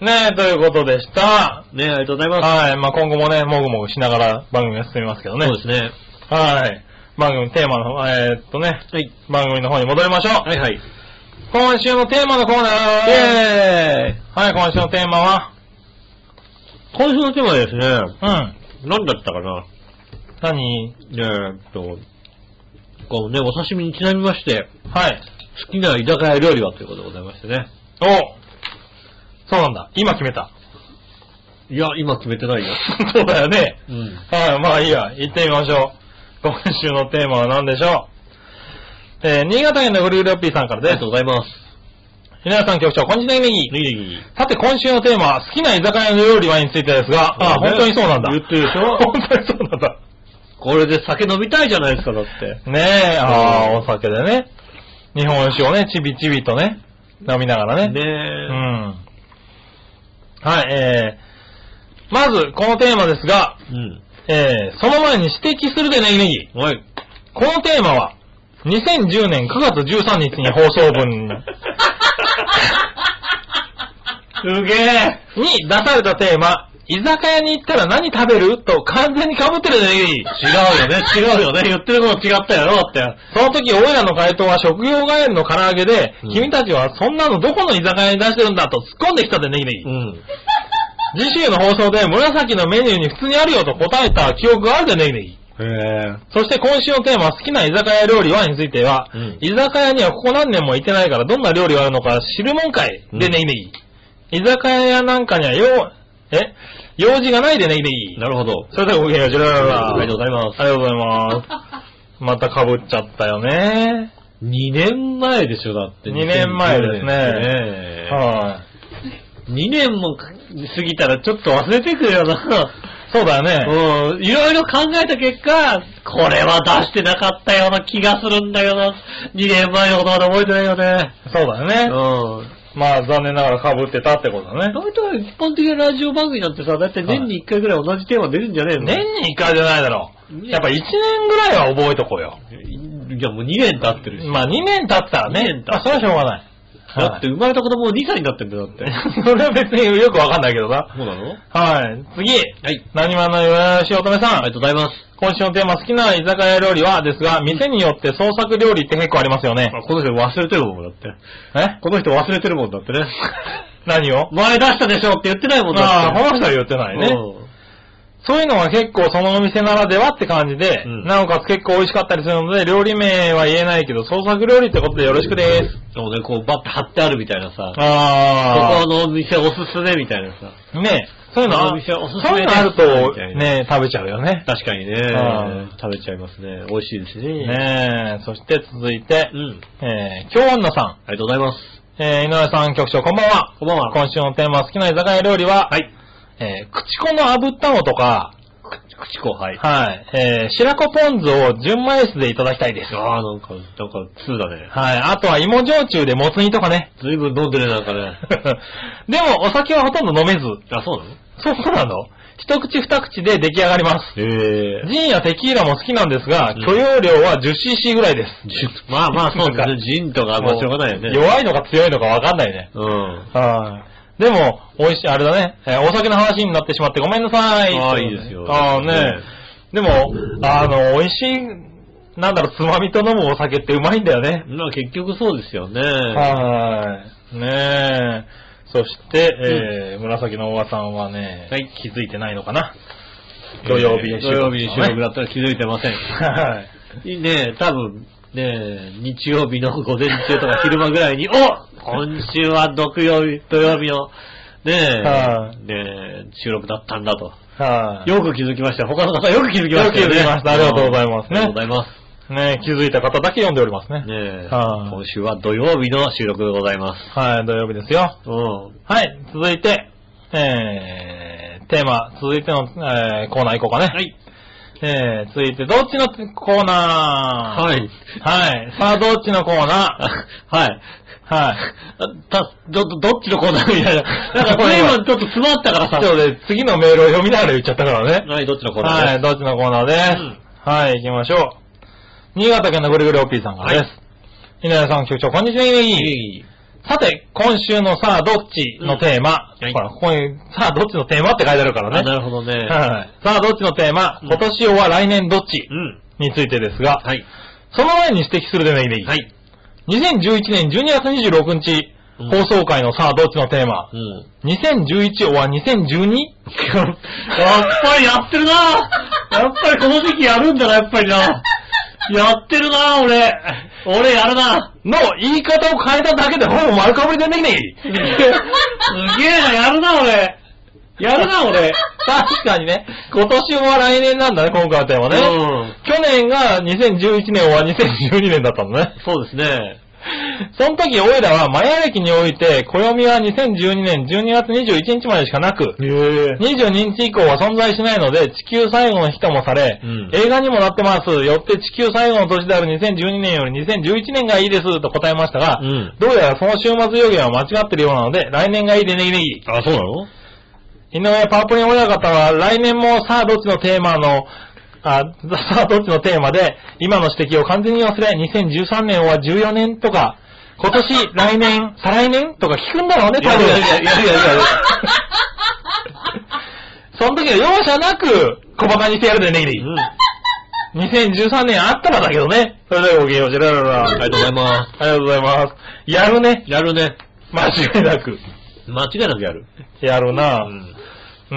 C: い。ねえ、ということでした。
B: え、ねえありがとうございます。
C: はい。まあ、今後もね、もぐもぐしながら番組を進めますけどね。
B: そうですね。
C: はい。番組テーマの、えーっとね、
B: はい。
C: 番組の方に戻りましょう。
B: はいはい。
C: 今週のテーマのコーナー
B: イェーイ
C: はい、今週のテーマは、
B: 今週のテーマはですね、
C: うん。
B: 何だったかな
C: 何
B: えーっと、こうね、お刺身にちなみまして、
C: はい。
B: 好きな居酒屋料理はということでございましてね。
C: おそうなんだ。今決めた。 *laughs*
B: いや、今決めてないよ。
C: そうだよね。
B: うん。
C: はい、まあいいや、行ってみましょう。今週のテーマは何でしょうえー、新潟県のぐるぐるよっぴーさんから
B: あり
C: で
B: が
C: す
B: と。うございます。
C: 皆さん局長、こんにちは、ネギネギ
B: ネギネギ。
C: さて、今週のテーマは、好きな居酒屋の料理はについてですが、あ、
B: そうだね
C: 本当にそうなんだ。
B: 言ってるでし *laughs*
C: *laughs*
B: ょ
C: 本当にそうなんだ。
B: これで酒飲みたいじゃないですか、だって。
C: ねえ、ああ、
B: うん
C: お酒でね。日本酒をね、ちびちびとね、飲みながらね。
B: ね
C: うん。はい、えー、まず、このテーマですが、
B: え。うん。
C: えー、その前に指摘するでね、ネギ。
B: はい。
C: このテーマは、2010年9月13日に放送
B: *laughs*
C: 分
B: すげえ
C: に出されたテーマ、居酒屋に行ったら何食べると完全に被ってるね。
B: 違うよね、違うよね。言ってること違ったやろ、だって。
C: その時、俺らの回答は職業ガエルの唐揚げで、
B: うん
C: 君たちはそんなのどこの居酒屋に出してるんだと突っ込んできたでね、ネギネ
B: ん。
C: ギ。次週の放送で紫のメニューに普通にあるよと答えた記憶があるでね、ネギネギ。
B: へえ。
C: そして今週のテーマは好きな居酒屋料理はについては、
B: うん
C: 居酒屋にはここ何年も行ってないからどんな料理があるのか知るもんかい。で
B: うん
C: ネギネギ。居酒屋なんかにはよう、え用事がないでネギネギ。
B: なるほど。
C: それではごきげんよう、ジュララララ。
B: ありがとうござい
C: ます。ありがとうございます。また被っちゃったよね。
B: 2年前でしょ、だって。
C: 二年前ですね
B: ねえ
C: は
B: 2年も過ぎたらちょっと忘れてくるよな。
C: い。そうだよね。
B: うん。いろいろ考えた結果、これは出してなかったような気がするんだよな。2年前のことまで覚えてないよね。
C: そうだよ
B: う
C: ね。
B: ん。
C: まあ残念ながら被ってたってことだね。
B: 大体一般的なラジオ番組なんてさ、だいたい年に1回ぐらい同じテーマ出るんじゃねえの、
C: 年に1回じゃないだろう。
B: ね
C: やっぱ1年ぐらいは覚えとこうよ。
B: いやもう2年経ってるし。
C: まあ2年経ったら
B: 二
C: ね
B: 年。経
C: まあ
B: っ
C: それはしょうがない。
B: だって生まれた子供2歳になってんだよ、だって。
C: それは別によくわかんないけどな。
B: そうなのあ
C: はい。次。
B: はい。
C: 何話のよしおとめさん。
B: りがとうございます。
C: 今週のテーマ、好きな居酒屋料理はですが、店によって創作料理って結構ありますよね。
B: この人忘れてるもんだって。
C: え
B: この人忘れてるもんだってね。
C: *laughs* 何を
B: 前出したでしょって言ってないもんだ
C: あ
B: っ
C: あ、
B: て。
C: この人は言ってないね。
B: うん
C: そういうのは結構そのお店ならではって感じで、
B: うん
C: なおかつ結構美味しかったりするので、料理名は言えないけど、創作料理ってことでよろしくです。
B: そうね、こうバッて貼ってあるみたいなさ。
C: あ
B: ここのお店おすすめみたいなさ。
C: あ。ねそういうの、
B: このお店おすす
C: そうい
B: めです
C: うのある
B: み
C: と
B: たい、な
C: ね食べちゃうよね。
B: 確かに
C: あ
B: ね、食べちゃいますね。美味しいですね。
C: ねえ、そして続いて
B: う、ん。
C: えー、京女さん。
B: ありがとうございます。
C: えー、井上さん局長、こんばんは。
B: こんばんは。
C: 今週のテーマ、好きな居酒屋料理は、
B: はい。
C: えー、口コの炙ったのとか、
B: 口口後輩。
C: はい。えー、白子ポン酢を純米酢でいただきたいです。
B: ああ、なんか、なんか、通だね。
C: はい。あとは芋焼酎でもつ煮とかね。 *laughs*
B: ずいぶん飲んでるね、なんかね。
C: でも、お酒はほとんど飲めず。
B: あ、そうなの
C: そうなの一口二口で出来上がります。
B: ええ
C: ジンやテキーラも好きなんですが、
B: うん
C: 許容量は 10cc ぐらいです。
B: まあまあ、そうですね。ジンとか、まあ、しょうがないよね。
C: 弱いのか強いのかわかんないね。
B: うん。
C: はい。でも、美味しい、あれだね、えーお酒の話になってしまってごめんなさい。
B: ああ、いいですよ。
C: ああね。でも、あの、美味しい、なんだろう、つまみと飲むお酒ってうまいんだよね。
B: ね。まあ、結局そうですよね。
C: はい。ねえ。そして、えー紫のおばさんはね、
B: はい
C: 気づいてないのかな。土曜日
B: えー
C: に
B: 土曜日に収
C: 収
B: 録
C: 録
B: だったら気づい
C: *laughs*
B: てません。
C: はい。
B: いいね、多分、ね、日曜日の午前中とか昼間ぐらいに、お今週は木曜日、土曜日の、
C: は
B: ねえ、ねえ収録だったんだと。
C: はい。
B: よく気づきました。他の方よく気づきましたよ
C: よく
B: ね。
C: 気づきましたありがとうございますね
B: ありがとうございます。
C: ねえ気づいた方だけ読んでおりますね。
B: ねえ、
C: はい
B: 今週は土曜日の収録でございます。
C: はい、土曜日ですよ。
B: うん。
C: はい、続いて、えー、テーマ、続いての、えー、コーナー行こうかね。
B: はい。
C: えー、続いて、どっちのコーナー。
B: はいい。
C: はい。さあ、どっちのコーナー
B: はい。 *laughs*
C: はい。
B: た、ど、どっちのコーナーみたいな。なんか、
C: これ
B: 随分ちょっと詰まっ
C: *laughs*
B: たから
C: ちょっと
B: さ。
C: ね、次のメールを読みながら言っちゃったからね。
B: はい、どっちのコーナー
C: はい、どっちのコーナーです。
B: うん
C: はい、行きましょう。新潟県のぐるぐるおっぴーさんからです。稲田さん、局長、こんにちは、
B: い
C: い
B: いいい
C: さて、今週のさあ、どっちのテーマ。
B: うんはい
C: ほら、ここに、さあ、どっちのテーマって書いてあるか
B: あ
C: らね。
B: なるほどね。
C: はい。さあ、どっちのテーマ、
B: うん
C: 今年は来年どっち
B: うん。
C: についてですが、
B: はい。
C: その前に指摘するでね、イメージ。
B: はい。
C: 2011年12月26日、
B: うん
C: 放送回のさあ、どっちのテーマ、
B: うん。
C: 2011は 2012?
B: やっぱりやってるなやっぱりこの時期やるんだな、やっぱりな。やってるな俺。俺やるな。
C: の言い方を変えただけでほぼ丸かぶりでね、
B: すげえな、やるな、俺。
C: *laughs*
B: やるな、俺。
C: 確かにね、今年は来年なんだね、今回のテーマね。
B: うん。
C: 去年が2011年は2012年だったのね。
B: そうですね。
C: その時、オイラはマヤ歴において、暦は2012年12月21日までしかなく、22日以降は存在しないので、地球最後の日ともされ、
B: うん
C: 映画にもなってます。よって地球最後の年である2012年より2011年がいいですと答えましたが、
B: うん
C: どうやらその週末予言は間違ってるようなので、来年がいいでねぎねぎ。
B: あ、そうなの
C: 井上パープリン親方は来年もさあどっちのテーマの、あ、 *laughs* さあどっちのテーマで、今の指摘を完全に忘れ、2013年は14年とか、今年、来年、再来年とか聞くんだろうね、
B: いやいやいやいやいやいや
C: *laughs* その時は容赦なく小馬鹿にしてやるでね、ネギ
B: うん。
C: 2013年あったらだけどね。それではごきげんよう、ジェラララ。
B: ありがとうございま
C: ありがとうございます。やるね。
B: す。やるね。
C: 間違いなく。
B: 間違いなくやる。
C: やるな。
B: うん。
C: う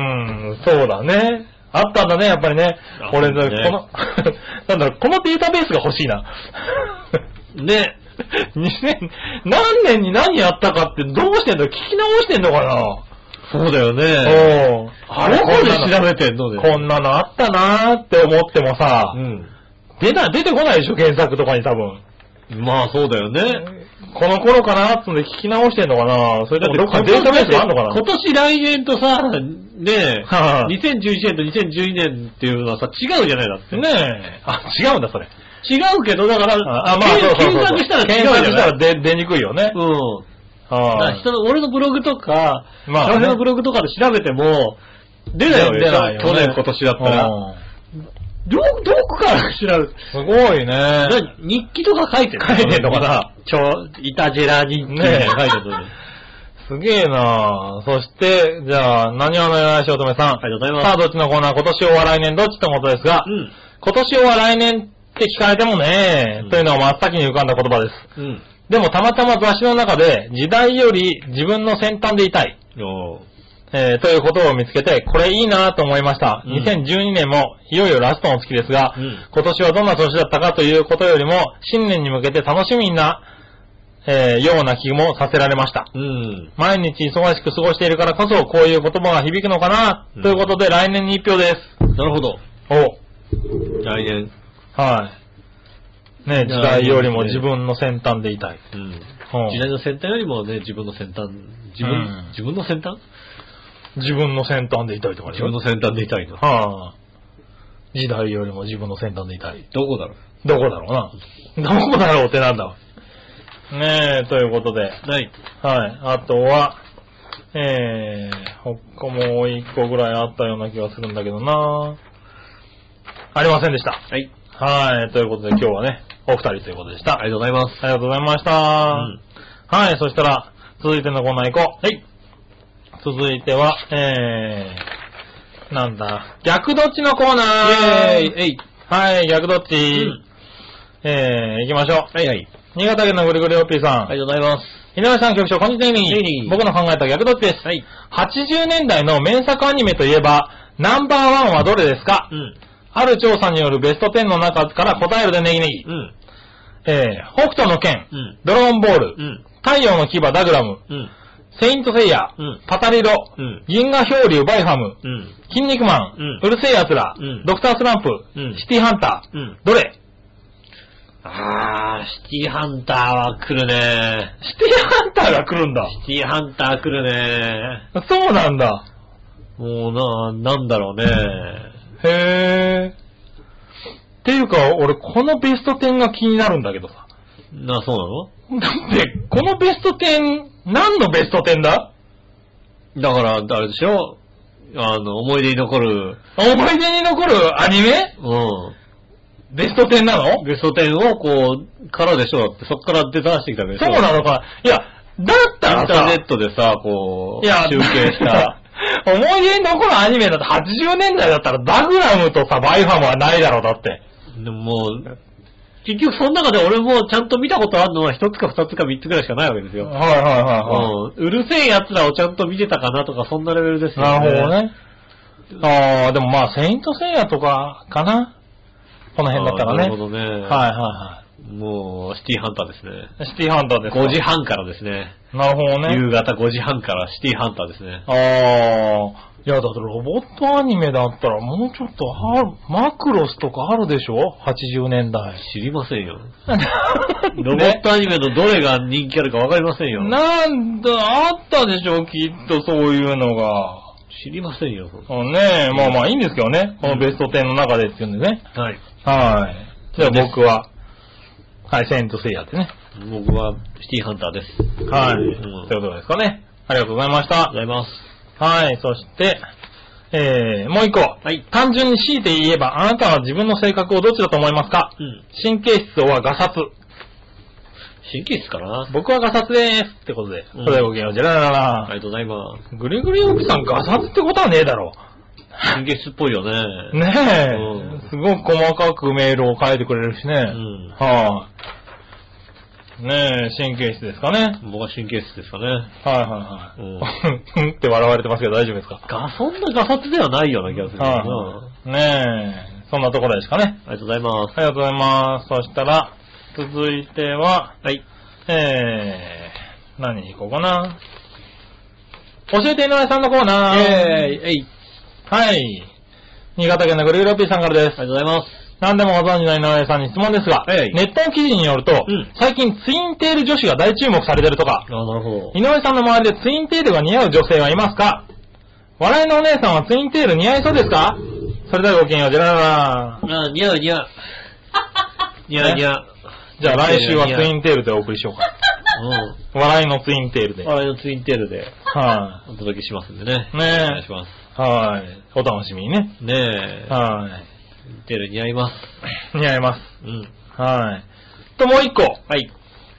C: ん、そうだね。あったんだね、やっぱりね
B: あ。
C: 俺、
B: そうね
C: この、 *laughs* なんだろう、このデータベースが欲しい *laughs* な。
B: ね。
C: 2000何年に何やったかってどうしてんの聞き直してんのか
B: そうだよ
C: な、
B: ね。
C: おう
B: あれ
C: どこで調べ
B: べてんの
C: こんなのあったなーって思ってもさ、
B: うん。
C: 出た、出てこないでしょ、検索とかに多分。
B: まあそうだよね。
C: この頃かなーってんで聞き直してんのかなそれだってどっかデータベースがあんのかな
B: 今年来年とさ、ねえ、
C: *laughs* はあね
B: 2011年と2012年っていうのはさ、違うじゃないだって。
C: え。あ、違うんだ、それ。
B: 違うけど、だから、
C: あ、あまあ、そうそうそう
B: 検索したら違う
C: 検
B: じゃない
C: 索したら出、出にくいよね。
B: うん。だか
C: は
B: ら人の、俺のブログとか、
C: い。ま
B: 俺のブログとかで調べても、出ないよね、
C: 出ないよね
B: 去年今年だったら。
C: うん
B: ど、どこから調べ
C: すごいね。
B: な日記とか書いてる
C: 書いてんのかな
B: ちょ、いたじら日記
C: ねえ
B: 書いてる。あ
C: すげえなそして、じゃあ、何話のよしおとめさん。
B: りがとうございます。
C: さあ、どっちのコーナー、今年は来年どっちってことですが
B: う、ん。
C: 今年は来年って聞かれてもね、
B: うん
C: というのは真っ先に浮かんだ言葉です。
B: うん。
C: でもたまたま雑誌の中で、時代より自分の先端でいたい、
B: よ
C: えーということを見つけて、これいいなと思いました。
B: うん
C: 2012年もいよいよラストの月ですが、
B: うん
C: 今年はどんな年だったかということよりも、新年に向けて楽しみな、えーような気もさせられました。
B: ーうん。
C: 毎日忙しく過ごしているからこそ、こういう言葉が響くのかな、
B: うん
C: ということで、来年に一票です。
B: なるほど。
C: お
B: 来年。
C: はい。ね時代よりも自分の先端でいたい。
B: うん。
C: うん
B: 時代の先端よりもね、自分の先端、自分、
C: うん
B: 自分の先端
C: 自分の先端でいたいって感じ
B: 自分の先端でいたいと。
C: は時代よりも自分の先端でいたい。
B: どこだろ
C: どこだろうな。どこだろうってなんだ。ねえ、ということで。
B: うない。
C: はい。あとは、えー、他もう一個ぐらいあったような気がするんだけどなありませんでした。
B: はい。
C: はい。ということで今日はね、お二人ということでした。
B: ありがとうございます。
C: ありがとうございました。
B: うん。
C: はい。そしたら、続いてのコーナー行こう。はい。続いては、えー、なんだ、逆どっちのコーナー
B: イェーイえい
C: はい、逆どっち、
B: うん
C: えー、行きましょう。
B: はいはい。
C: 新潟県のぐりぐりおっぴーさん。
B: ありがとうございます。
C: 井上さん局長、こんにちは
B: こんにちは
C: 僕の考えた逆どっちです。
B: はい。
C: 80年代の名作アニメといえば、ナンバーワンはどれですか、
B: うん。
C: ある調査によるベスト10の中から答えるでネギネギ。
B: うん。
C: えー、北斗の剣、
B: うん
C: ドラゴンボール、
B: うん。
C: 太陽の牙ダグラム、
B: うん。
C: セイントセイヤ、
B: うん
C: パタリロ、
B: うん
C: 銀河漂流バイファム、
B: うん。
C: 筋肉マン、
B: うん
C: るせえ奴ら、
B: うん
C: ドクタースランプ、
B: うん
C: シティハンター、
B: うん
C: どれ
B: あー、シティハンターは来るね。
C: シティハンターが来るんだ。
B: シティハンター来るね。
C: そうなんだ。
B: もうな、なんだろうね。
C: へー。っていうか、俺、このベスト10が気になるんだけどさ。
B: な、そ
C: だって、このベスト10、何のベスト10だ
B: うなのだから、あれでしょあの、思い出に残る、
C: 思い出に残るアニメ
B: うん。
C: ベスト10なの
B: ベスト10をこう、からでしょだって、そっから出出してきたわけでし
C: そ
B: ょ
C: うなのか。いや、だった
B: イン
C: ら
B: タ
C: さ
B: ー、ネットでさ、こう、
C: いや、
B: 集計
C: *laughs*
B: した。。
C: 思い出に残るアニメだと80年代だったらダグラムとさ、バイファムはないだろう、だって。
B: でももう、結局その中で俺もちゃんと見たことあるのは一つか二つか三つぐらいしかないわけです
C: はい
B: よ。
C: はいは
B: う
C: い
B: ん。うるせえ奴らをちゃんと見てたかなとか、そんなレベルですよ
C: な
B: ね。
C: るほど。ね。ああ、でもまあ、セイントセイヤとか、かなこの辺だったらね。
B: なるほどね。
C: はいは
B: もう、シティハンターですね。
C: いはい。シティハンターですか。
B: 5時半からですね。
C: なるほどね。
B: 夕方5時半からシティハンターですね。
C: ああ。いや、だってロボットアニメだったらもうちょっとある、マクロスとかあるでしょ ?80 年代。
B: 知りませんよ。 *laughs* ロボットアニメのどれが人気あるかわかりませんよ。
C: なんだ、あったでしょ、きっとそういうのが。
B: 知りませんよ。
C: うんねえ、まあまあいいんですけどね。このベスト10の中でっていうんでね。
B: はい。
C: はい。じゃあ僕は、はい、セイントセイヤでね。
B: 僕はシティハンターです。
C: はい。
B: うん
C: ということですかね。ありがとうございまし
B: あ
C: た
B: り。がとうございます。
C: はい、そして、えー、もう一個。
B: い
C: 単純に強いて言えば、あなたは自分の性格をどっちだと思いますか
B: うん。
C: 神経質はガサツ。
B: 神経質かな
C: 僕はガサツでーす。ってことで。
B: うん
C: それではごきげんようじゃららら
B: ありがとうございます。
C: ぐりぐり奥さんガサツってことはねえだろ。
B: 神経質っぽいよね。
C: ねえ、
B: うん
C: すごく細かくメールを書いてくれるしね。
B: ん
C: はい、ねえ、神経質ですかね。
B: 僕は神経質ですかね。
C: はいはいはい。ふんって笑われてますけど大丈夫ですか
B: ガそんなガサツではないような気がするけどな
C: はい、ねえ、そんなところですかね。
B: ありがとうございます。
C: ありがとうございます。そしたら、続いては、
B: はい。
C: えー、何行こうかな。教えて井上さんのコーナー。
B: えー、えい。
C: はい。新潟県のぐるぐるピーさんからです
B: あ。りがとうございます。
C: 何でもご存知の井上さんに質問ですが、
B: はい
C: ネットの記事によると、
B: うん
C: 最近ツインテール女子が大注目されてるとか
B: あ、、なるほ
C: 井上さんの周りでツインテールが似合う女性はいますか笑いのお姉さんはツインテール似合いそうですかそれではごきげんよう、じゃららら
B: ど。あ、似合う似合
C: *laughs*
B: う。似合う似合う。
C: じゃあ来週はツイ
B: ン。
C: ンテールでお送りしようか。笑いのツインテール
B: う
C: で。
B: ん。
C: はい、
B: 笑いのツインテールでお届けしますんでね。
C: ねえ
B: お願いします。
C: はい。お楽しみにね。
B: ねえ。
C: は
B: ツインテール似合います。
C: い。似合います。
B: うん。
C: はい。と、もう一個。
B: はい。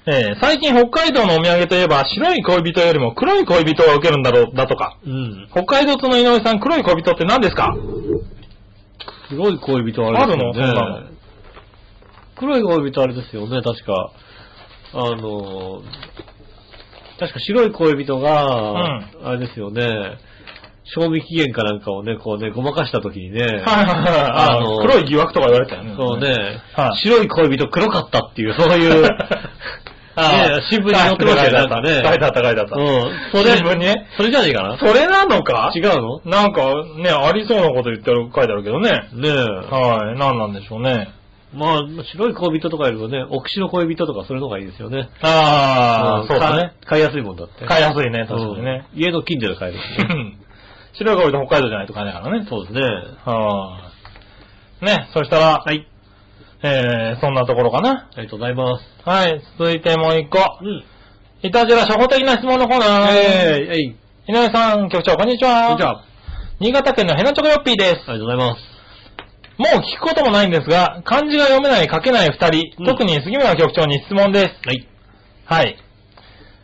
C: えー最近北海道のお土産といえば、白い恋人よりも黒い恋人が受けるんだろう、だとか。
B: うん。
C: 北海道との井上さん、黒い恋人って何ですか
B: 黒い恋人はあれで
C: ある
B: すよね。
C: のそんなの
B: 黒い恋人あれですよね、確か。あの、確か白い恋人が、
C: うん
B: あれですよね、賞味期限かなんかをね、こうね、ごまかした時にね、
C: はいはいはい。あの、黒い疑惑とか言われたよね。
B: そうね、
C: はい
B: 白い恋人黒かったっていう、
C: *laughs*
B: そういう、
C: ああ。
B: ね新聞に載ってましたよなんかね
C: 書いてあった、書いてあった。
B: うん、それ、
C: 新聞にね
B: それじゃねえかな
C: それなのか
B: 違うの
C: なんかね、ありそうなこと言ってる、書いてあるけどね。
B: ねえ。
C: はい、何なんでしょうね。
B: まあ、白い恋人とかよりもね、奥白恋人とかそういうのがいいですよね。
C: あ
B: ん
C: そうだね。。
B: 買いやすいもんだって。
C: 買いやすいね、確かにね。
B: うん。家の近所で買えるしね。
C: 白い恋人北海道じゃないと買えないからね。
B: そうですね。
C: はあ。ね、そしたら、
B: はい。
C: えー、そんなところかな。
B: ありがとうございます。
C: はい、続いてもう一個。
B: うん。
C: いたじら初歩的な質問のコーナー。
B: えい、えい。
C: 井上さん、局長、こんにちは。
B: こんにちは。あ
C: 新潟県のヘナチョコヨッピーです。
B: りがとうございます。
C: もう聞くこともないんですが、漢字が読めない、書けない二人、
B: うん
C: 特に杉村局長に質問です。
B: はい。
C: はい。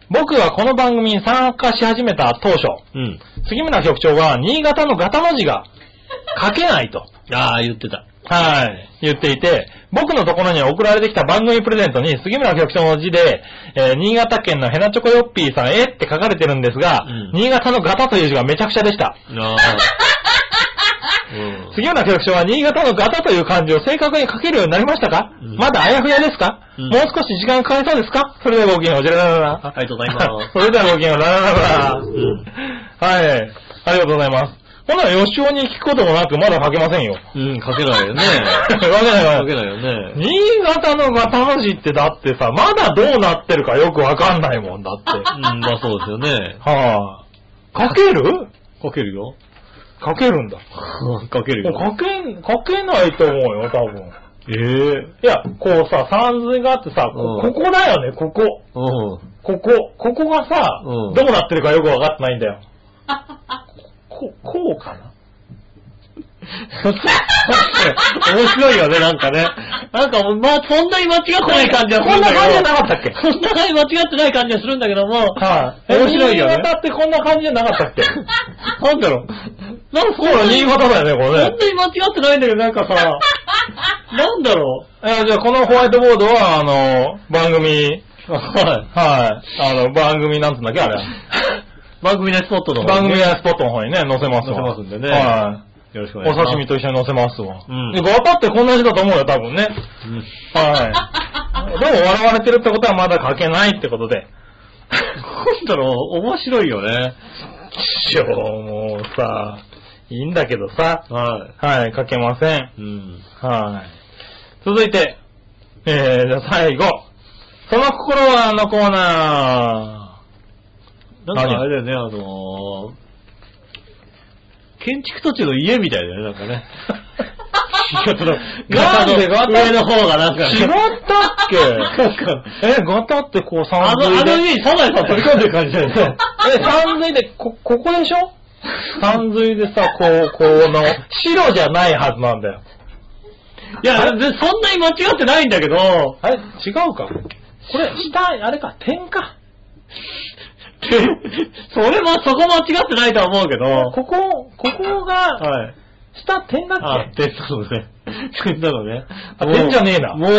C: 僕がこの番組に参加し始めた当初、
B: うん。
C: 杉村局長が新潟のガタの字が書けない
B: *laughs*
C: と、
B: ああ、言ってた。
C: はい、言っていて、僕のところに送られてきた番組プレゼントに杉村局長の字で、えー新潟県のヘナチョコヨッピーさんへって書かれてるんですが、
B: うん
C: 新潟のガタという字がめちゃくちゃでした。
B: ああ。うん。
C: 杉村局長は新潟のガタという漢字を正確に書けるようになりましたか、
B: うん
C: まだあやふやですか、
B: うん
C: もう少し時間かかりそうですかそれではごきげんよう、じゃらららら。
B: ありがとうございま
C: *laughs*
B: す
C: それではごきげんよう、ラララララ。
B: うん
C: はい。ありがとうございます。こんなの吉尾に聞くこともなくまだ書けません
B: *laughs*
C: よ。
B: うん、書けないよね。
C: 書けない
B: 書
C: わ
B: けないよね。
C: 新潟のガタの字ってだってさ、まだどうなってるかよくわかんないもんだ
B: *laughs*
C: って。
B: うん、まあそうですよね。
C: はぁ、書ける
B: 書けるよ。
C: 書けるんだ。
B: 書ける
C: もう
B: よ。
C: 書けん、書けないと思うよ、多分。
B: え
C: い
B: え。
C: や、こうさ、三髄があってさ、こ
B: うん
C: ここだよね、ここ。
B: うん。
C: ここ。ここがさ、
B: うん
C: どうなってるかよくわかってないんだ
B: *laughs*
C: よ。こ、こうかな
B: 面白いよね、なんかね。なんかもう、まあ、そんなに間違ってない感じはす
C: こ
B: る
C: ん
B: ん
C: な
B: だけど。
C: 感じじゃなかったっけ
B: そんなに間違ってない感じはするんだけども、
C: はい。
B: 面白いよね
C: 新潟ってこんな感じじゃなかったっけ
B: なんだろう。なんか
C: ほら、新潟だよね、これ
B: そん
C: ね。
B: なに間違ってないんだけど、なんかさ、なんだろ
C: えーじゃあ、このホワイトボードは、あの、番組、
B: う。は
C: はい。あの、番組、なんつうんだっけ、あ
B: *laughs*
C: れ。
B: い。番組のスポットの
C: 番
B: 方に
C: 組
B: ね
C: やスポットの方にね、載せますわ。
B: 載せますんでね
C: は
B: よろしくお
C: い。お
B: 願いします。
C: 刺身と一緒に載せますわ。
B: うん
C: で、ガタってこんな字だと思うよ、多分ね。
B: うん *laughs*
C: はい。でも笑われてるってことはまだ書けないってことで。
B: なんだろう、面白いよね。
C: しょう、もうさ、いいんだけどさ。
B: は
C: はい、書けません。
B: い。うん。
C: はい。続いて、えー、じゃあ最後。その心はのコーナ
B: なんかあれだよね、あのー、建築途中の家みたいだよね、なんか *laughs* ね。
C: な
B: なんん
C: で
B: で
C: ガタ
B: 上の方がなん
C: *laughs* ー。
B: か、
C: 違ったっけ
B: なんか、
C: *laughs* え、ガタってこう三
B: あの、あ
C: 髄で。
B: の上にサザエさん飛び込んでる感じだよね。
C: え、三髄で、こ、ここでしょ三髄でさ、こう、こうの、白じゃないはずなんだよ。
B: いや、でそんなに間違ってないんだけど、
C: あれ違うかこれ、下、あれか、点か。
B: てそれはそこ間違ってないとは思うけど、
C: ここ、ここが、
B: はい。
C: 下点だ
B: あ
C: っ、け
B: 点なのね。 *laughs* 点なのね。
C: あ点じゃねえな
B: もう、もう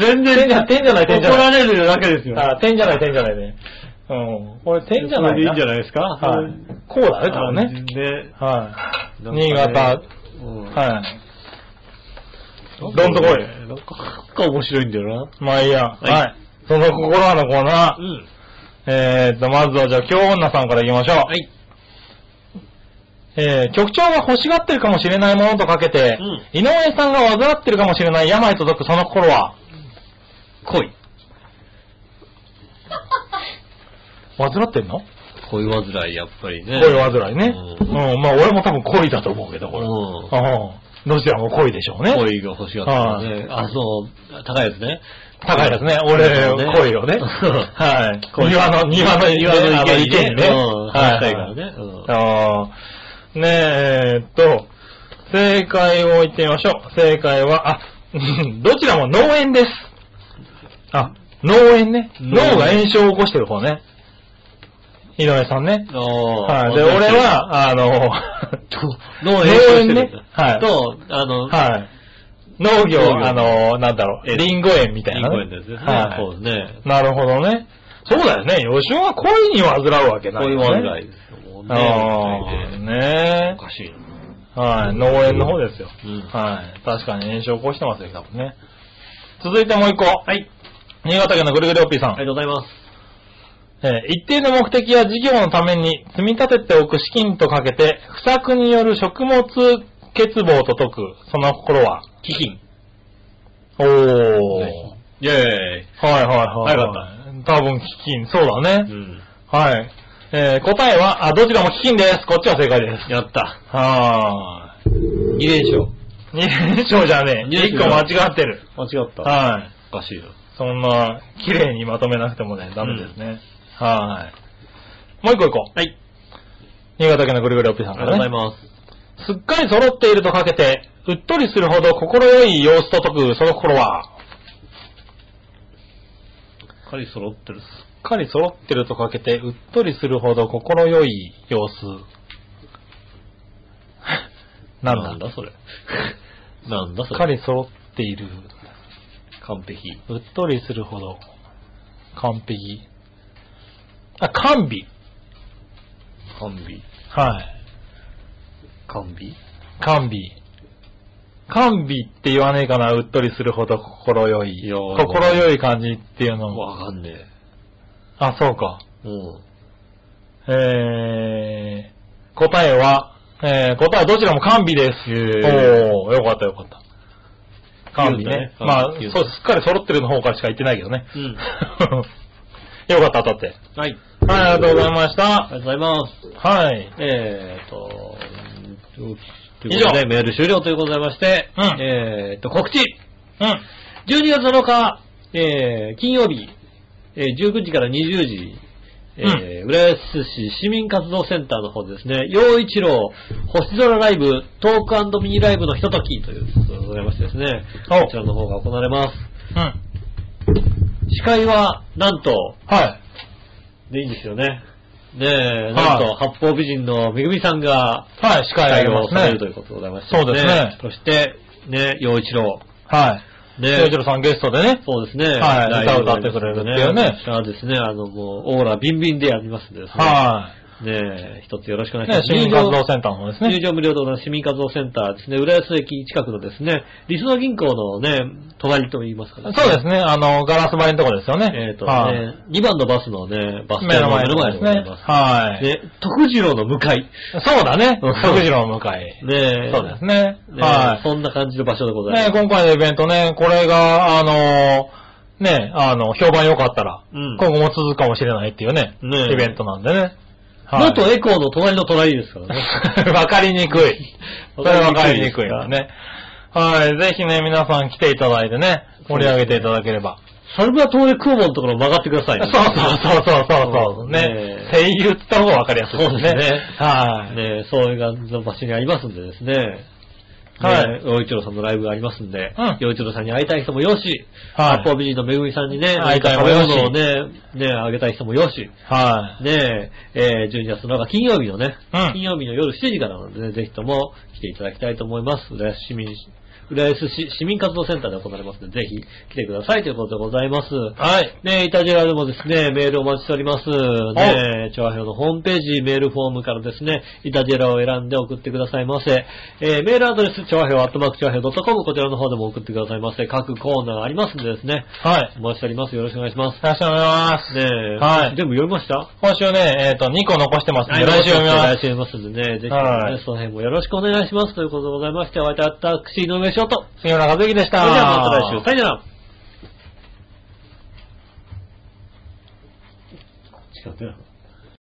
B: 全然
C: 点じゃ点じゃない点じゃない
B: 怒られるだけですよ。
C: あ、点じゃない、点じゃないね。うん。これ点じゃな
B: それ
C: い
B: でいいんじゃ
C: ない
B: ないですか
C: はい。こうだね、多分ね。。
B: ね。
C: はい。
B: なんかね
C: 新潟、
B: うん
C: はい。
B: ど
C: どんとこい
B: なんか面白いんだよ
C: まあいいや。
B: い
C: はい。その心はのコーナ
B: な。
C: ー。
B: ん。
C: えーっと、まずはじゃあ、京女さんから行きましょう。
B: はい。
C: えー局長が欲しがってるかもしれないものとかけて、井上さんが患ってるかもしれない病と解くその心は、
B: *laughs* 恋。
C: 患ってんの
B: 恋煩い、やっぱりね。
C: 恋患いね。う
B: うん
C: ん、まあ俺も多分恋だと思うけど、これ。
B: うん
C: うんどちらも恋でしょうね。
B: 恋が欲しかったよね。あ、そう、高いやつね。
C: 高いですね。俺、
B: ね
C: 恋
B: *laughs*
C: をね。はい。庭の、庭の、
B: 庭の池にね
C: にね。
B: うん話したいからね
C: は
B: うん
C: あーねええーっと、正解を言ってみましょう。正解は、あ、 *laughs* どちらも農園です。あ、農園ね。
B: 農園
C: 脳が炎症を起こしてる方ね。井上さんね。
B: は
C: はい。で、俺、は、あの、
B: *laughs*
C: *laughs*
B: 脳炎症して
C: 農園ね
B: る。
C: はい
B: と、あの、
C: はい。農業、
B: 農業
C: あの、なんだろう、
B: ええ
C: リンゴ園みたいなね。
B: 公園ですね。
C: はい。
B: そうですね。
C: なるほどね。そうだよね。吉尾は恋に患うわけない、ね。
B: 恋煩いですよ。もうね
C: ああ、
B: 二人で
C: ね
B: おかしいな。
C: はい。農園の方ですよ。
B: うん
C: はい。確かに炎症を起こしてますよ、多分ね。続いてもう一個。はい。新潟県のぐるぐるおっぴーさん。
B: ありがとうございます。
C: えー一定の目的や事業のために積み立てておく資金とかけて、不作による食物欠乏と解く、その心は。
B: 基金。
C: おー。
B: はいイェーイ。
C: はいはいはい。
B: よか
C: った。多分基金、そうだね。
B: ん。
C: はい。えー答えは、あ、どちらも基金です。こっちは正解です。
B: やった。
C: は
B: 2連勝。
C: 2連勝じゃねえ。1
B: 2
C: 個間違ってる。
B: 間違った。
C: はい。
B: おかしいな。
C: そんな、綺麗にまとめなくてもね、ダメですね。はい。もう一個行こう。
B: はい。
C: 新潟県のぐるぐるおっぴー
B: あ
C: さん
B: り
C: か
B: がとう
C: ら
B: ござ
C: ね
B: い。ます。
C: すっかり揃っているとかけて、うっとりするほど心よい様子と解く、その心は。
B: しっかり揃ってるっす。
C: すっかり揃ってるとかけて、うっとりするほど心よい様子。なんだ
B: なんだそ *laughs* れ。なんだ
C: す
B: そ
C: っか
B: れ。
C: り揃っている。
B: 完璧。
C: うっとりするほど。完璧。あ、完備。
B: 完備。
C: はい。
B: 完備
C: 完備。完備って言わねえかな、うっとりするほど心よい。
B: いやー
C: 心よい感じっていうのも。
B: わかんね
C: あ、そうか。
B: え。うん。
C: えー、答えは、えー、答えはどちらも完備です。
B: へー
C: おー、よかったよかった。完備ね。
B: 言うとね
C: まあ、
B: うん言う
C: そ
B: と
C: う、すっかり揃ってるの方からしか言ってないけどね。 *laughs*
B: うん
C: よかった、当たって。
B: はい。
C: はい、ありがとうござい
B: す。
C: まし
B: あ
C: た。
B: りがとうございます。
C: はい。
B: えーと、うんと
C: 以
B: いう
C: 上
B: ことで、メール終了ということでございまして、
C: うん
B: えーと、告知
C: うん。
B: !12 月7日、えー金曜日、えー19時から20時、えー浦安市市民活動センターの方でですね、陽一郎星空ライブ、トークミニライブのひとときということでございましてですね、
C: お
B: こちらの方が行われます。
C: うん。
B: 司会は、なんと、
C: はい。
B: でいいんですよね。ねえ、な
C: は
B: んと、八方美人のめぐみさんが、
C: はい、司会あ
B: 対
C: りま
B: 応
C: す
B: されるとい
C: ね。
B: うことでございまして、
C: そうですね
B: そして、ね、陽一郎。
C: はい。
B: ね
C: 洋一郎さんゲストでね。
B: そうですね。
C: はい
B: ライ
C: 歌
B: ブ
C: を歌ってくれるっていうね
B: あですね、あの、もう、オーラビンビンでやりますんでですね。
C: は
B: ねえ、一つよろしくお願
C: い。
B: いしま
C: ね、
B: す。
C: 市民活動センターの方です
B: 入
C: ね。
B: 場無料でございます市民活動センターですね、浦安駅近くのですね、リスナー銀行のね、隣と言いますか
C: そ
B: ら、
C: うですね、あの、ガラス張りのとこですよね。
B: えっと
C: はい
B: ね、2番のバスのね、バス
C: 目
B: 停
C: の
B: の
C: 前
B: 目の
C: で
B: 前ですござ
C: ね
B: い。ます。
C: はい。
B: ね、徳次郎の向かい。
C: そうだね。
B: うん
C: 徳次郎の向かい。
B: ねえ。
C: そうですね。
B: ね
C: は
B: そんな感じの場所でご
C: い。
B: ざい
C: ね
B: ます。
C: 今回のイベントね、これが、あのーねあの、評判良かったら、
B: うん
C: 今後も続くかもしれないっていうね、
B: ね
C: イベントなんでね。はい。
B: 元エコーの隣の隣ですからね。
C: *laughs* わかりにくい。それはわかりにくいわね。はい。ぜひね、皆さん来ていただいてね、盛り上げていただければ。
B: サルバトーレクーボのところ曲がってください、
C: そうそうそうそうそうそう。ね
B: ね。
C: *laughs* 声優って言った方がわかりやすい
B: そうですね
C: はい。
B: ねえ、そういう感じの場所にありますんでですね。
C: はい
B: ねえ。洋一郎さんのライブがありますんで
C: うん、
B: 洋、一郎さんに会いたい人もよし、
C: はい
B: 八方美人のめぐみさんにね、
C: 会いたい人もよし
B: なんか食べ物をね、ねえ、あげたい人もよし、
C: はい。
B: ねえ、えー12月の中金曜日のね、
C: うん
B: 金曜日の夜7時からなのでね、ぜひとも来ていただきたいと思います。浦安市民、浦安市市民活動センターで行われますので、ぜひ来てくださいということでございます。
C: はい。
B: ねえ、いたじらでもですね、メールお待ちしております。ねえ、調和表のホームページ、メールフォームからですね、いたじらを選んで送ってくださいませ。えーメールアドレス、調和表、アットマーク調和表 .com、こちらの方でも送ってくださいませ。各コーナーありますんでですね、
C: はい。
B: お待ちしております。よろしくお願いします。
C: よろしくお願いします。
B: ねえ、
C: はい
B: 全部読みました
C: 今週ね、えっ、と、2個残してますん
B: は
C: で、
B: い
C: 来週読みま
B: 来
C: す。
B: 週見ますんでね、ぜひ、ね
C: はい
B: その辺もよろしくお願いします。ということでございまして、お相手は私、井上翔と。
C: 杉村和之でし
B: そ
C: た。
B: れではまた来週、さよなら。違うな。